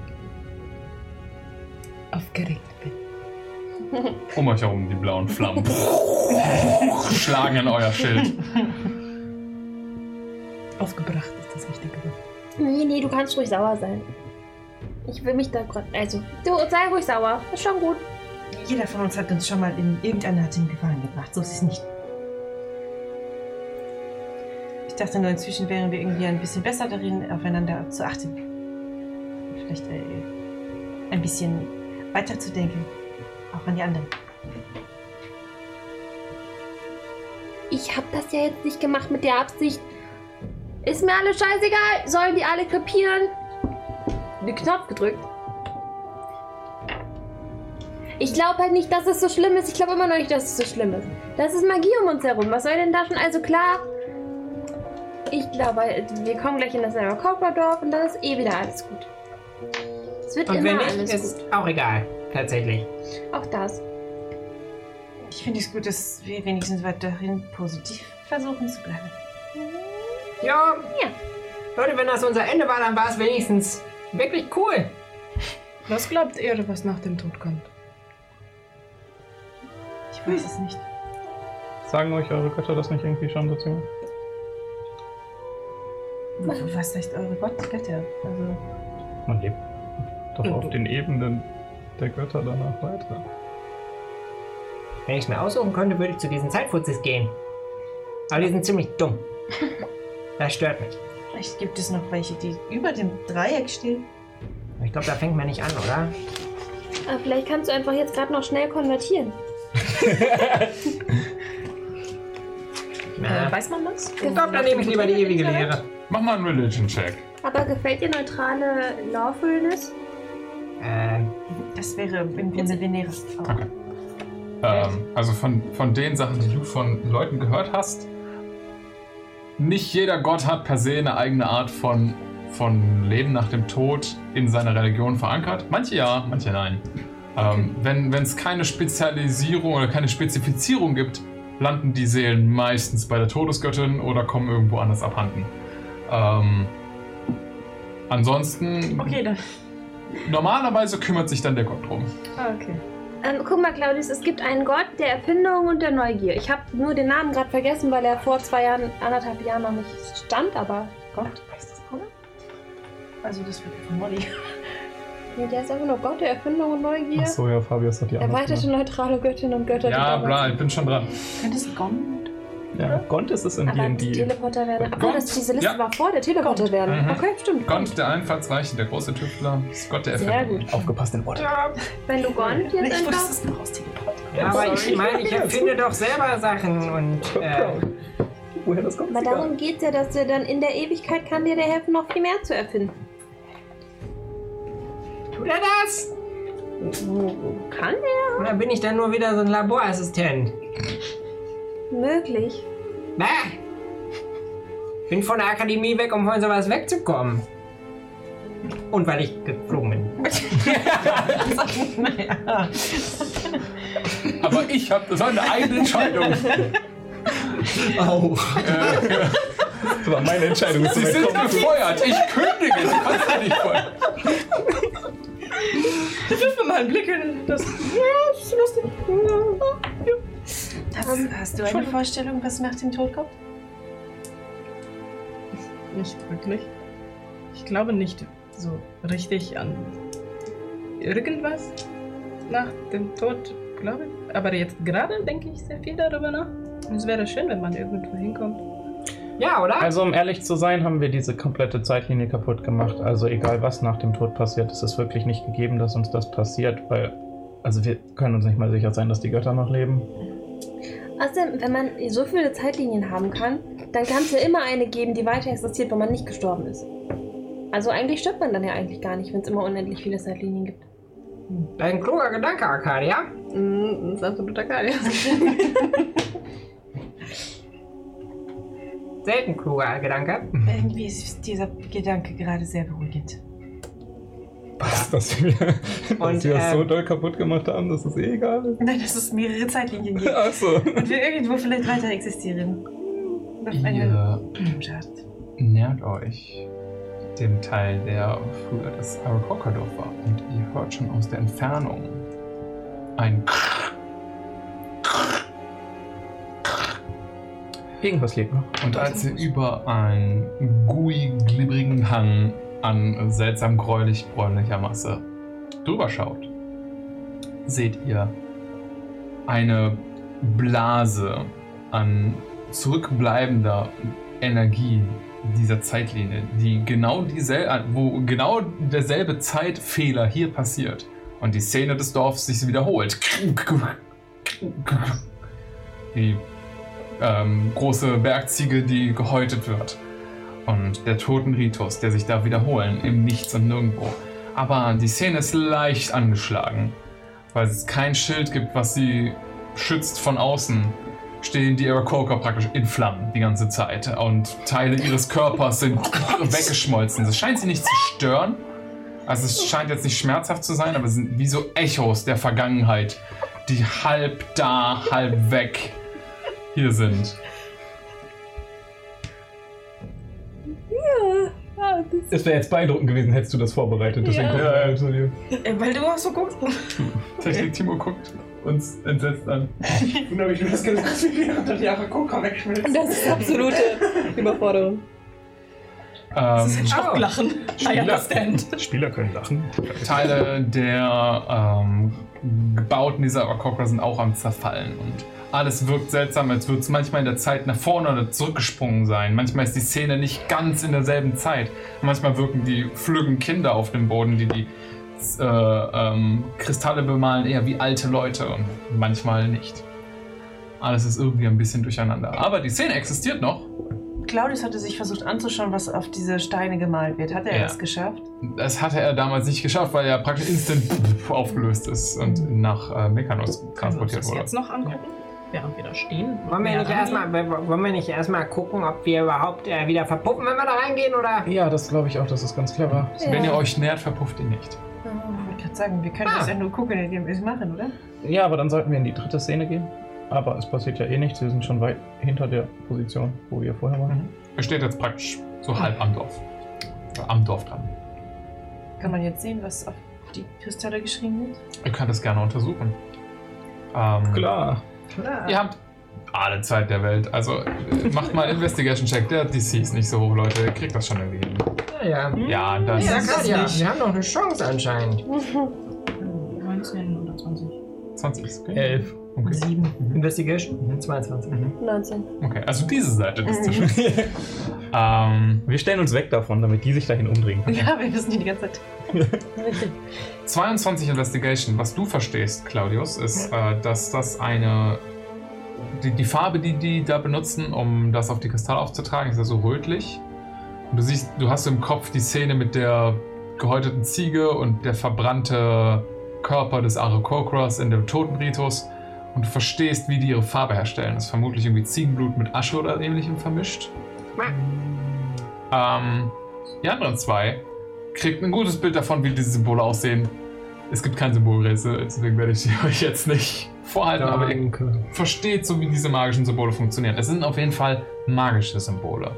S5: aufgeregt bin.
S2: Um euch herum die blauen Flammen schlagen an euer Schild.
S5: Aufgebracht ist das richtige Wort.
S6: Nee, nee, du kannst ruhig sauer sein. Ich will mich da gerade. Also, du sei ruhig sauer. Ist schon gut.
S4: Jeder von uns hat uns schon mal in irgendeiner Art in Gefahren gebracht. So ist es nicht. Ich dachte nur, inzwischen wären wir irgendwie ein bisschen besser darin, aufeinander zu achten. Und Vielleicht äh, ein bisschen weiter zu denken. Auch an die anderen.
S6: Ich habe das ja jetzt nicht gemacht mit der Absicht. Ist mir alles scheißegal. Sollen die alle kapieren? Den Knopf gedrückt. Ich glaube halt nicht, dass es so schlimm ist. Ich glaube immer noch nicht, dass es so schlimm ist. Das ist Magie um uns herum. Was soll denn da schon? Also klar. Ich glaube, wir kommen gleich in das Dorf und dann ist eh wieder alles gut. Es wird
S9: Und
S6: immer
S9: wenn nicht,
S6: alles
S9: ist auch egal. Tatsächlich.
S6: gut. Auch das.
S4: Ich finde es gut, dass wir wenigstens weiterhin positiv versuchen zu bleiben.
S9: Ja.
S6: Ja.
S9: Leute, wenn das unser Ende war, dann war es wenigstens wirklich cool.
S32: Was glaubt ihr, was nach dem Tod kommt?
S4: Ich weiß es nicht.
S3: Sagen euch eure Götter das nicht irgendwie schon so ziemlich?
S4: Was heißt eure Gott Götter? Also,
S3: Man lebt
S5: Mhm.
S3: doch auf den Ebenen der Götter danach weiter.
S9: Wenn ich mir aussuchen könnte, würde ich zu diesen Zeitfuzis gehen. Aber die sind ziemlich dumm. Das stört mich.
S4: vielleicht gibt es noch welche, die über dem Dreieck stehen.
S9: Ich glaube, da fängt man nicht an, oder?
S6: Aber vielleicht kannst du einfach jetzt gerade noch schnell konvertieren.
S4: Äh,
S9: Na,
S6: weiß man das?
S9: Äh, ich glaube, da nehme ich lieber die ewige Lehre.
S2: Mach mal einen Religion-Check.
S6: Aber gefällt dir neutrale Lawfulness?
S9: Äh,
S4: Das wäre im Grunde Veneris Frau.
S2: Ähm, also von, von den Sachen, die du von Leuten gehört hast, nicht jeder Gott hat per se eine eigene Art von, von Leben nach dem Tod in seiner Religion verankert. Manche ja, manche nein. Ähm, wenn es keine Spezialisierung oder keine Spezifizierung gibt, landen die Seelen meistens bei der Todesgöttin oder kommen irgendwo anders abhanden. Ähm, ansonsten,
S4: Okay, dann.
S2: normalerweise kümmert sich dann der Gott drum.
S4: Ah, okay.
S6: Ähm, guck mal, Claudius, es gibt einen Gott der Erfindung und der Neugier. Ich habe nur den Namen gerade vergessen, weil er vor zwei Jahren, anderthalb Jahren noch nicht stand, aber Gott heißt das, oder?
S4: Also, das wird von Molly.
S6: Nee, der ist einfach nur Gott der Erfindung und Neugier.
S33: Ach so, ja, Fabius hat die Antwort.
S6: Erweiterte neutrale Göttinnen und Götter. die
S2: Ja,
S6: damals-
S2: bla, ich bin schon dran.
S6: Könnte es Gond
S33: Ja, Gont ist es in
S6: Aber die
S33: D&D.
S6: Teleporter werden. Ach, das, diese Liste
S2: Ja.
S6: war vor der Teleporter werden.
S2: Mhm.
S6: Okay, stimmt.
S2: Gott, der Einfallsreiche, der große Tüftler, ist Gott der
S6: Sehr
S2: Erfindung.
S6: gut.
S33: Aufgepasst in Ort.
S6: Wenn du Gond jetzt
S4: Ich wusste
S6: einfach.
S4: es noch aus Teleport.
S9: Ja, aber ich meine, ich erfinde doch selber Sachen
S6: Oh
S9: und äh,
S33: Woher das kommt?
S6: Aber darum geht es ja, dass dir dann in der Ewigkeit kann dir der helfen, noch viel mehr zu erfinden.
S9: tut er das?
S6: Kann er?
S9: Oder bin ich dann nur wieder so ein Laborassistent?
S6: Möglich.
S9: Na, bin von der Akademie weg, um von sowas wegzukommen. Und weil ich geflogen bin.
S2: Aber ich habe, das war eine eigene Entscheidung.
S7: Au.
S33: Das war meine Entscheidung.
S2: Sie sind gefeuert. Ich kündige. Sie kannst ja nicht feuern.
S5: Wirf mir mal einen Blick hin. Das, ja, das ist lustig.
S4: Hast, hast du eine Vorstellung, was nach dem Tod kommt?
S5: Nicht wirklich. Ich glaube nicht so richtig an irgendwas nach dem Tod, glaube ich. Aber jetzt gerade denke ich sehr viel darüber nach. Und es wäre schön, wenn man irgendwo hinkommt.
S9: Ja, oder?
S3: Also um ehrlich zu sein, haben wir diese komplette Zeitlinie kaputt gemacht. Also egal was nach dem Tod passiert, es ist wirklich nicht gegeben, dass uns das passiert, weil also wir können uns nicht mal sicher sein, dass die Götter noch leben.
S6: Außerdem, wenn man so viele Zeitlinien haben kann, dann kann es ja immer eine geben, die weiter existiert, wenn man nicht gestorben ist. Also eigentlich stirbt man dann ja eigentlich gar nicht, wenn es immer unendlich viele Zeitlinien gibt.
S9: Ein kluger Gedanke, Arcadia.
S5: Mm, Das ist absoluter Geil.
S9: Selten kluger Gedanke.
S4: Irgendwie ist dieser Gedanke gerade sehr beruhigend.
S33: Was, dass wir, dass
S9: Und
S33: wir das so
S9: ähm,
S33: doll kaputt gemacht haben, dass es eh egal Also. ist.
S4: Nein, dass es mehrere Zeitlinien gibt
S33: Achso.
S4: und wir irgendwo vielleicht weiter existieren. Auf einem
S2: Ihr
S4: Blumenschart.
S2: nähert euch dem Teil, der früher das Arakokadorf war. Und ihr hört schon aus der Entfernung ein
S3: Irgendwas lebt noch.
S2: Und als ihr über einen gui-glibbrigen Hang an seltsam gräulich-bräunlicher Masse drüber schaut, seht ihr eine Blase an zurückbleibender Energie dieser Zeitlinie, die genau dieselbe, wo genau derselbe Zeitfehler hier passiert und die Szene des Dorfs sich wiederholt. Die ähm, große Bergziege, die gehäutet wird. Und der Totenritus, der sich da wiederholen, im Nichts und Nirgendwo. Aber die Szene ist leicht angeschlagen. Weil es kein Schild gibt, was sie schützt von außen, stehen die Arakoka praktisch in Flammen die ganze Zeit. Und Teile ihres Körpers sind weggeschmolzen. Das scheint sie nicht zu stören. Also es scheint jetzt nicht schmerzhaft zu sein, aber es sind wie so Echos der Vergangenheit, die halb da, halb weg hier sind.
S33: Es wäre jetzt beeindruckend gewesen, hättest du das vorbereitet. Deswegen gucken wir halt zu dir.
S5: Äh, Weil du auch so guckst.
S2: Technik Timo guckt uns entsetzt an.
S34: Wundere mich, du hast gesagt, wie wir unter die Jahre Coca wegschmilzt.
S35: Das ist absolute Überforderung.
S2: ähm,
S5: ist auch lachen. I understand.
S10: Spieler können lachen.
S2: Teile der ähm, Gebauten dieser Orkokra sind auch am Zerfallen und alles wirkt seltsam, als würde es manchmal in der Zeit nach vorne oder zurückgesprungen sein. Manchmal ist die Szene nicht ganz in derselben Zeit. Manchmal wirken die flüggen Kinder auf dem Boden, die die äh, ähm, Kristalle bemalen, eher wie alte Leute und manchmal nicht. Alles ist irgendwie ein bisschen durcheinander. Aber die Szene existiert noch.
S8: Claudius hatte sich versucht anzuschauen, was auf diese Steine gemalt wird. Hat er
S2: Ja.
S8: das geschafft?
S2: Das hatte er damals nicht geschafft, weil er praktisch instant aufgelöst ist und nach äh,
S9: Also,
S2: Mekanos transportiert
S5: Das
S2: wurde.
S5: jetzt noch angucken, während wir da stehen.
S9: Wollen wir, nicht erstmal, w- wollen wir nicht erstmal gucken, ob wir überhaupt äh, wieder verpuppen, wenn wir da reingehen, oder?
S3: Ja, das glaube ich auch, das ist ganz clever.
S2: Also, Wenn ihr euch nähert, verpufft ihr nicht.
S8: Ich wollte gerade sagen, wir können
S5: Ah.
S8: das ja nur gucken, indem wir es machen, oder?
S3: Ja, aber dann sollten wir in die dritte Szene gehen. Aber es passiert ja eh nichts, wir sind schon weit hinter der Position, wo wir vorher
S9: Mhm.
S3: waren.
S2: Ihr steht jetzt praktisch so halb am Dorf. Oder Am Dorf dran.
S8: Kann man jetzt sehen, was auf die Kristalle geschrieben wird?
S2: Ihr könnt das gerne untersuchen. Ähm,
S10: Klar.
S8: Klar.
S2: Ihr habt alle Zeit der Welt. Also äh, macht mal einen Investigation-Check. Der DC ist nicht so hoch, Leute. Ihr kriegt das schon irgendwie hin.
S9: Ja, ja.
S2: Ja, das
S9: ja,
S2: ist
S9: Katja, wir haben doch eine Chance anscheinend.
S5: 19 oder 20.
S2: 20 ist okay.
S7: 11.
S2: Okay.
S7: 7. Investigation? Mhm, 22.
S6: 19.
S2: okay, also diese Seite
S9: Äh.
S2: ist
S6: Mhm.
S2: schon. ähm,
S10: Wir stellen uns weg davon, damit die sich dahin umdrehen können.
S8: Ja, wir wissen die die ganze Zeit.
S2: 22 Investigation. Was du verstehst, Claudius, ist, äh, dass das eine. Die, die Farbe, die die da benutzen, um das auf die Kristalle aufzutragen, ist ja so rötlich. Und du siehst, du hast im Kopf die Szene mit der gehäuteten Ziege und der verbrannte Körper des Arokokras in dem Totenritus. Und du verstehst, wie die ihre Farbe herstellen. Das ist vermutlich irgendwie Ziegenblut mit Asche oder ähnlichem vermischt. Ähm, die anderen zwei kriegt ein gutes Bild davon, wie diese Symbole aussehen. Es gibt kein Symbolrätsel, deswegen werde ich sie euch jetzt nicht vorhalten,
S7: Ähm,
S2: aber ihr
S7: Danke.
S2: versteht so, wie diese magischen Symbole funktionieren. Es sind auf jeden Fall magische Symbole.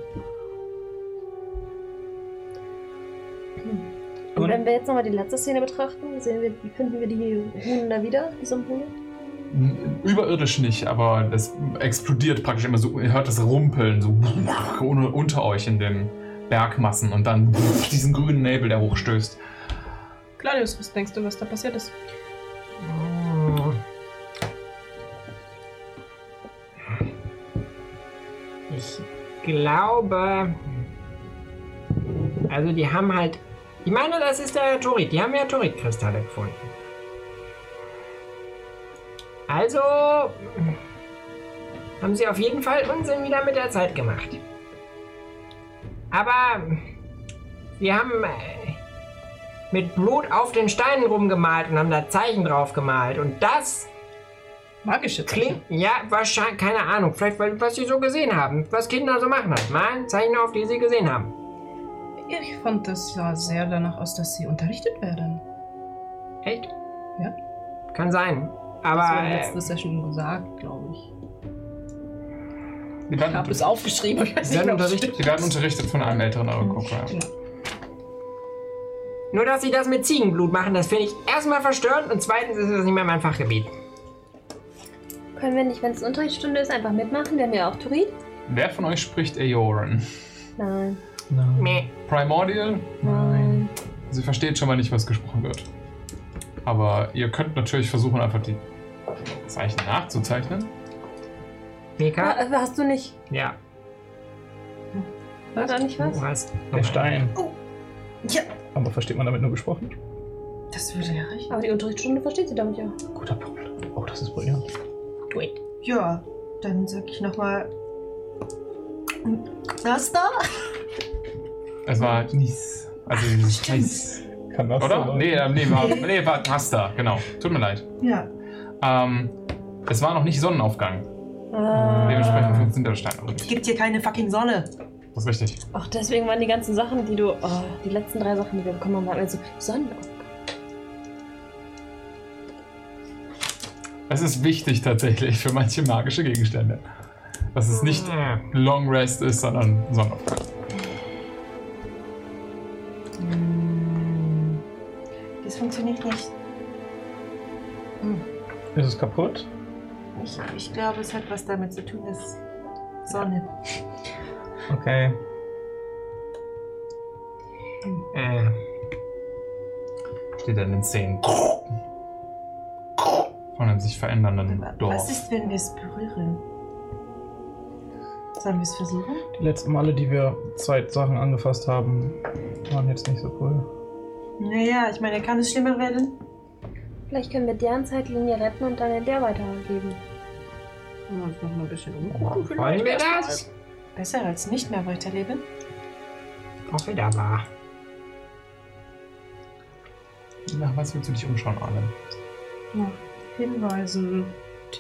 S7: Und-
S25: Und wenn wir jetzt nochmal die letzte Szene betrachten, sehen wir, finden wir die Runen da wieder, die Symbole?
S2: N- Überirdisch nicht, aber das explodiert praktisch immer so. Ihr hört das Rumpeln so ohne- unter euch in den Bergmassen und dann diesen grünen Nebel, der hochstößt.
S5: Claudius, was denkst du, was da passiert ist?
S9: Ich glaube. Also, die haben halt. Ich meine, das ist der Torit. Die haben ja Torit-Kristalle gefunden. Also. Haben sie auf jeden Fall Unsinn wieder mit der Zeit gemacht. Aber. Sie haben. äh, Mit Blut auf den Steinen rumgemalt und haben da Zeichen drauf gemalt. Und das
S5: Magische Zeichen.
S9: Klingt, ja, wahrscheinlich, keine Ahnung. Vielleicht, weil, was sie so gesehen haben. Was Kinder so machen halt. Mal Zeichen auf, die sie gesehen haben.
S5: Ich fand, das sah sehr danach aus, dass sie unterrichtet werden.
S9: Echt?
S5: Ja.
S9: Kann sein.
S5: Das
S9: Aber
S5: wurde letzte
S9: äh,
S5: Session gesagt, glaube ich.
S2: Die
S5: Ich
S2: werden,
S5: habe es aufgeschrieben, aber ich weiß
S9: Sie
S5: nicht,
S9: werden
S5: ob es
S9: unterrichtet.
S5: stimmt.
S2: die werden unterrichtet von einem älteren Eurokokra.
S5: Hm.
S9: nur, dass sie das mit Ziegenblut machen, das finde ich erstmal verstörend und zweitens ist das nicht mehr mein Fachgebiet.
S25: Können wir nicht, wenn es Unterrichtsstunde ist, einfach mitmachen? Wir haben ja auch Turin.
S2: Wer von euch spricht Aeoran?
S25: Nein.
S9: Meh.
S2: Primordial?
S25: Nein.
S2: Sie versteht schon mal nicht, was gesprochen wird. Aber ihr könnt natürlich versuchen, einfach die Zeichen nachzuzeichnen.
S9: Mika?
S25: Ah, Hast du nicht?
S9: Ja.
S25: War da nicht was?
S9: Du hast.
S3: Der Stein.
S2: Oh.
S8: Ja.
S3: Aber versteht man damit nur gesprochen?
S8: Das würde ja reichen.
S25: Aber die Unterrichtsstunde versteht sie damit ja.
S3: Guter Punkt. Oh, das ist brillant.
S8: Ja, dann sag ich nochmal. Das da?
S2: Es war Nies. Also dieses Nies.
S3: Kann das
S2: Oder?
S3: sein?
S2: Nee, ähm, nee, war, nee, war Pasta. Genau. Tut mir leid.
S8: Ja.
S2: Ähm, es war noch nicht Sonnenaufgang. Dementsprechend funktioniert der Stein auch nicht.
S8: Ah. Gibt hier keine fucking Sonne.
S2: Das ist richtig.
S6: Ach, deswegen waren die ganzen Sachen, die du. Oh, die letzten drei Sachen, die wir bekommen haben, waren also Sonnenaufgang.
S2: Es ist wichtig tatsächlich für manche magische Gegenstände. Dass es nicht
S9: Ja.
S2: Long Rest ist, sondern Sonnenaufgang.
S8: Das funktioniert nicht.
S3: Ist es kaputt?
S8: Ich, ich glaube, es hat was damit zu tun, dass Sonne.
S10: Okay.
S2: Äh, steht er in den Zähnen von einem sich verändernden
S4: Was
S2: Dorf.
S4: ist, wenn wir es berühren? Sollen wir es versuchen?
S3: Die letzten Male, die wir Zeitsachen angefasst haben, waren jetzt nicht so cool.
S4: Naja, ich meine, kann es schlimmer werden?
S25: Vielleicht können wir deren Zeitlinie retten und dann in der weitergeben.
S4: Können wir uns noch mal ein bisschen um.
S9: umgucken vielleicht Wollen wir erstmal? das?
S4: Besser als nicht mehr weiterleben?
S9: Auch wieder wahr.
S2: Nach was willst du dich umschauen, Arlen?
S5: nach Hinweisen,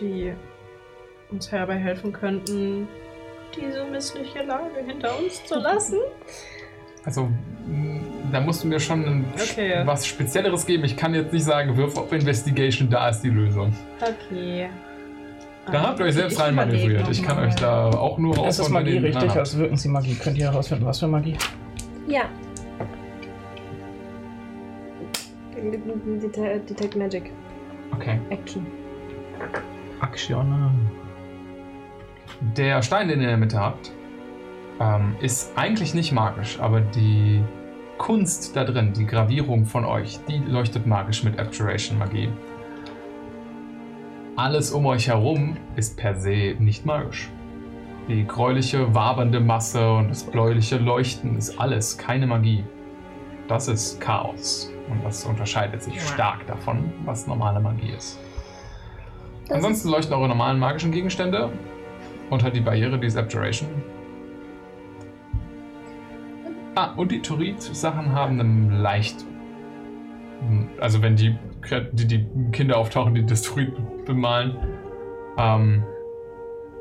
S5: die uns herbei helfen könnten, diese missliche Lage hinter uns zu lassen.
S2: Also, mh, da musst du mir schon ein,
S5: Okay.
S2: was Spezielleres geben. Ich kann jetzt nicht sagen, wirf auf Investigation, da ist die Lösung.
S5: Okay. Also
S2: Da
S5: Ah,
S2: habt ihr euch selbst reinmanövriert. Ich kann euch da auch nur
S3: Das ist
S2: raushauen, wenn
S3: Magie,
S2: ihr den Plan
S3: richtig?
S2: habt.
S3: Also wirken sie Magie. Könnt ihr herausfinden, was für Magie?
S25: Ja.
S6: Detect, Detect Magic.
S2: Okay.
S6: Action.
S2: Aktionen. Der Stein, den ihr in der Mitte habt, ähm, ist eigentlich nicht magisch, aber die Kunst da drin, die Gravierung von euch, die leuchtet magisch mit Abjuration-Magie. Alles um euch herum ist per se nicht magisch. Die gräuliche, wabernde Masse und das bläuliche Leuchten ist alles keine Magie. Das ist Chaos. Und das unterscheidet sich stark davon, was normale Magie ist. Ansonsten leuchten eure normalen magischen Gegenstände und halt die Barriere, die ist Abjuration. Ah, und die Turit-Sachen haben einen leicht. Also, wenn die, die, die Kinder auftauchen, die das Turit bemalen, ähm,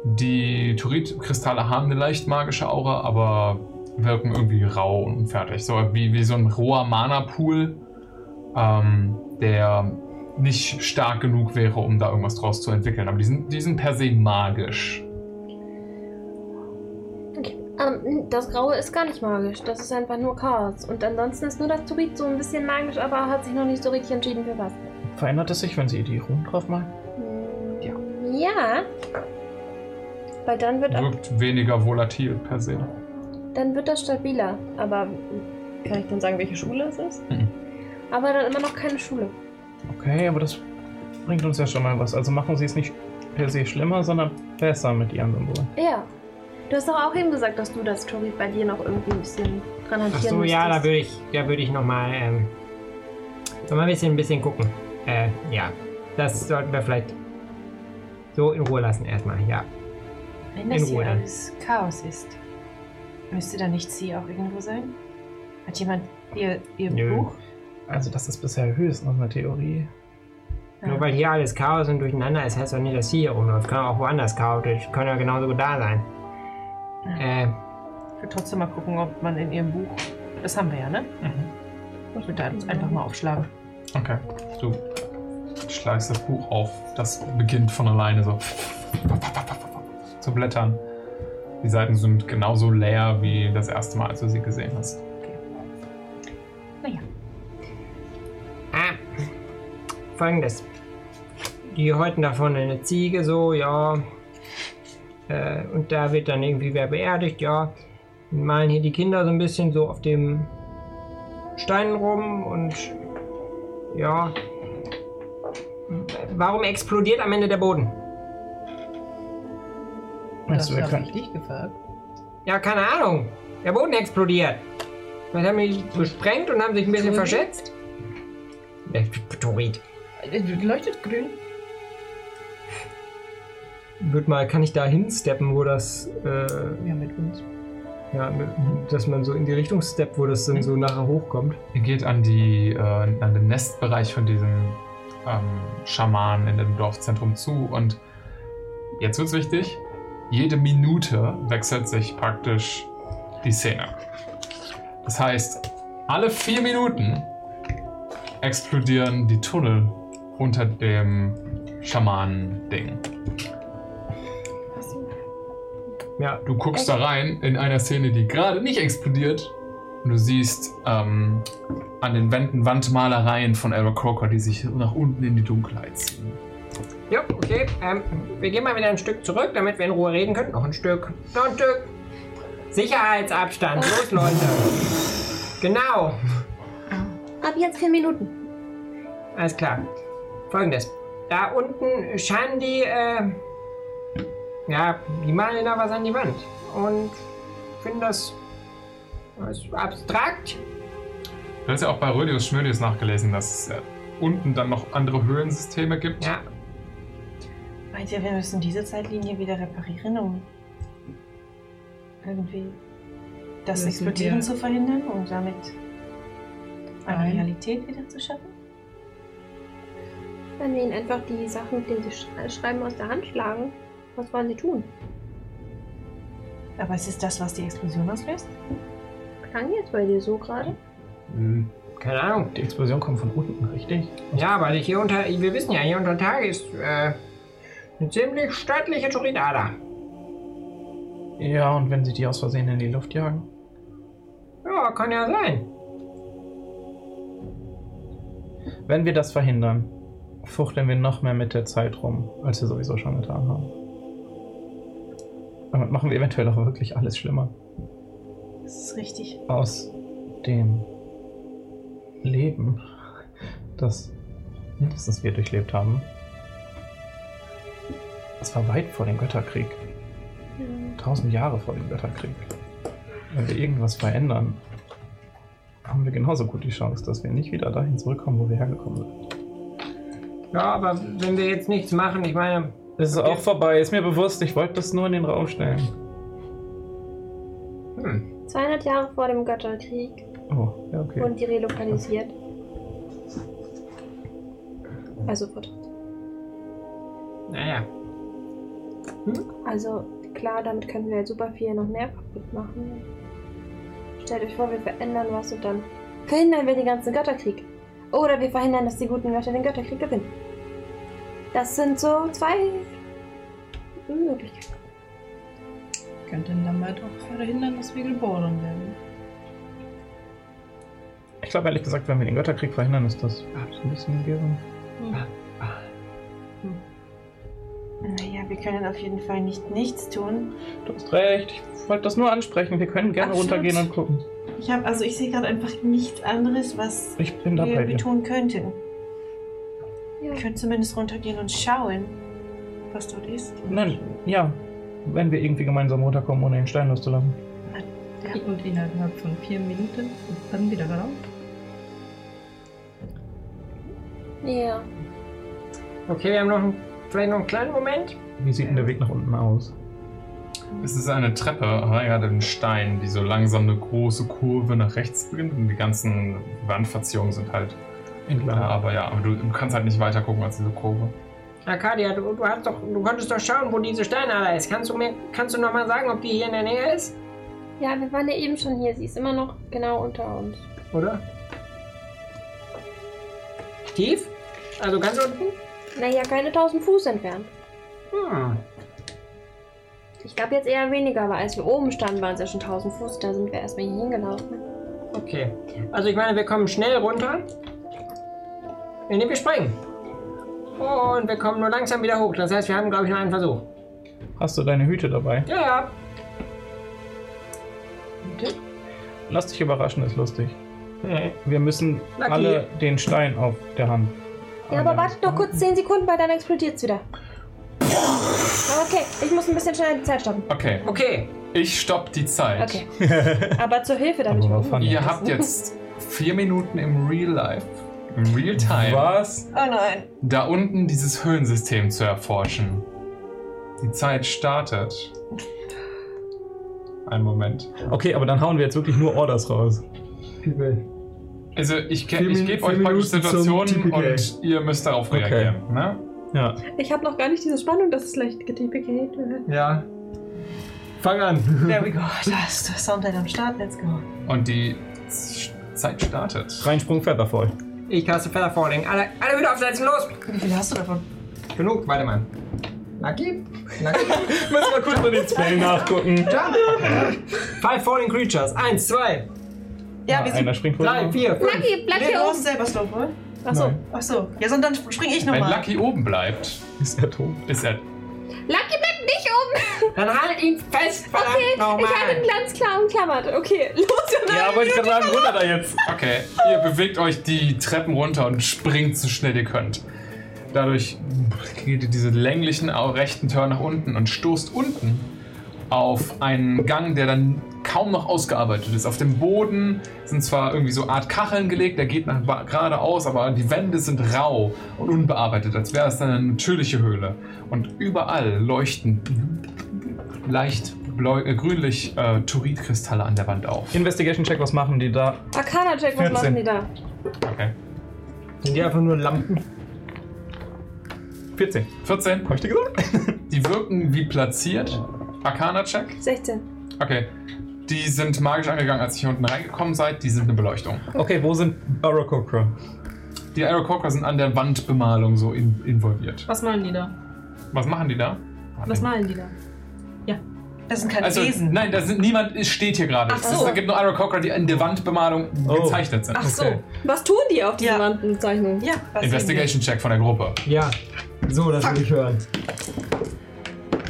S2: die Turit-Kristalle haben eine leicht magische Aura, aber wirken irgendwie rau und unfertig. So wie, wie so ein roher Mana-Pool, ähm, der nicht stark genug wäre, um da irgendwas draus zu entwickeln. Aber die sind, die sind per se magisch.
S25: Okay. Ähm, das Graue ist gar nicht magisch. Das ist einfach nur Chaos. Und ansonsten ist nur das Turit so ein bisschen magisch, aber hat sich noch nicht so richtig entschieden für was.
S3: Verändert es sich, wenn sie die Runen drauf machen?
S25: Ja. Weil dann wird,
S2: Wirkt weniger volatil per se.
S25: dann wird das stabiler. Aber kann ich dann sagen, welche Schule es ist? Aber dann immer noch keine Schule.
S3: Okay, aber das bringt uns ja schon mal was. Also machen sie es nicht per se schlimmer, sondern besser mit ihren Symbolen.
S25: Ja. Du hast doch auch eben gesagt, dass du das Turit bei dir noch irgendwie ein bisschen dran hantieren
S9: Ach so,
S25: musstest.
S9: ja, da würde ich, da würde ich nochmal, ähm, noch mal ein bisschen, ein bisschen gucken. Äh, ja, das sollten wir vielleicht so in Ruhe lassen erstmal, ja.
S4: Wenn
S9: in
S4: das
S9: Ruhe
S4: hier
S9: dann.
S4: alles Chaos ist, müsste da nicht sie auch irgendwo sein? Hat jemand ihr, ihr Buch?
S3: Also das ist bisher höchstens noch eine Theorie.
S9: Nur weil hier alles Chaos und durcheinander ist, heißt doch nicht, dass sie hier rumläuft. Kann auch woanders chaotisch, kann ja genauso gut da sein. Äh,
S4: Ich würde trotzdem mal gucken, ob man in ihrem Buch. Das haben wir ja, ne? Ich würde da jetzt einfach mal aufschlagen.
S2: Okay. Du schlägst das Buch auf. Das beginnt von alleine so zu blättern. Die Seiten sind genauso leer wie das erste Mal, als du sie gesehen hast.
S9: Ah, folgendes. Die häuten davon eine Ziege, so, ja. Äh, und da wird dann irgendwie wer beerdigt, ja. Und malen hier die Kinder so ein bisschen so auf dem Stein rum und ja. Warum explodiert am Ende der Boden?
S3: Das Das wir hab können- ich
S9: dich gefragt. Ja, keine Ahnung. Der Boden explodiert. Vielleicht haben die gesprengt und haben sich ein bisschen verschätzt. Äh, Torit.
S5: Leuchtet grün.
S7: Wird mal, kann ich da hinsteppen, wo das. Äh,
S5: ja, mit uns.
S7: Ja, mit, dass man so in die Richtung steppt, wo das dann so nachher hochkommt.
S2: Ihr geht an, die, äh, an den Nestbereich von diesem ähm, Schaman in dem Dorfzentrum zu und jetzt wird's wichtig. Jede Minute wechselt sich praktisch die Szene. Das heißt, alle vier Minuten explodieren die Tunnel unter dem Schamanen-Ding.
S7: Ja,
S2: du guckst da rein in einer Szene, die gerade nicht explodiert. Und du siehst ähm, an den Wänden Wandmalereien von Elder Crocker, die sich nach unten in die Dunkelheit ziehen.
S9: Ja, okay. Ähm, wir gehen mal wieder ein Stück zurück, damit wir in Ruhe reden können. Noch ein Stück. Noch ein Stück. Sicherheitsabstand. Los, Leute. Genau.
S6: Ab jetzt vier Minuten.
S9: Alles klar. Folgendes. Da unten scheinen die, äh, ja, die malen da was an die Wand. Und finden das, das ist abstrakt.
S2: Du hast ja auch bei Rödius Schmödius nachgelesen, dass es äh, unten dann noch andere Höhlensysteme gibt.
S9: Ja.
S4: Meint ihr, wir müssen diese Zeitlinie wieder reparieren, um irgendwie das
S36: Müssen
S4: Explodieren
S36: wir-
S4: zu verhindern und damit eine
S36: Nein.
S4: Realität wieder zu schaffen?
S6: Wenn wir ihnen einfach die Sachen, mit denen sie sch- schreiben, aus der Hand schlagen, was wollen sie tun?
S4: Aber es ist das, was die Explosion auslöst?
S6: Klang jetzt bei dir so gerade?
S2: Mhm.
S9: Hm, keine Ahnung.
S3: Die Explosion kommt von unten, richtig?
S9: Ja, weil ich hier unter, wir wissen ja, hier unter Tage ist, äh, eine ziemlich stattliche Turinada.
S3: Ja, und wenn sie die aus Versehen in die Luft jagen?
S9: Ja, kann ja sein.
S3: Wenn wir das verhindern, fuchteln wir noch mehr mit der Zeit rum, als wir sowieso schon getan haben. Damit machen wir eventuell auch wirklich alles schlimmer.
S4: Das ist richtig.
S3: Aus dem Leben, das mindestens wir durchlebt haben. Das war weit vor dem Götterkrieg. Tausend Jahre vor dem Götterkrieg. Wenn wir irgendwas verändern, haben wir genauso gut die Chance, dass wir nicht wieder dahin zurückkommen, wo wir hergekommen sind.
S9: Ja, aber wenn wir jetzt nichts machen, ich meine,
S3: Es ist auch vorbei, ist mir bewusst. Ich wollte das nur in den Raum stellen.
S9: hm,
S6: 200 Jahre vor dem Götterkrieg
S3: Oh, ja, okay.
S6: wurden die relokalisiert. Also verdammt.
S9: naja.
S6: Also klar, damit können wir super viel noch mehr kaputt machen. Stellt euch vor, wir verändern was und dann verhindern wir den ganzen Götterkrieg. Oder wir verhindern, dass die guten Götter den Götterkrieg gewinnen. Das sind so zwei Möglichkeiten.
S5: Könnten damit halt auch verhindern, dass wir geboren werden.
S3: Ich glaube ehrlich gesagt, wenn wir den Götterkrieg verhindern, ist das ein bisschen gewesen.
S5: Hm. Ah,
S4: Naja, wir können auf jeden Fall nicht nichts tun.
S3: Du hast recht, ich wollte das nur ansprechen. Wir können gerne
S4: Absolut.
S3: runtergehen und gucken.
S4: Ich habe also ich sehe gerade einfach nichts anderes, was
S3: Ich bin da bei
S4: wir, wir
S3: dir.
S4: tun könnten.
S6: Ja.
S4: Wir können zumindest runtergehen und schauen, was dort ist.
S3: Nein, ja. Wenn wir irgendwie gemeinsam runterkommen, ohne den Stein loszulassen.
S5: Und innerhalb von vier Minuten und dann wieder rauf.
S6: Ja.
S9: Okay, wir haben noch einen, vielleicht noch einen kleinen Moment.
S3: Wie sieht denn der Weg nach unten aus?
S2: Es ist eine Treppe, aber gerade ein Stein, die so langsam eine große Kurve nach rechts beginnt und die ganzen Wandverzierungen sind halt.
S3: Entlang.
S2: Ja, aber ja, aber du, du kannst halt nicht weiter gucken als diese Kurve.
S9: Arcadia, du, du hast doch, du konntest doch schauen, wo diese Steinader ist. Kannst du mir, kannst du noch mal sagen, ob die hier in der Nähe ist?
S6: Ja, wir waren ja eben schon hier. Sie ist immer noch genau unter uns.
S9: Oder? Tief? Also ganz unten?
S6: Naja, keine 1000 Fuß entfernt.
S9: Hm.
S6: Ich glaube jetzt eher weniger, aber als wir oben standen, waren es ja schon 1000 Fuß. Da sind wir erstmal hier hingelaufen.
S9: Okay. Also ich meine, wir kommen schnell runter. Indem wir springen. Und wir kommen nur langsam wieder hoch. Das heißt, wir haben, glaube ich, noch einen Versuch.
S3: Hast du deine Hüte dabei?
S9: Ja, ja.
S3: Lass dich überraschen, ist lustig.
S9: Nee.
S3: Wir müssen
S6: Lucky.
S3: alle den Stein auf der Hand.
S6: Ja, aber warte doch kurz 10 Sekunden, weil dann explodiert es wieder. Aber Okay, ich muss ein bisschen schneller die Zeit stoppen.
S2: Okay.
S9: Okay.
S2: Ich stopp die Zeit.
S6: Okay. Aber zur Hilfe, damit
S2: Aber
S6: wir
S2: Ihr habt jetzt vier Minuten im Real Life, im Real Time,
S3: Was?
S4: Oh nein.
S2: da unten dieses Höhlensystem zu erforschen. Die Zeit startet. Ein Moment.
S3: Okay, aber dann hauen wir jetzt wirklich nur Orders raus.
S2: Also ich, ke-
S3: Vier
S2: ich
S3: Min-
S2: gebe
S3: vier
S2: euch praktisch
S3: Minuten zum
S2: Situationen
S3: TPK.
S2: und ihr müsst darauf
S3: Okay.
S2: reagieren. Ne?
S3: Ja.
S6: Ich habe noch gar nicht diese Spannung, dass es leicht getippt wird.
S7: Ja. Fang an.
S4: There we go. Da ist der Soundlight am Start. Let's go.
S2: Und die Z- Zeit startet.
S3: Reinsprung Featherfall.
S9: Ich kaste Feather Falling. Alle, alle wieder aufsetzen, los!
S4: Wie viel hast du davon?
S9: Genug, warte mal. Lucky? Lucky?
S3: Müssen wir kurz mal den Spell nachgucken.
S9: Jump! Five Falling Creatures. Eins, zwei,
S4: Ja, wir
S3: Ah, Einer
S4: sind.
S3: springt vor.
S9: drei, vier, fünf.
S6: Lucky, bleib
S4: Nee,
S6: hier
S4: du hast
S6: oben.
S4: selber Slowpoke.
S6: Achso.
S4: Ach so. Ja, sondern dann springe ich
S2: Wenn
S4: nochmal.
S2: Lucky oben bleibt,
S3: Ist er tot?
S2: ist er
S25: Lucky bleibt nicht um!
S9: Dann haltet ihn fest, verdammt
S25: Okay,
S9: nochmal.
S25: ich habe ihn ganz klar umklammert. Okay, los, Jonathan.
S2: Ja, wollte ich gerade sagen, runter da jetzt. Okay, ihr bewegt euch die Treppen runter und springt so schnell ihr könnt. Dadurch geht ihr diese länglichen, au- rechten Turn nach unten und stoßt unten auf einen Gang, der dann kaum noch ausgearbeitet ist. Auf dem Boden sind zwar irgendwie so Art Kacheln gelegt, der geht nach ba- geradeaus, aber die Wände sind rau und unbearbeitet, als wäre es eine natürliche Höhle. Und überall leuchten leicht bläu- äh, grünlich äh, Turit-Kristalle an der Wand auf.
S3: Investigation-Check, was machen die da?
S25: Arcana-Check, was
S3: 14.
S25: machen die da?
S2: Okay.
S7: Sind die einfach nur Lampen?
S2: 14. 14. Hab ich dir gesagt? Die wirken wie platziert. Arcana-Check.
S25: 16.
S2: Okay. Die sind magisch angegangen, als ihr hier unten reingekommen seid. Die sind eine Beleuchtung.
S10: Okay, wo sind Barokokra?
S2: Die Aerococra sind an der Wandbemalung so in involviert.
S5: Was malen die da?
S2: Was machen die da?
S5: Was malen die da? Ja.
S4: Das sind keine
S2: Also, nein, da sind niemand es steht hier gerade.
S25: Ach
S2: Es ist-
S25: so.
S2: Es gibt nur Aerococra, die in der Wandbemalung gezeichnet sind.
S25: Was tun die auf diesen Wandenzeichnungen?
S4: Ja,
S2: Investigation-Check von der Gruppe.
S7: Ja. So, das will ich hören.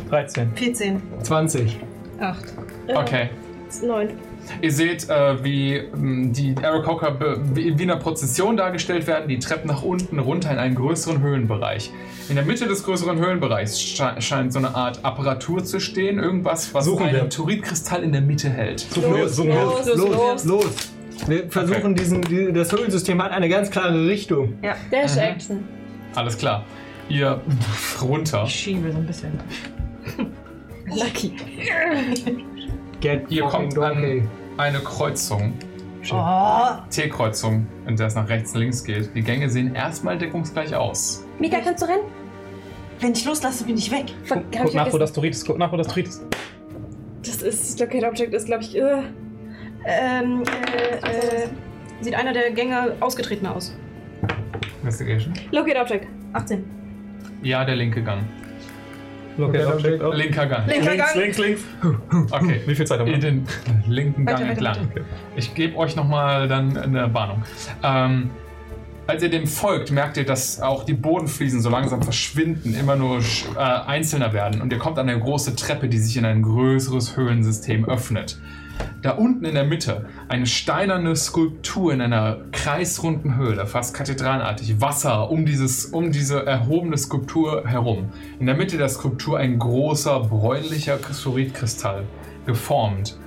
S3: 13.
S4: 14.
S7: 20.
S5: 8.
S2: Okay.
S25: 9.
S2: Ihr seht, äh, wie mh, die Aerococker be- wie- wie in einer Prozession dargestellt werden, die Treppen nach unten runter in einen größeren Höhlenbereich. In der Mitte des größeren Höhlenbereichs sche scheint so eine Art Apparatur zu stehen, irgendwas, was
S7: Suchen
S2: einen
S7: wir.
S2: Turitkristall in der Mitte hält.
S7: los, los, los, los, Wir versuchen diesen, die, das Höhlensystem hat eine ganz klare Richtung.
S4: Ja.
S25: Dash Action.
S2: Alles klar. Ihr runter.
S4: Schiebe so ein bisschen.
S25: Lucky.
S2: Ihr kommt an eine Kreuzung.
S4: Oh.
S2: T-Kreuzung, in der es nach rechts und links geht. Die Gänge sehen erstmal deckungsgleich aus.
S25: Mika, kannst du rennen?
S4: Wenn ich loslasse, bin ich weg.
S25: Fuck, hab
S3: Guck
S25: ich
S3: nach, wo
S25: vergessen.
S3: das Turit ist. Guck nach, wo das Turit ist.
S25: Das ist, Locate Object ist, glaube ich, äh,
S5: Ähm, äh, äh, sieht einer der Gänger ausgetreten aus.
S2: Investigation.
S25: Locate Object.
S5: 18.
S2: Ja, der linke Gang.
S7: Locate Object
S3: oh.
S7: auf.
S2: Linker Gang.
S5: Linker Links, Gang.
S2: links, links. Okay. Wie viel Zeit haben wir? Den linken
S5: Weiter,
S2: Gang
S5: weiter,
S2: entlang. Ich gebe euch nochmal dann eine Warnung. Ähm, als ihr dem folgt, merkt ihr, dass auch die Bodenfliesen so langsam verschwinden, immer nur sch- äh, einzelner werden. Und ihr kommt an eine große Treppe, die sich in ein größeres Höhlensystem öffnet. Da unten in der Mitte eine steinerne Skulptur in einer kreisrunden Höhle, fast kathedralenartig, Wasser um, dieses, um diese erhobene Skulptur herum. In der Mitte der Skulptur ein großer bräunlicher Chrysoritkristall, geformt.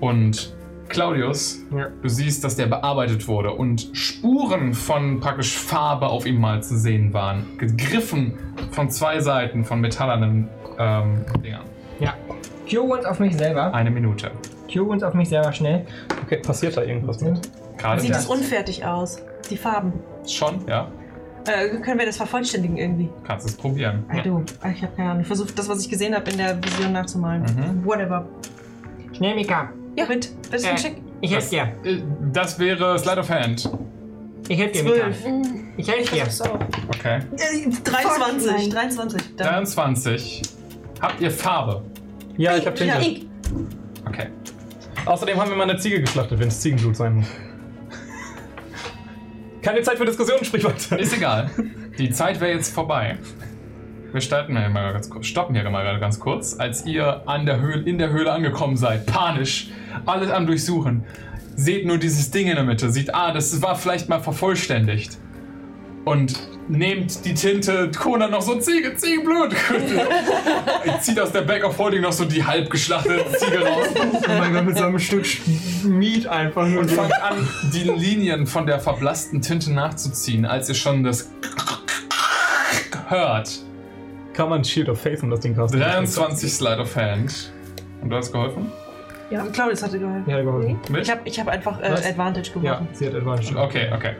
S2: Und Claudius, du siehst, dass der bearbeitet wurde und Spuren von praktisch Farbe auf ihm mal zu sehen waren. Gegriffen von zwei Seiten von metallernen ähm, Dingern.
S7: Ja. Q und auf mich selber.
S2: Eine Minute.
S7: Q und auf mich selber schnell.
S3: Okay, passiert da irgendwas mit?
S2: Gerade
S4: Sieht
S2: das.
S4: das unfertig aus. Die Farben.
S2: Schon, ja.
S4: Äh, können wir das vervollständigen irgendwie?
S2: Kannst es probieren.
S4: I do. Ich habe keine Ahnung. Ich versuche das, was ich gesehen habe, in der Vision nachzumalen.
S2: Mhm.
S4: Whatever.
S9: Schnell, Mika.
S4: Ja, mit. Das ist
S9: Äh,
S4: ein Check.
S9: Ich helf dir.
S2: Äh, Das wäre Slide of Hand.
S9: Ich helf dir, Mika. Ich helf dir.
S2: Okay.
S4: Äh, 23. 23. Dann.
S2: 23. Habt ihr Farbe?
S10: Ja, ich hab
S4: Ja,
S10: Tinte.
S4: ich.
S2: Okay.
S10: Außerdem haben wir mal eine Ziege geschlachtet, wenn es Ziegenblut sein muss. Keine Zeit für Diskussionen, sprich weiter.
S2: Ist egal. Die Zeit wäre jetzt vorbei. Wir starten hier mal ganz kurz, stoppen hier mal gerade ganz kurz. Als ihr an der Höhle, in der Höhle angekommen seid, panisch, alles am Durchsuchen, seht nur dieses Ding in der Mitte, seht, ah, das war vielleicht mal vervollständigt. Und nehmt die Tinte, Conan noch so Ziege, Ziegenblut. Zieht aus der Bag of Holding noch so die halb geschlachtete Ziege raus.
S7: Oh mein Gott, mit so einem Stück Miet einfach nur.
S2: und fangt an, die Linien von der verblassten Tinte nachzuziehen, als ihr schon das hört.
S10: Kann man Shield of Faith um das Ding casten?
S2: 23 Slide of Hand. Und du hast geholfen?
S4: Ja. Claudius hatte geholfen.
S7: Ja, geholfen.
S2: Mit?
S4: Ich habe ich hab einfach äh,
S7: Was?
S4: Advantage
S7: Ja,
S4: geworfen.
S7: sie hat Advantage.
S2: Okay, okay.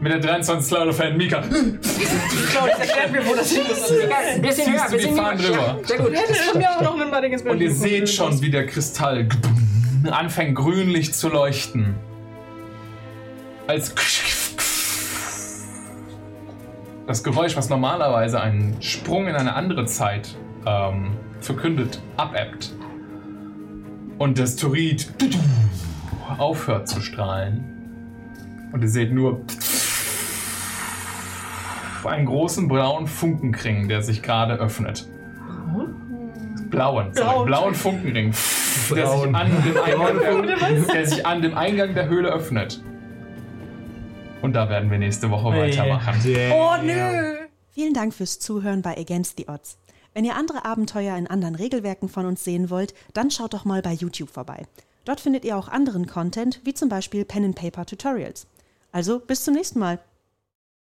S2: Mit der 23 Slide of Hand, Mika.
S4: Claudius, erklärt mir, wo das hin ist.
S9: Ein bisschen
S2: Ziehst
S9: höher,
S2: du
S9: ein
S2: die
S9: bisschen höher.
S2: Fahnen rüber.
S9: sehr gut.
S5: Hätte mir auch noch mit Budding
S2: Und ihr seht schon, wie der Kristall anfängt grünlich zu leuchten. Als das Geräusch, was normalerweise einen Sprung in eine andere Zeit ähm, verkündet, abebbt. Und das Turid aufhört zu strahlen. Und ihr seht nur einen großen braunen Funkenkring, der sich gerade öffnet. Blauen, blauen,
S11: Blauen.
S2: blauen Funkenring, der sich,
S11: Blauen.
S2: an dem Eingang
S11: Blauen
S2: der, der sich an dem Eingang der Höhle öffnet. Und da werden wir nächste Woche weitermachen.
S1: Vielen Dank fürs Zuhören bei Against the Odds. Wenn ihr andere Abenteuer in anderen Regelwerken von uns sehen wollt, dann schaut doch mal bei YouTube vorbei. Dort findet ihr auch anderen Content, wie zum Beispiel Pen and Paper Tutorials. Also bis zum nächsten Mal.